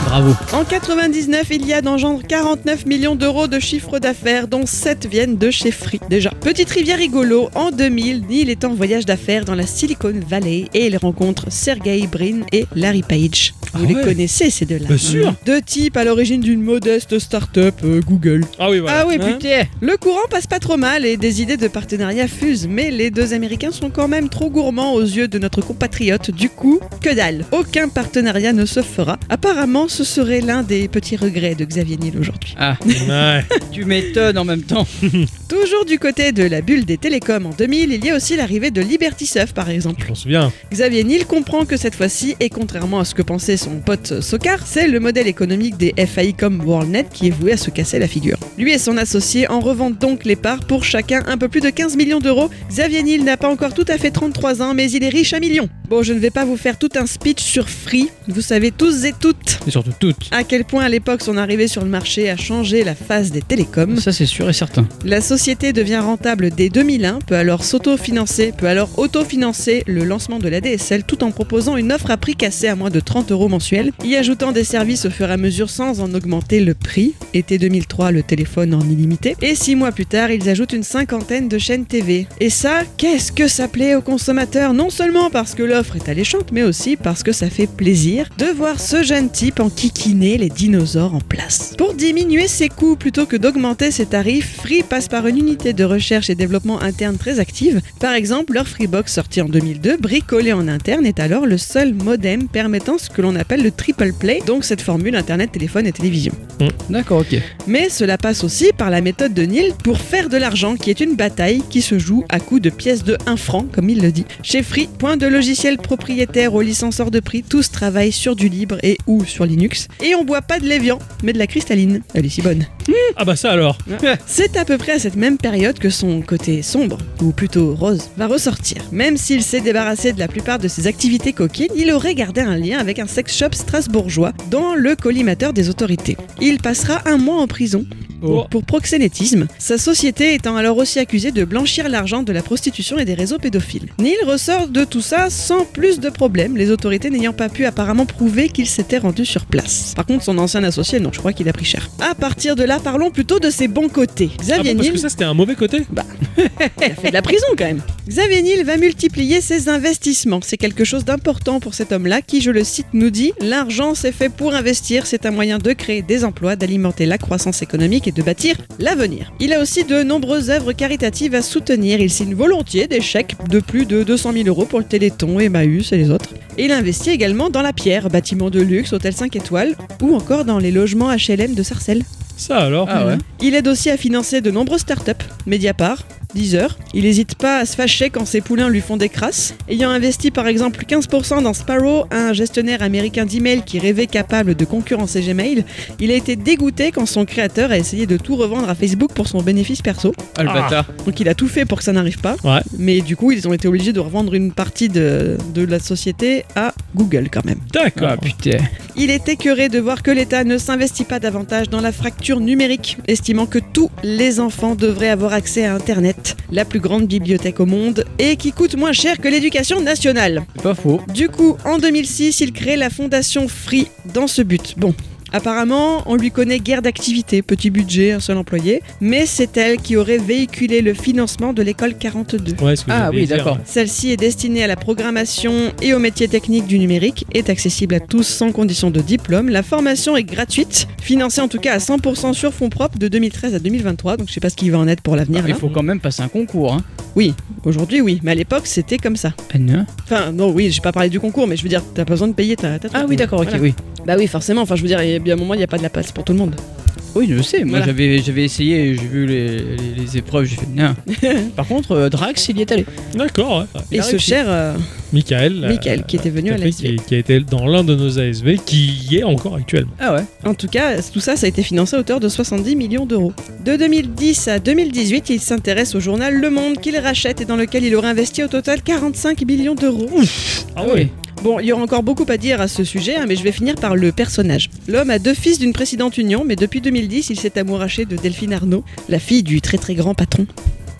Speaker 2: Bravo.
Speaker 3: En 99, il y a dans genre 49 millions d'euros de chiffre d'affaires, dont 7 viennent de chez Free. Déjà, petite rivière rigolo, en 2000, Neil est en voyage d'affaires dans la Silicon Valley et il rencontre Sergey Brin et Larry Page. Vous
Speaker 1: Ah
Speaker 3: les
Speaker 1: ouais.
Speaker 3: connaissez ces deux-là
Speaker 1: Bien sûr.
Speaker 3: Deux types à l'origine d'une modeste start-up euh, Google.
Speaker 1: Ah oui, voilà.
Speaker 3: Ah oui,
Speaker 1: Hein
Speaker 3: putain Le courant passe pas trop mal et des idées de partenariat fusent, mais les deux Américains sont quand même trop gourmands aux yeux de notre compatriote. Du coup, que dalle Aucun partenariat ne se fera. Apparemment, ce serait l'un des petits regrets de Xavier Niel aujourd'hui.
Speaker 1: Ouais.
Speaker 2: Tu m'étonnes en même temps.
Speaker 3: Toujours du côté de la bulle des télécoms en 2000, il y a aussi l'arrivée de LibertySurf par exemple.
Speaker 1: je m'en souviens.
Speaker 3: Xavier Niel comprend que cette fois-ci, et contrairement à ce que pensait son pote Sokar, c'est le modèle économique des FAI comme WorldNet qui est voué à se casser la figure. Lui et son associé en revendent donc les parts pour chacun un peu plus de 15 millions d'euros. Xavier Niel n'a pas encore tout à fait 33 ans, mais il est riche à millions. Bon, je ne vais pas vous faire tout un speech sur Free, vous savez tous et toutes
Speaker 2: Et surtout toutes.
Speaker 3: à quel point à l'époque son arrivée sur le marché a changé la face des télécoms.
Speaker 2: Ça, c'est sûr et certain.
Speaker 3: La société devient rentable dès 2001, peut alors s'autofinancer, peut alors autofinancer le lancement de la DSL tout en proposant une offre à prix cassé à moins de 30 euros mensuels, y ajoutant des services au fur et à mesure sans en augmenter le prix. Été 2003, le téléphone en illimité. Et six mois plus tard, ils ajoutent une cinquantaine de chaînes TV. Et ça, qu'est-ce que ça plaît aux consommateurs Non seulement parce que l'offre est alléchante, mais aussi parce que ça fait plaisir de voir ce jeune type enquiquiner les dinosaures en place. Pour diminuer ses coûts plutôt que d'augmenter ses tarifs, Free passe par une unité de recherche et développement interne très active. Par exemple, leur Freebox sorti en 2002, bricolé en interne, est alors le seul modem permettant ce que l'on appelle le triple play, donc cette formule internet, téléphone et télévision.
Speaker 2: D'accord, ok.
Speaker 3: Mais cela passe aussi par la méthode de Neil pour faire de l'argent, qui est une bataille qui se joue à coups de pièces de 1 franc, comme il le dit. Chez Free, point de logiciel propriétaire aux licenceurs de prix, tous travaillent sur du libre et ou sur Linux. Et on boit pas de l'évian, mais de la cristalline. Elle est si bonne.
Speaker 1: Ah bah ça alors.
Speaker 3: C'est à peu près à cette même période que son côté sombre, ou plutôt rose, va ressortir. Même s'il s'est débarrassé de la plupart de ses activités coquines, il aurait gardé un lien avec un sex shop strasbourgeois dans le collimateur des autorités. Il passera un mois en prison
Speaker 1: Oh.
Speaker 3: pour proxénétisme, sa société étant alors aussi accusée de blanchir l'argent de la prostitution et des réseaux pédophiles. Neil ressort de tout ça sans plus de problème, les autorités n'ayant pas pu apparemment prouver qu'il s'était rendu sur place. Par contre, son ancien associé, non, je crois qu'il a pris cher. À partir de là, parlons plutôt de ses bons côtés.
Speaker 1: Ah
Speaker 3: Xavier
Speaker 1: bon, parce
Speaker 3: Niel
Speaker 1: que ça c'était un mauvais côté
Speaker 3: il a fait de la prison quand même. Xavier Niel va multiplier ses investissements. C'est quelque chose d'important pour cet homme-là qui, je le cite, nous dit L'argent, c'est fait pour investir. C'est un moyen de créer des emplois, d'alimenter la croissance économique et de bâtir l'avenir. Il a aussi de nombreuses œuvres caritatives à soutenir. Il signe volontiers des chèques de plus de 200 000 euros pour le Téléthon, Emmaüs et les autres. Et il investit également dans la pierre, bâtiments de luxe, hôtels 5 étoiles ou encore dans les logements HLM de Sarcelles.
Speaker 1: Ça alors.
Speaker 2: Ah ouais.
Speaker 3: Il aide aussi à financer de nombreuses startups, Mediapart, Deezer. Il n'hésite pas à se fâcher quand ses poulains lui font des crasses. Ayant investi par exemple 15% dans Sparrow, un gestionnaire américain d'email qui rêvait capable de concurrencer Gmail, il a été dégoûté quand son créateur a essayé de tout revendre à Facebook pour son bénéfice perso.
Speaker 2: Ah, le
Speaker 1: Ah.
Speaker 2: bâtard.
Speaker 3: Donc il a tout fait pour que ça n'arrive pas.
Speaker 1: Ouais.
Speaker 3: Mais du coup, ils ont été obligés de revendre une partie de, de la société à Google quand même.
Speaker 1: D'accord.
Speaker 2: Ah, putain.
Speaker 3: Il est écœuré de voir que l'État ne s'investit pas davantage dans la fracture numérique, estimant que tous les enfants devraient avoir accès à Internet, la plus grande bibliothèque au monde, et qui coûte moins cher que l'éducation nationale.
Speaker 2: C'est pas faux.
Speaker 3: Du coup, en 2006, il crée la fondation Free dans ce but. Bon. Apparemment, on lui connaît guère d'activité, petit budget, un seul employé, mais c'est elle qui aurait véhiculé le financement de l'école 42.
Speaker 1: Ouais, ce que
Speaker 2: Ah
Speaker 1: j'allais
Speaker 2: oui,
Speaker 1: dire.
Speaker 2: d'accord.
Speaker 3: Celle-ci est destinée à la programmation et aux métiers techniques du numérique, est accessible à tous sans condition de diplôme. La formation est gratuite, financée en tout cas à 100% sur fonds propres de 2013 à 2023, donc je sais pas ce qui va en être pour l'avenir.
Speaker 2: Il
Speaker 3: là.
Speaker 2: faut quand même passer un concours. Hein.
Speaker 3: Aujourd'hui, oui, mais à l'époque, c'était comme ça.
Speaker 7: Ah,
Speaker 3: Enfin, non, oui, j'ai pas parlé du concours, mais je veux dire, t'as pas besoin de payer ta, ta
Speaker 2: Ah oui, d'accord, ok,
Speaker 3: Voilà.
Speaker 2: oui. Ah
Speaker 3: Bah oui, forcément. Enfin, je veux dire, il y a bien un moment, il n'y a pas de la place pour tout le monde.
Speaker 2: Oui, je sais. Moi,
Speaker 3: Voilà.
Speaker 2: j'avais, j'avais essayé, j'ai vu les, les- les épreuves, j'ai fait non. Par contre, euh, Drax, il y est allé.
Speaker 1: D'accord, ouais.
Speaker 3: Et ce cher euh,
Speaker 1: Michael. euh,
Speaker 3: Michael, qui était venu
Speaker 1: tout
Speaker 3: à
Speaker 1: à
Speaker 3: la
Speaker 1: fait, qui, qui a été dans l'un de nos ASV, qui y est encore actuellement.
Speaker 2: Ah ouais.
Speaker 3: En tout cas, tout ça, ça a été financé à hauteur de 70 millions d'euros. De 2010 à 2018, il s'intéresse au journal Le Monde qu'il rachète et dans lequel il aurait investi au total 45 millions d'euros.
Speaker 1: Ah
Speaker 2: oui.
Speaker 3: Bon, il y aura encore beaucoup à dire à ce sujet, hein, mais je vais finir par le personnage. L'homme a deux fils d'une précédente union, mais depuis 2010, il s'est amouraché de Delphine Arnaud, la fille du très très grand patron.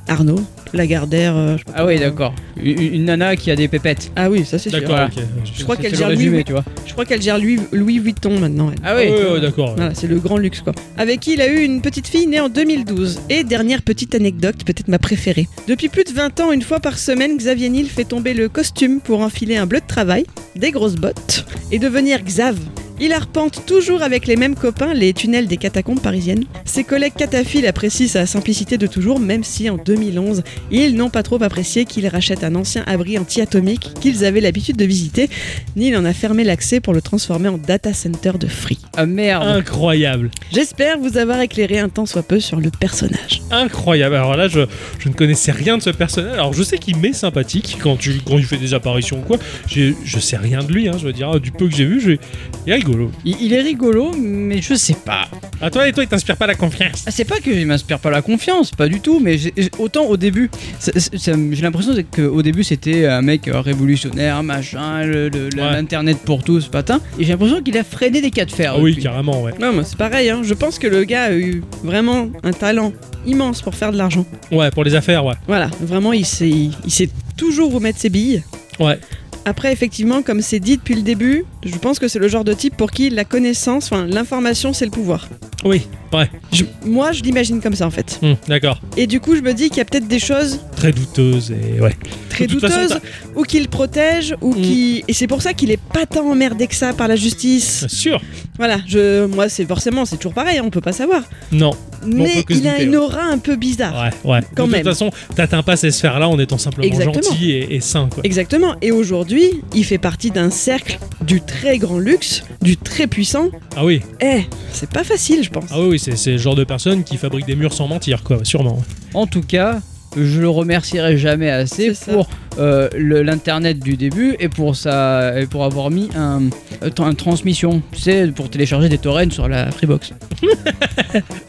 Speaker 3: Arnaud, Lagardère. euh, je-
Speaker 2: Ah oui, d'accord. Une, une nana qui a des pépettes.
Speaker 3: Ah oui, ça c'est sûr.
Speaker 1: D'accord, ok.
Speaker 3: Je crois
Speaker 2: C'est
Speaker 3: qu'elle
Speaker 2: le
Speaker 3: gère Louis,
Speaker 2: résumé,
Speaker 3: Vu-
Speaker 2: tu vois.
Speaker 3: je crois qu'elle gère Louis, Louis Vuitton maintenant. elle.
Speaker 2: Ah
Speaker 1: Ouais,
Speaker 2: oui.
Speaker 1: ouais, d'accord.
Speaker 3: Voilà, c'est le grand luxe quoi. Avec qui il a eu une petite fille née en 2012. Et dernière petite anecdote, peut-être ma préférée. Depuis plus de 20 ans, une fois par semaine, Xavier Niel fait tomber le costume pour enfiler un bleu de travail, des grosses bottes et devenir Xav. Il arpente toujours avec les mêmes copains les tunnels des catacombes parisiennes. Ses collègues cataphiles apprécient sa simplicité de toujours, même si en 2011, ils n'ont pas trop apprécié qu'il rachète un ancien abri anti-atomique qu'ils avaient l'habitude de visiter. Niel en a fermé l'accès pour le transformer en data center de free.
Speaker 2: Ah merde.
Speaker 1: Incroyable,
Speaker 3: J'espère vous avoir éclairé un temps soit peu sur le personnage.
Speaker 1: incroyable. Alors là, je, je ne connaissais rien de ce personnage. Alors je sais qu'il m'est sympathique quand, tu, quand il fait des apparitions ou quoi. J'ai- Je sais rien de lui, hein, je veux dire. Du peu que j'ai vu, j'ai- il est rigolo.
Speaker 2: Il, il est rigolo, mais je sais pas.
Speaker 1: Ah toi, et toi, il t'inspire pas la confiance.
Speaker 2: Ah, c'est pas que il m'inspire pas la confiance, pas du tout, mais j'ai- j'ai- autant au début, ça- ça- ça- j'ai l'impression qu'au début c'était un mec euh, révolutionnaire, machin, le- le- la-
Speaker 1: Ouais.
Speaker 2: l'internet pour tous, patin, et j'ai l'impression qu'il a freiné des cas de fer.
Speaker 1: Ah oui,
Speaker 2: depuis.
Speaker 1: carrément, ouais.
Speaker 3: Non, mais c'est pareil, hein. je pense que le gars a eu vraiment un talent immense pour faire de l'argent.
Speaker 1: Ouais, pour les affaires, ouais.
Speaker 3: Voilà, vraiment, il sait, il sait toujours vous mettre ses billes.
Speaker 1: Ouais.
Speaker 3: Après, effectivement, comme c'est dit depuis le début, je pense que c'est le genre de type pour qui la connaissance, enfin l'information, c'est le pouvoir.
Speaker 1: Oui, ouais.
Speaker 3: Je- moi, je l'imagine comme ça en fait.
Speaker 1: Hum, D'accord.
Speaker 3: Et du coup, je me dis qu'il y a peut-être des choses
Speaker 1: Très douteuse et ouais.
Speaker 3: très
Speaker 1: De toute façon,
Speaker 3: douteuses, ou qu'il protège, ou
Speaker 1: Mm.
Speaker 3: qui. Et c'est pour ça qu'il est pas tant emmerdé que ça par la justice.
Speaker 1: Bien sûr.
Speaker 3: Voilà, je, moi c'est forcément, c'est toujours pareil, hein, on peut pas savoir.
Speaker 1: Non. on peut
Speaker 3: Mais
Speaker 1: que se
Speaker 3: il a
Speaker 1: douter, hein.
Speaker 3: une
Speaker 1: ouais.
Speaker 3: aura un peu bizarre.
Speaker 1: Ouais, ouais.
Speaker 3: Quand
Speaker 1: de
Speaker 3: même.
Speaker 1: toute façon, t'atteins pas ces sphères-là en étant simplement
Speaker 3: Exactement.
Speaker 1: gentil et, et sain, quoi.
Speaker 3: Exactement, et aujourd'hui, il fait partie d'un cercle du très grand luxe, du très puissant.
Speaker 1: Ah oui,
Speaker 3: Eh, c'est pas facile, je pense.
Speaker 1: ah oui, oui, c'est c'est le genre de personne qui fabrique des murs sans mentir, quoi, sûrement.
Speaker 2: En tout cas, je le remercierai jamais assez
Speaker 3: C'est ça.
Speaker 2: pour euh, le- l'internet du début et pour ça et pour avoir mis un, une transmission, tu sais, pour télécharger des torrents sur la Freebox.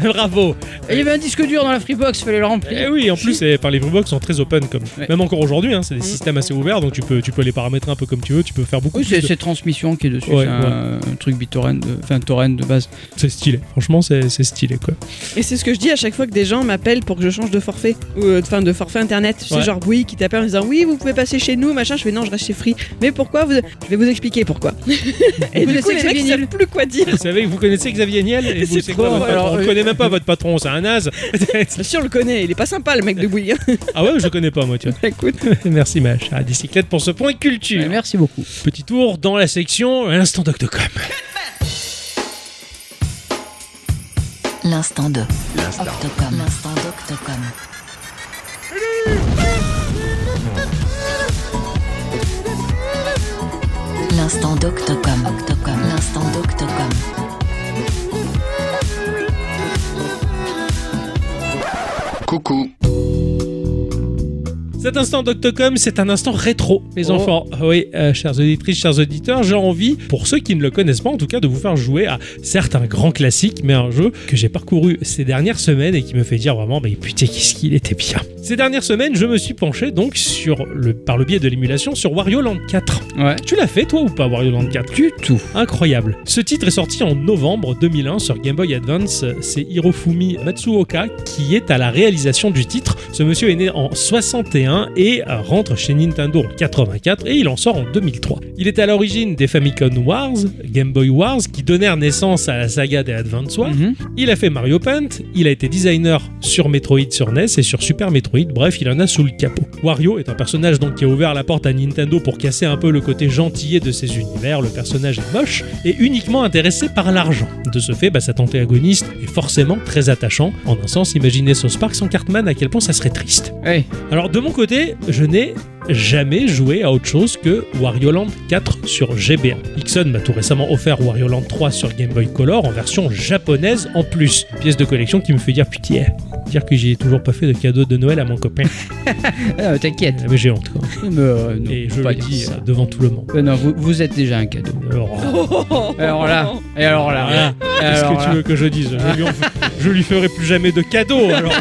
Speaker 1: Bravo
Speaker 2: Et il y avait un disque dur dans la Freebox, fallait le remplir.
Speaker 1: Eh oui, en plus, eh, par les Freebox sont très open, comme
Speaker 2: Ouais.
Speaker 1: même encore aujourd'hui, hein, c'est des systèmes assez ouverts, donc tu peux, tu peux les paramétrer un peu comme tu veux, tu peux faire beaucoup
Speaker 2: Oui,
Speaker 1: plus
Speaker 2: c'est
Speaker 1: de-
Speaker 2: cette transmission qui est dessus,
Speaker 1: Ouais,
Speaker 2: c'est un, un truc BitTorrent, de- enfin torrent de base.
Speaker 1: C'est stylé, franchement, c'est c'est stylé, quoi.
Speaker 3: Et c'est ce que je dis à chaque fois que des gens m'appellent pour que je change de forfait, ou euh, enfin de forfait internet. Tu sais,
Speaker 1: Ouais.
Speaker 3: genre Bouygues qui t'appelle en disant oui, vous pouvez passer chez nous, machin. Je fais non, je reste chez Free. Mais pourquoi vous... Je vais vous expliquer pourquoi. et
Speaker 2: Vous
Speaker 3: du coup,
Speaker 2: connaissez
Speaker 3: les mecs
Speaker 2: Xavier
Speaker 3: savent plus quoi dire.
Speaker 1: Vous savez, vous connaissez Xavier Niel et vous
Speaker 3: C'est
Speaker 1: c'est quoi
Speaker 3: trop
Speaker 1: votre
Speaker 3: drôle.
Speaker 1: patron On
Speaker 2: Alors,
Speaker 1: ne
Speaker 2: euh,
Speaker 1: connaît même pas votre patron, c'est un naze
Speaker 3: Bien sûr, on le connaît, il est pas sympa le mec de Bouygues.
Speaker 1: Ah ouais, je le connais pas, moi, tu vois.
Speaker 3: Écoute,
Speaker 1: Merci, ma chère bicyclette, pour ce point culture.
Speaker 2: Ouais, merci beaucoup.
Speaker 1: Petit tour dans la section L'instant Doctocom.
Speaker 8: L'instant 2. Octocom. L'instant d'Octocom. L'instant d'Octocom. Octocom. L'instant d'Octocom.
Speaker 1: Cet instant d'Octocom, c'est un instant rétro, mes
Speaker 2: Oh.
Speaker 1: enfants. Ah Oui, euh, chères auditrices, chers auditeurs, j'ai envie, pour ceux qui ne le connaissent pas en tout cas, de vous faire jouer à certes un grand classique, mais un jeu que j'ai parcouru ces dernières semaines et qui me fait dire vraiment, mais putain, qu'est-ce qu'il était bien. Ces dernières semaines, je me suis penché donc sur le, par le biais de l'émulation sur Wario Land 4.
Speaker 2: Ouais.
Speaker 1: Tu l'as fait toi ou pas Wario Land 4
Speaker 2: Du tout.
Speaker 1: Incroyable. Ce titre est sorti en novembre 2001 sur Game Boy Advance. C'est Hirofumi Matsuoka qui est à la réalisation du titre. Ce monsieur est né en 61 et euh, rentre chez Nintendo en 84 et il en sort en 2003. Il est à l'origine des Famicom Wars, Game Boy Wars, qui donnèrent naissance à la saga des Advance Wars.
Speaker 2: Mhm.
Speaker 1: Il a fait Mario Paint, il a été designer sur Metroid sur NES et sur Super Metroid, bref, il en a sous le capot. Wario est un personnage donc qui a ouvert la porte à Nintendo pour casser un peu le côté gentillet de ses univers, le personnage est moche et uniquement intéressé par l'argent. De ce fait, bah, cet antagoniste est forcément très attachant. En un sens, imaginez South Park sans Cartman, à quel point ça serait triste.
Speaker 2: Ouais.
Speaker 1: Alors de mon côté, je n'ai jamais joué à autre chose que Wario Land 4 sur GBA. Ixon m'a tout récemment offert Wario Land 3 sur Game Boy Color en version japonaise en plus. Pièce de collection qui me fait dire putain, dire que j'ai toujours pas fait de cadeau de Noël à mon copain.
Speaker 2: Ah, mais T'inquiète.
Speaker 1: Ah, Mais j'ai honte quoi.
Speaker 2: Mais, euh, non,
Speaker 1: Et
Speaker 2: faut
Speaker 1: je
Speaker 2: pas
Speaker 1: le
Speaker 2: dire
Speaker 1: dis
Speaker 2: ça.
Speaker 1: euh, devant tout le monde.
Speaker 2: Euh, non, vous, vous êtes déjà un cadeau.
Speaker 1: Alors,
Speaker 2: Alors là,
Speaker 3: Oh.
Speaker 2: et alors là,
Speaker 1: Voilà.
Speaker 2: et
Speaker 1: Oh. Qu'est-ce
Speaker 2: alors
Speaker 1: que
Speaker 2: là.
Speaker 1: tu veux que je dise je lui, en- je lui ferai plus jamais de cadeau. alors.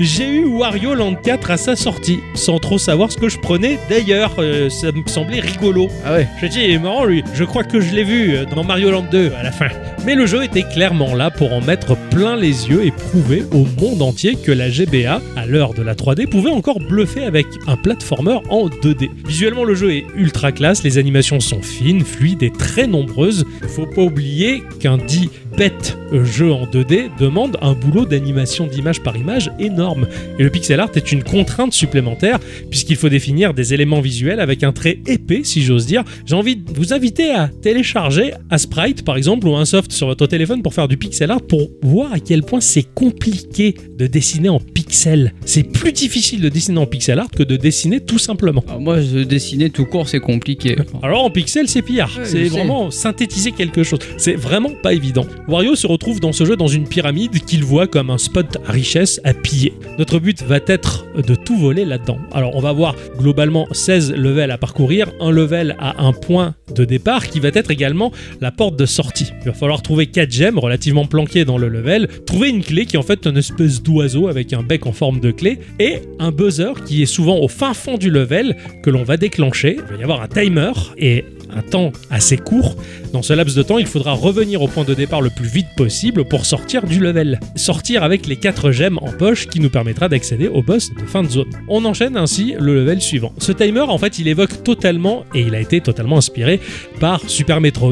Speaker 1: J'ai eu Wario Land 4 à sa sortie, sans trop savoir ce que je prenais. D'ailleurs, euh, ça me semblait rigolo.
Speaker 2: Ah ouais.
Speaker 1: J'ai dit, il est marrant lui, je crois que je l'ai vu euh, dans Mario Land 2 à la fin. Mais le jeu était clairement là pour en mettre plein les yeux et prouver au monde entier que la GBA, à l'heure de la 3D, pouvait encore bluffer avec un platformer en 2D. Visuellement, le jeu est ultra classe, les animations sont fines, fluides et très nombreuses. Faut pas oublier qu'un dit bête euh, jeu en 2D demande un boulot d'animation d'image par image énorme. Et le pixel art est une contrainte supplémentaire puisqu'il faut définir des éléments visuels avec un trait épais, si j'ose dire. J'ai envie de vous inviter à télécharger à Sprite, par exemple, ou un soft sur votre téléphone pour faire du pixel art pour voir à quel point c'est compliqué de dessiner en pixels. C'est plus difficile de dessiner en pixel art que de dessiner tout simplement.
Speaker 2: Alors moi, je dessiner tout court, c'est compliqué.
Speaker 1: Alors en pixel, c'est pire.
Speaker 2: Ouais,
Speaker 1: c'est
Speaker 2: je sais.
Speaker 1: vraiment synthétiser quelque chose. C'est vraiment pas évident. Wario se retrouve dans ce jeu dans une pyramide qu'il voit comme un spot à richesse à piller. Notre but va être de tout voler là-dedans. Alors on va voir globalement 16 levels à parcourir, un level à un point de départ qui va être également la porte de sortie. Il va falloir trouver 4 gemmes relativement planquées dans le level, trouver une clé qui est en fait une espèce d'oiseau avec un bec en forme de clé et un buzzer qui est souvent au fin fond du level que l'on va déclencher. Il va y avoir un timer et un temps assez court. Dans ce laps de temps, il faudra revenir au point de départ le plus vite possible pour sortir du level. Sortir avec les 4 gemmes en poche qui nous permettra d'accéder au boss de fin de zone. On enchaîne ainsi le level suivant. Ce timer, en fait, il évoque totalement, et il a été totalement inspiré par Super Metroid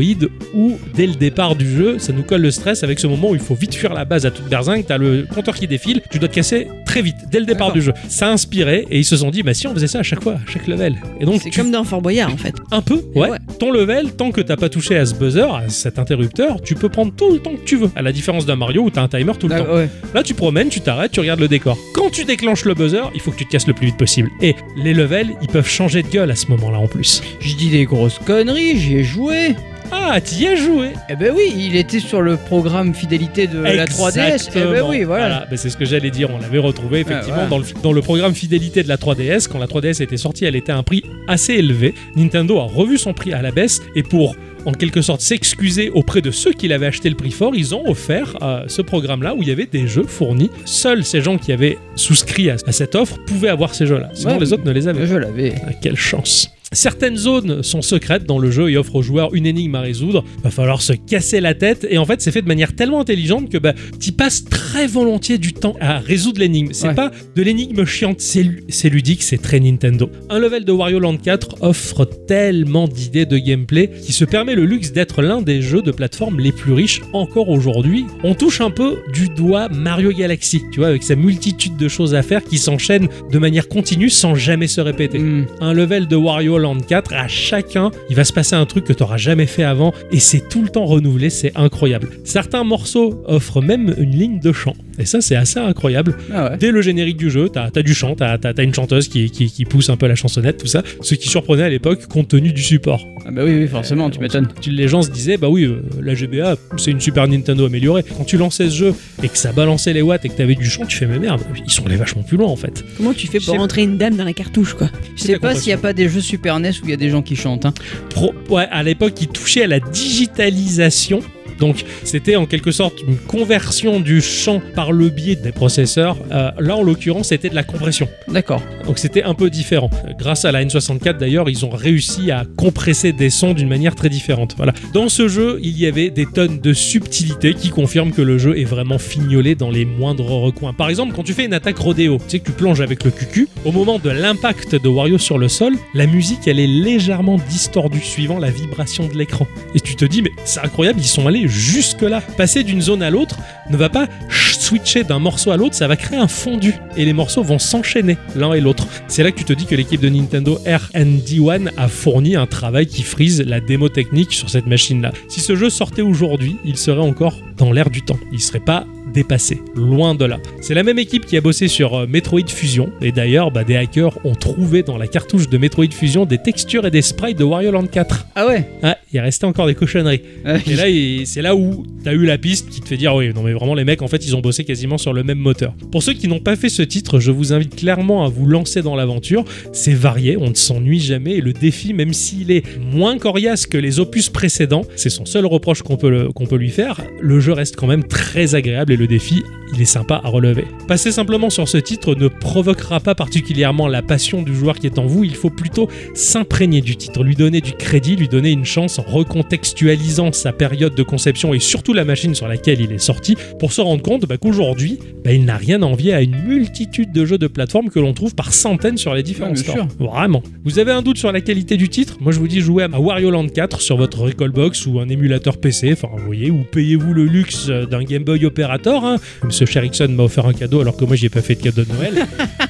Speaker 1: où dès le départ du jeu, ça nous colle le stress avec ce moment où il faut vite fuir la base à toute berzingue, t'as le compteur qui défile, tu dois te casser très vite dès le départ
Speaker 2: D'accord.
Speaker 1: du jeu. Ça a inspiré et ils se sont dit, bah si on faisait ça à chaque fois, à chaque level. Et donc
Speaker 3: C'est
Speaker 1: tu
Speaker 3: comme dans Fort Boyard en fait.
Speaker 1: un peu, ouais.
Speaker 3: Ouais.
Speaker 1: Ton level, tant que t'as pas touché à ce buzzer, à cet interrupteur, tu peux prendre tout le temps que tu veux. À la différence d'un Mario où t'as un timer tout le
Speaker 7: Bah,
Speaker 1: temps.
Speaker 2: Ah, ouais.
Speaker 1: Là, tu promènes, tu t'arrêtes, tu regardes le décor. Quand tu déclenches le buzzer, il faut que tu te casses le plus vite possible. Et les levels, ils peuvent changer de gueule à ce moment-là en plus.
Speaker 2: Je dis des grosses conneries, j'y ai joué.
Speaker 1: Ah, t'y as joué
Speaker 2: Eh ben oui, il était sur le programme fidélité de la 3DS. Eh ben
Speaker 1: Exactement.
Speaker 2: oui, voilà.
Speaker 1: Ben, c'est ce que j'allais dire. On l'avait retrouvé effectivement
Speaker 2: voilà.
Speaker 1: dans, le, dans le programme fidélité de la 3DS. Quand la 3DS était sortie, elle était à un prix assez élevé. Nintendo a revu son prix à la baisse et pour en quelque sorte s'excuser auprès de ceux qui l'avaient acheté le prix fort, ils ont offert euh, ce programme-là où il y avait des jeux fournis. Seuls ces gens qui avaient souscrit à, à cette offre pouvaient avoir ces jeux-là. Sinon
Speaker 2: Ouais,
Speaker 1: les autres ne les
Speaker 7: Eh ben,
Speaker 1: avaient pas.
Speaker 2: Je l'avais.
Speaker 1: Ah, quelle chance Certaines zones sont secrètes dans le jeu et offrent aux joueurs une énigme à résoudre. Va falloir se casser la tête et en fait c'est fait de manière tellement intelligente que bah, tu passes très volontiers du temps à résoudre l'énigme. C'est
Speaker 2: Ouais.
Speaker 1: pas de l'énigme chiante, c'est lu- c'est ludique, c'est très Nintendo. Un level de Wario Land 4 offre tellement d'idées de gameplay qui se permet le luxe d'être l'un des jeux de plateforme les plus riches encore aujourd'hui. On touche un peu du doigt Mario Galaxy, tu vois, avec sa multitude de choses à faire qui s'enchaînent de manière continue sans jamais se répéter
Speaker 2: Hmm.
Speaker 1: un level de Wario Land 4 à chacun, il va se passer un truc que t'auras jamais fait avant et c'est tout le temps renouvelé, c'est incroyable. Certains morceaux offrent même une ligne de chant. Et ça, c'est assez incroyable.
Speaker 7: Ah ouais.
Speaker 1: Dès le générique du jeu, t'as as du chant, t'as as, une chanteuse qui, qui, qui pousse un peu la chansonnette, tout ça. Ce qui surprenait à l'époque compte tenu du support.
Speaker 7: Ah bah oui, oui, forcément, tu m'étonnes.
Speaker 1: Tu- Les gens se disaient, bah oui, euh, la GBA, c'est une Super Nintendo améliorée. Quand tu lançais ce jeu et que ça balançait les watts et que t'avais du chant, tu fais, mais merde, ils sont allés vachement plus loin en fait.
Speaker 3: Comment tu fais
Speaker 1: Je
Speaker 3: pour
Speaker 1: sais-
Speaker 3: rentrer une dame dans la cartouche, quoi
Speaker 7: Je sais pas s'il y a pas des jeux Super NES où il y a des gens qui chantent. hein.
Speaker 1: Pro- ouais, à l'époque, ils touchaient à la digitalisation. Donc, c'était en quelque sorte une conversion du chant par le biais des processeurs. Euh, là, en l'occurrence, c'était de la compression.
Speaker 7: D'accord.
Speaker 1: Donc, c'était un peu différent. Euh, Grâce à la N64, d'ailleurs, ils ont réussi à compresser des sons d'une manière très différente. Voilà. Dans ce jeu, il y avait des tonnes de subtilités qui confirment que le jeu est vraiment fignolé dans les moindres recoins. Par exemple, quand tu fais une attaque rodéo, tu sais que tu plonges avec le cucu, au moment de l'impact de Wario sur le sol, la musique, elle est légèrement distordue suivant la vibration de l'écran. Et tu te dis, mais c'est incroyable, ils sont allés jusque-là. Passer d'une zone à l'autre ne va pas ch- switcher d'un morceau à l'autre, ça va créer un fondu. Et les morceaux vont s'enchaîner l'un et l'autre. C'est là que tu te dis que l'équipe de Nintendo R&D1 a fourni un travail qui frise la démo technique sur cette machine-là. Si ce jeu sortait aujourd'hui, il serait encore dans l'air du temps. Il serait pas dépassé, loin de là. C'est la même équipe qui a bossé sur euh, Metroid Fusion, et d'ailleurs, bah, des hackers ont trouvé dans la cartouche de Metroid Fusion des textures et des sprites de Wario Land 4.
Speaker 7: Ah ouais.
Speaker 1: Ah, il restait encore des cochonneries.
Speaker 7: Ah,
Speaker 1: Et là, il- c'est là où t'as eu la piste qui te fait dire oui, non mais vraiment les mecs, en fait, ils ont bossé quasiment sur le même moteur. Pour ceux qui n'ont pas fait ce titre, je vous invite clairement à vous lancer dans l'aventure. C'est varié, on ne s'ennuie jamais et le défi, même s'il est moins coriace que les opus précédents, c'est son seul reproche qu'on peut, le- qu'on peut lui faire. Le jeu reste quand même très agréable et le défi, il est sympa à relever. Passer simplement sur ce titre ne provoquera pas particulièrement la passion du joueur qui est en vous. Il faut plutôt s'imprégner du titre, lui donner du crédit, lui donner une chance en recontextualisant sa période de conception et surtout la machine sur laquelle il est sorti, pour se rendre compte bah, qu'aujourd'hui, bah, il n'a rien à envier à une multitude de jeux de plateforme que l'on trouve par centaines sur les différents
Speaker 7: Ouais, bien
Speaker 1: stores. Vraiment. Vous avez un doute sur la qualité du titre Moi, je vous dis, jouez à Wario Land 4 sur votre Recallbox ou un émulateur PC, enfin, vous voyez, ou payez-vous le luxe euh, d'un Game Boy Operator, hein, comme ce cher Ixon m'a offert un cadeau alors que moi, j'ai pas fait de cadeau de Noël,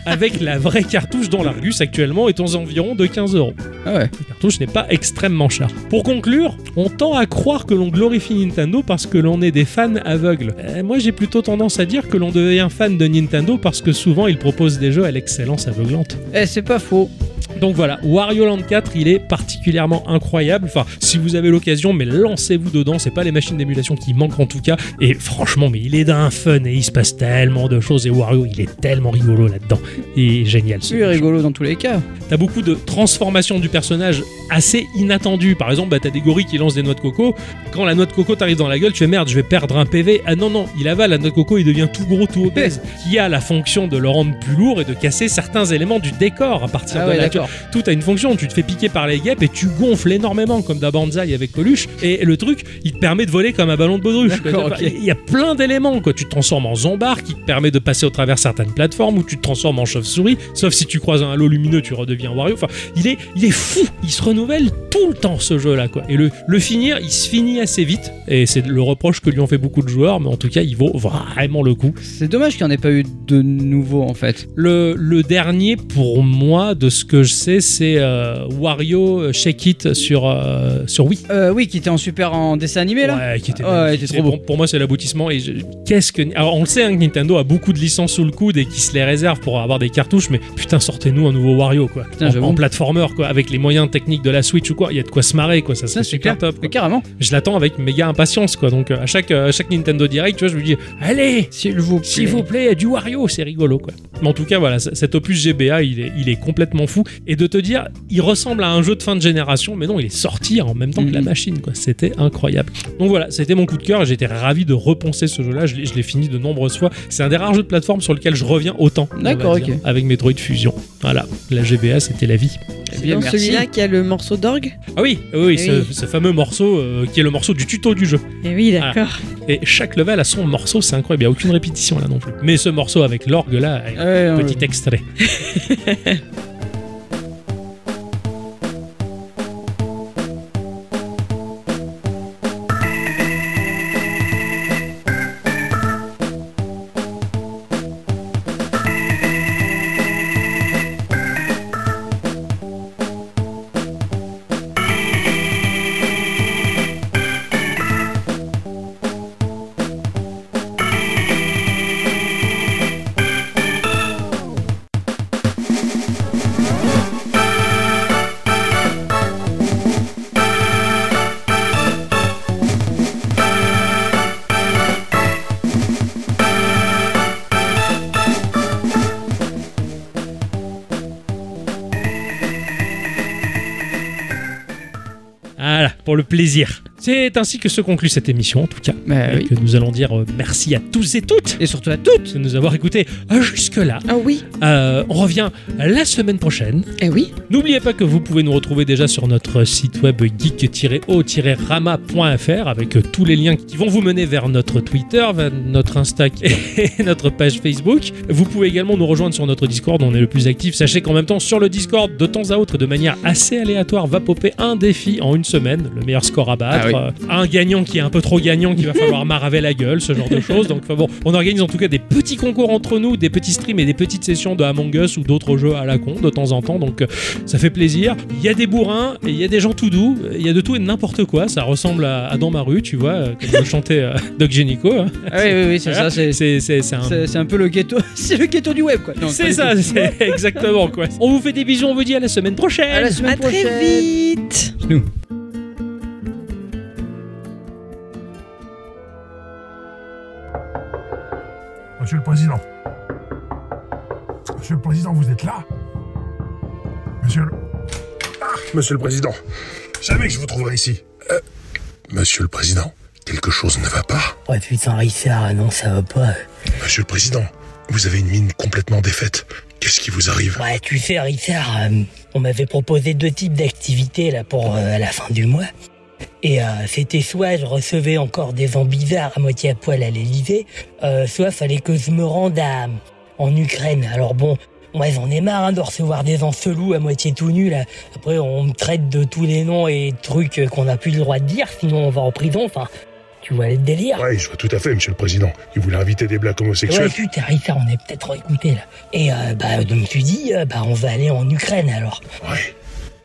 Speaker 1: avec la vraie cartouche dans l'Argus actuellement est aux environs de 15 euros.
Speaker 7: Ah ouais.
Speaker 1: La cartouche n'est pas extrêmement chère. Pour conclure, on tend à croire que l'on glorifie Nintendo parce que l'on est des fans aveugles. Euh, moi, j'ai plutôt tendance à dire que l'on devient fan de Nintendo parce que souvent ils proposent des jeux à l'excellence aveuglante.
Speaker 7: Eh, c'est pas faux.
Speaker 1: Donc voilà, Wario Land 4, il est particulièrement incroyable. Enfin, si vous avez l'occasion, mais lancez-vous dedans. C'est pas les machines d'émulation qui manquent en tout cas. Et franchement, mais il est d'un fun et il se passe tellement de choses. Et Wario, il est tellement rigolo là-dedans. Et génial. ce
Speaker 7: C'est rigolo dans tous les cas.
Speaker 1: T'as beaucoup de transformations du personnage assez inattendues. Par exemple, bah, t'as des gorilles qui lancent des noix de coco. Quand la noix de coco t'arrive dans la gueule, tu fais merde, je vais perdre un PV. Ah non, non, il avale la noix de coco, il devient tout gros, tout obèse. Qui a la fonction de le rendre plus lourd et de casser certains éléments du décor à partir
Speaker 7: Ah
Speaker 1: de
Speaker 7: ouais,
Speaker 1: la
Speaker 7: d'accord.
Speaker 1: tout a une fonction. Tu te fais piquer par les guêpes et tu gonfles énormément comme d'un bonsaï avec Coluche. Et le truc, il te permet de voler comme un ballon de baudruche. quoi.
Speaker 7: D'accord, ok.
Speaker 1: Il y a plein d'éléments. quoi. Tu te transformes en zombar qui te permet de passer au travers certaines plateformes ou tu te transformes en chauve-souris. Sauf si tu croises un halo lumineux, tu redeviens Wario. Enfin, il est, il est fou. Il se renouvelle tout le temps ce jeu-là. quoi. Et le, le finir, il se finit assez vite. Et c'est le reproche que lui ont fait beaucoup de joueurs. Mais en tout cas, il vaut vraiment le coup.
Speaker 7: C'est dommage qu'il n'y en ait pas eu de nouveau en fait.
Speaker 1: Le, le dernier pour moi de ce que je sais c'est euh, Wario Shake It sur, euh, sur Wii.
Speaker 7: Euh, oui, qui était en super en dessin animé là. Ah
Speaker 1: Ouais, qui était
Speaker 7: Ouais,
Speaker 1: magnifique.
Speaker 7: il était
Speaker 1: C'est
Speaker 7: trop beau.
Speaker 1: Pour, pour moi, c'est l'aboutissement. Et je- qu'est-ce que. Alors, on le sait, hein, que Nintendo a beaucoup de licences sous le coude et qui se les réserve pour avoir des cartouches, mais putain, sortez-nous un nouveau Wario, quoi.
Speaker 7: Putain,
Speaker 1: en,
Speaker 7: j'avoue.
Speaker 1: en platformer, quoi, avec les moyens techniques de la Switch ou quoi. Il y a de quoi se marrer, quoi. Ça
Speaker 7: Ça,
Speaker 1: serait
Speaker 7: c'est clair.
Speaker 1: super top. quoi.
Speaker 7: Mais carrément.
Speaker 1: Je l'attends avec méga impatience, quoi. Donc, euh, à chaque, euh, à chaque Nintendo Direct, tu vois, je lui dis, allez,
Speaker 7: S'il vous plaît.
Speaker 1: s'il vous plaît, du Wario, c'est rigolo quoi. Mais en tout cas, voilà, c- cet opus GBA, il est, il est complètement fou. Et de te dire, il ressemble à un jeu de fin de génération, mais non, il est sorti en même temps que la
Speaker 7: Mhm.
Speaker 1: machine quoi. C'était incroyable. Donc voilà, c'était mon coup de cœur et j'étais ravi de repenser ce jeu-là. Je l'ai je l'ai fini de nombreuses fois. C'est un des rares jeux de plateforme sur lequel je reviens autant. on va
Speaker 7: D'accord,
Speaker 1: dire,
Speaker 7: ok.
Speaker 1: Avec Metroid Fusion. Voilà, la GBA, c'était la vie.
Speaker 7: Eh
Speaker 3: C'est
Speaker 7: bien,
Speaker 3: dans
Speaker 7: merci.
Speaker 3: celui-là qui a le morceau d'orgue
Speaker 1: Ah oui, oui, oui,
Speaker 3: Eh
Speaker 1: ce,
Speaker 3: oui.
Speaker 1: ce fameux morceau euh, qui est le morceau du tuto du jeu.
Speaker 3: Eh oui,
Speaker 7: Ah.
Speaker 3: d'accord.
Speaker 1: Et chaque level a son morceau, c'est incroyable. Il n'y a aucune répétition là non plus. Mais ce morceau avec l'orgue là, est
Speaker 7: Ah, Ouais, non,
Speaker 1: petit extrait. pour le plaisir. C'est ainsi que se conclut cette émission, en tout cas.
Speaker 7: Bah
Speaker 1: et
Speaker 7: oui.
Speaker 1: que nous allons dire euh, merci à tous et toutes
Speaker 7: Et surtout à toutes.
Speaker 1: de nous avoir écoutés euh, jusque-là.
Speaker 3: Ah oui,
Speaker 1: Euh, on revient la semaine prochaine.
Speaker 3: eh oui.
Speaker 1: N'oubliez pas que vous pouvez nous retrouver déjà sur notre site web geek-o-rama.fr avec euh, tous les liens qui vont vous mener vers notre Twitter, vers notre Insta et notre page Facebook. Vous pouvez également nous rejoindre sur notre Discord, on est le plus actif. Sachez qu'en même temps, sur le Discord, de temps à autre, de manière assez aléatoire, va popper un défi en une semaine, le meilleur score à battre, euh, un gagnant qui est un peu trop gagnant, qui va falloir maraver la gueule, ce genre de choses. Donc enfin bon, on organise en tout cas des petits concours entre nous, des petits streams et des petites sessions de Among Us ou d'autres jeux à la con de temps en temps. Donc euh, ça fait plaisir. Il y a des bourrins, et il y a des gens tout doux, il y a de tout et de n'importe quoi. Ça ressemble à, à Dans ma rue, tu vois, euh, comme le chantait euh, Doc Génico. hein.
Speaker 7: Ah oui, oui, oui, c'est ça. C'est,
Speaker 1: C'est c'est- c'est un
Speaker 7: c'est- c'est un peu le ghetto. c'est le ghetto du web, quoi. Non, pas
Speaker 1: c'est
Speaker 7: du
Speaker 1: ça,
Speaker 7: tout.
Speaker 1: c'est exactement quoi. On vous fait des bisous, on vous dit à la semaine prochaine.
Speaker 7: À la semaine
Speaker 3: À
Speaker 7: prochaine.
Speaker 3: très vite.
Speaker 9: Monsieur le Président. Monsieur le Président, vous êtes là Monsieur le... Ah, Monsieur le Président. Jamais que je vous trouverai ici. Euh, Monsieur le Président, quelque chose ne va pas.
Speaker 10: Ouais, putain, Richard, ah non, ça va pas.
Speaker 9: Monsieur le Président, vous avez une mine complètement défaite. Qu'est-ce qui vous arrive
Speaker 10: Ouais, tu sais, Richard, euh, on m'avait proposé deux types d'activités là pour euh, à la fin du mois. Et euh, c'était soit je recevais encore des gens bizarres à moitié à poil à l'Elysée, euh, soit fallait que je me rende à, en Ukraine. Alors bon, moi j'en ai marre hein, de recevoir des gens chelous à moitié tout nus là. Après on me traite de tous les noms et trucs qu'on n'a plus le droit de dire, sinon on va en prison. Enfin, tu vois le délire.
Speaker 9: Ouais, je vois tout à fait, Monsieur le Président. Il voulait inviter des blagues homosexuelles.
Speaker 10: Ouais, putain, Richard, on est peut-être écouté là. Et euh, bah, je me suis dit, euh, bah, on va aller en Ukraine alors.
Speaker 9: Ouais.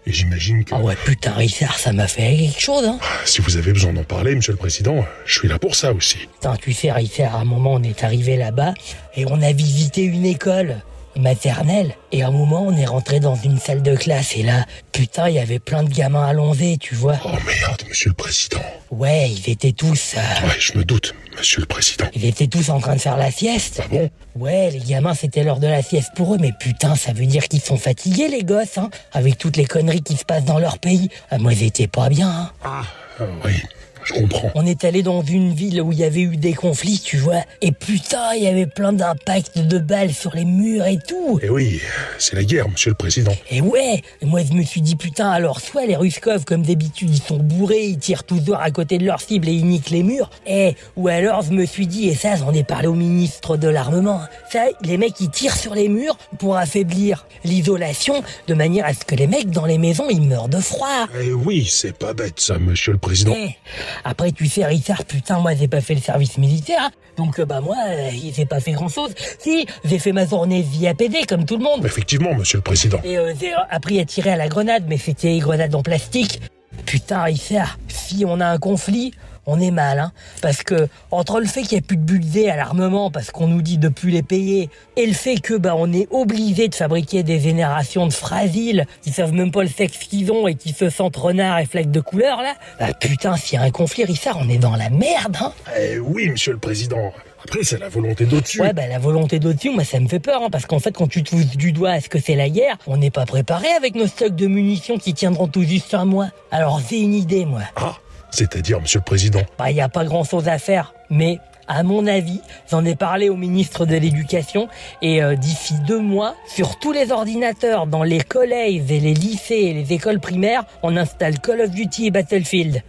Speaker 9: Et j'imagine que
Speaker 10: Ah ouais, putain, Richard, ça m'a fait quelque chose, hein.
Speaker 9: si vous avez besoin d'en parler, Monsieur le Président, je suis là pour ça aussi.
Speaker 10: Putain, tu sais, Richard, à un moment, on est arrivé là-bas et on a visité une école maternelle. Et à un moment, on est rentré dans une salle de classe et là, putain, il y avait plein de gamins allongés, tu vois.
Speaker 9: Oh merde, Monsieur le Président.
Speaker 10: Ouais, ils étaient tous... euh,
Speaker 9: Ouais, je me doute, Monsieur le Président.
Speaker 10: ils étaient tous en train de faire la sieste.
Speaker 9: Ah bon
Speaker 10: Ouais, les gamins, c'était l'heure de la sieste pour eux, mais putain, ça veut dire qu'ils sont fatigués, les gosses, hein, avec toutes les conneries qui se passent dans leur pays. Ah, moi, j'étais pas bien, hein.
Speaker 9: Ah oui, je comprends.
Speaker 10: On est allé dans une ville où il y avait eu des conflits, tu vois. Et putain, il y avait plein d'impacts de balles sur les murs et tout.
Speaker 9: Eh oui, c'est la guerre, monsieur le président.
Speaker 10: Et Eh ouais, et moi je me suis dit putain, alors soit les Ruskov, comme d'habitude, ils sont bourrés, ils tirent tous dehors à côté de leur cible et ils niquent les murs. Eh, ou alors je me suis dit, et ça j'en ai parlé au ministre de l'armement, ça, les mecs ils tirent sur les murs pour affaiblir l'isolation de manière à ce que les mecs dans les maisons ils meurent de froid.
Speaker 9: Eh oui, c'est pas bête ça, monsieur le président.
Speaker 10: Eh, Après, tu sais, Richard, putain, moi, j'ai pas fait le service militaire. hein. Donc, euh, bah, moi, euh, j'ai pas fait grand chose. Si, j'ai fait ma journée VAPD, comme tout le monde.
Speaker 9: Effectivement, monsieur le président.
Speaker 10: Et euh, j'ai appris à tirer à la grenade, mais c'était une grenade en plastique. Putain, Richard, si on a un conflit, on est mal, hein. Parce que, entre le fait qu'il n'y a plus de budget à l'armement, parce qu'on nous dit de plus les payer, et le fait que, bah, on est obligé de fabriquer des générations de fragiles, qui savent même pas le sexe qu'ils ont et qui se sentent renards et flaques de couleur, là. Bah, putain, s'il y a un conflit, Richard, on est dans la merde, hein.
Speaker 9: Eh oui, monsieur le président. Après, c'est la volonté d'au-dessus.
Speaker 10: Ouais, bah, la volonté d'au-dessus, moi, ça me fait peur, hein, parce qu'en fait, quand tu te fous du doigt à ce que c'est la guerre, on n'est pas préparé avec nos stocks de munitions qui tiendront tout juste un mois. Alors, j'ai une idée, moi.
Speaker 9: Ah, c'est-à-dire, monsieur le président.
Speaker 10: Bah, il n'y a pas grand-chose à faire, mais à mon avis, j'en ai parlé au ministre de l'Éducation, et euh, d'ici deux mois, sur tous les ordinateurs, dans les collèges et les lycées et les écoles primaires, on installe Call of Duty et Battlefield.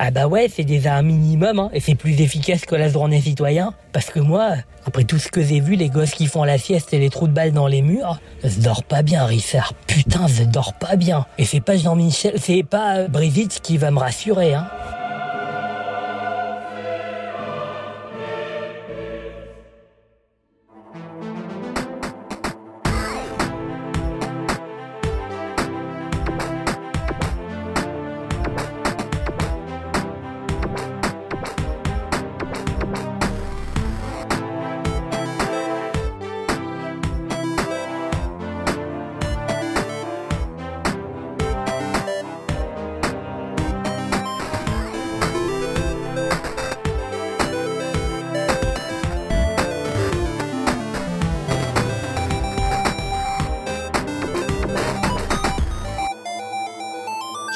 Speaker 10: Ah bah ouais, c'est déjà un minimum, hein, et c'est plus efficace que la journée citoyen, parce que moi, après tout ce que j'ai vu, les gosses qui font la sieste et les trous de balles dans les murs, je dors pas bien, Richard. Putain, je dors pas bien. Et c'est pas Jean-Michel, c'est pas euh, Brigitte qui va me rassurer, hein.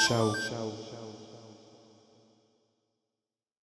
Speaker 6: Ciao. Ciao.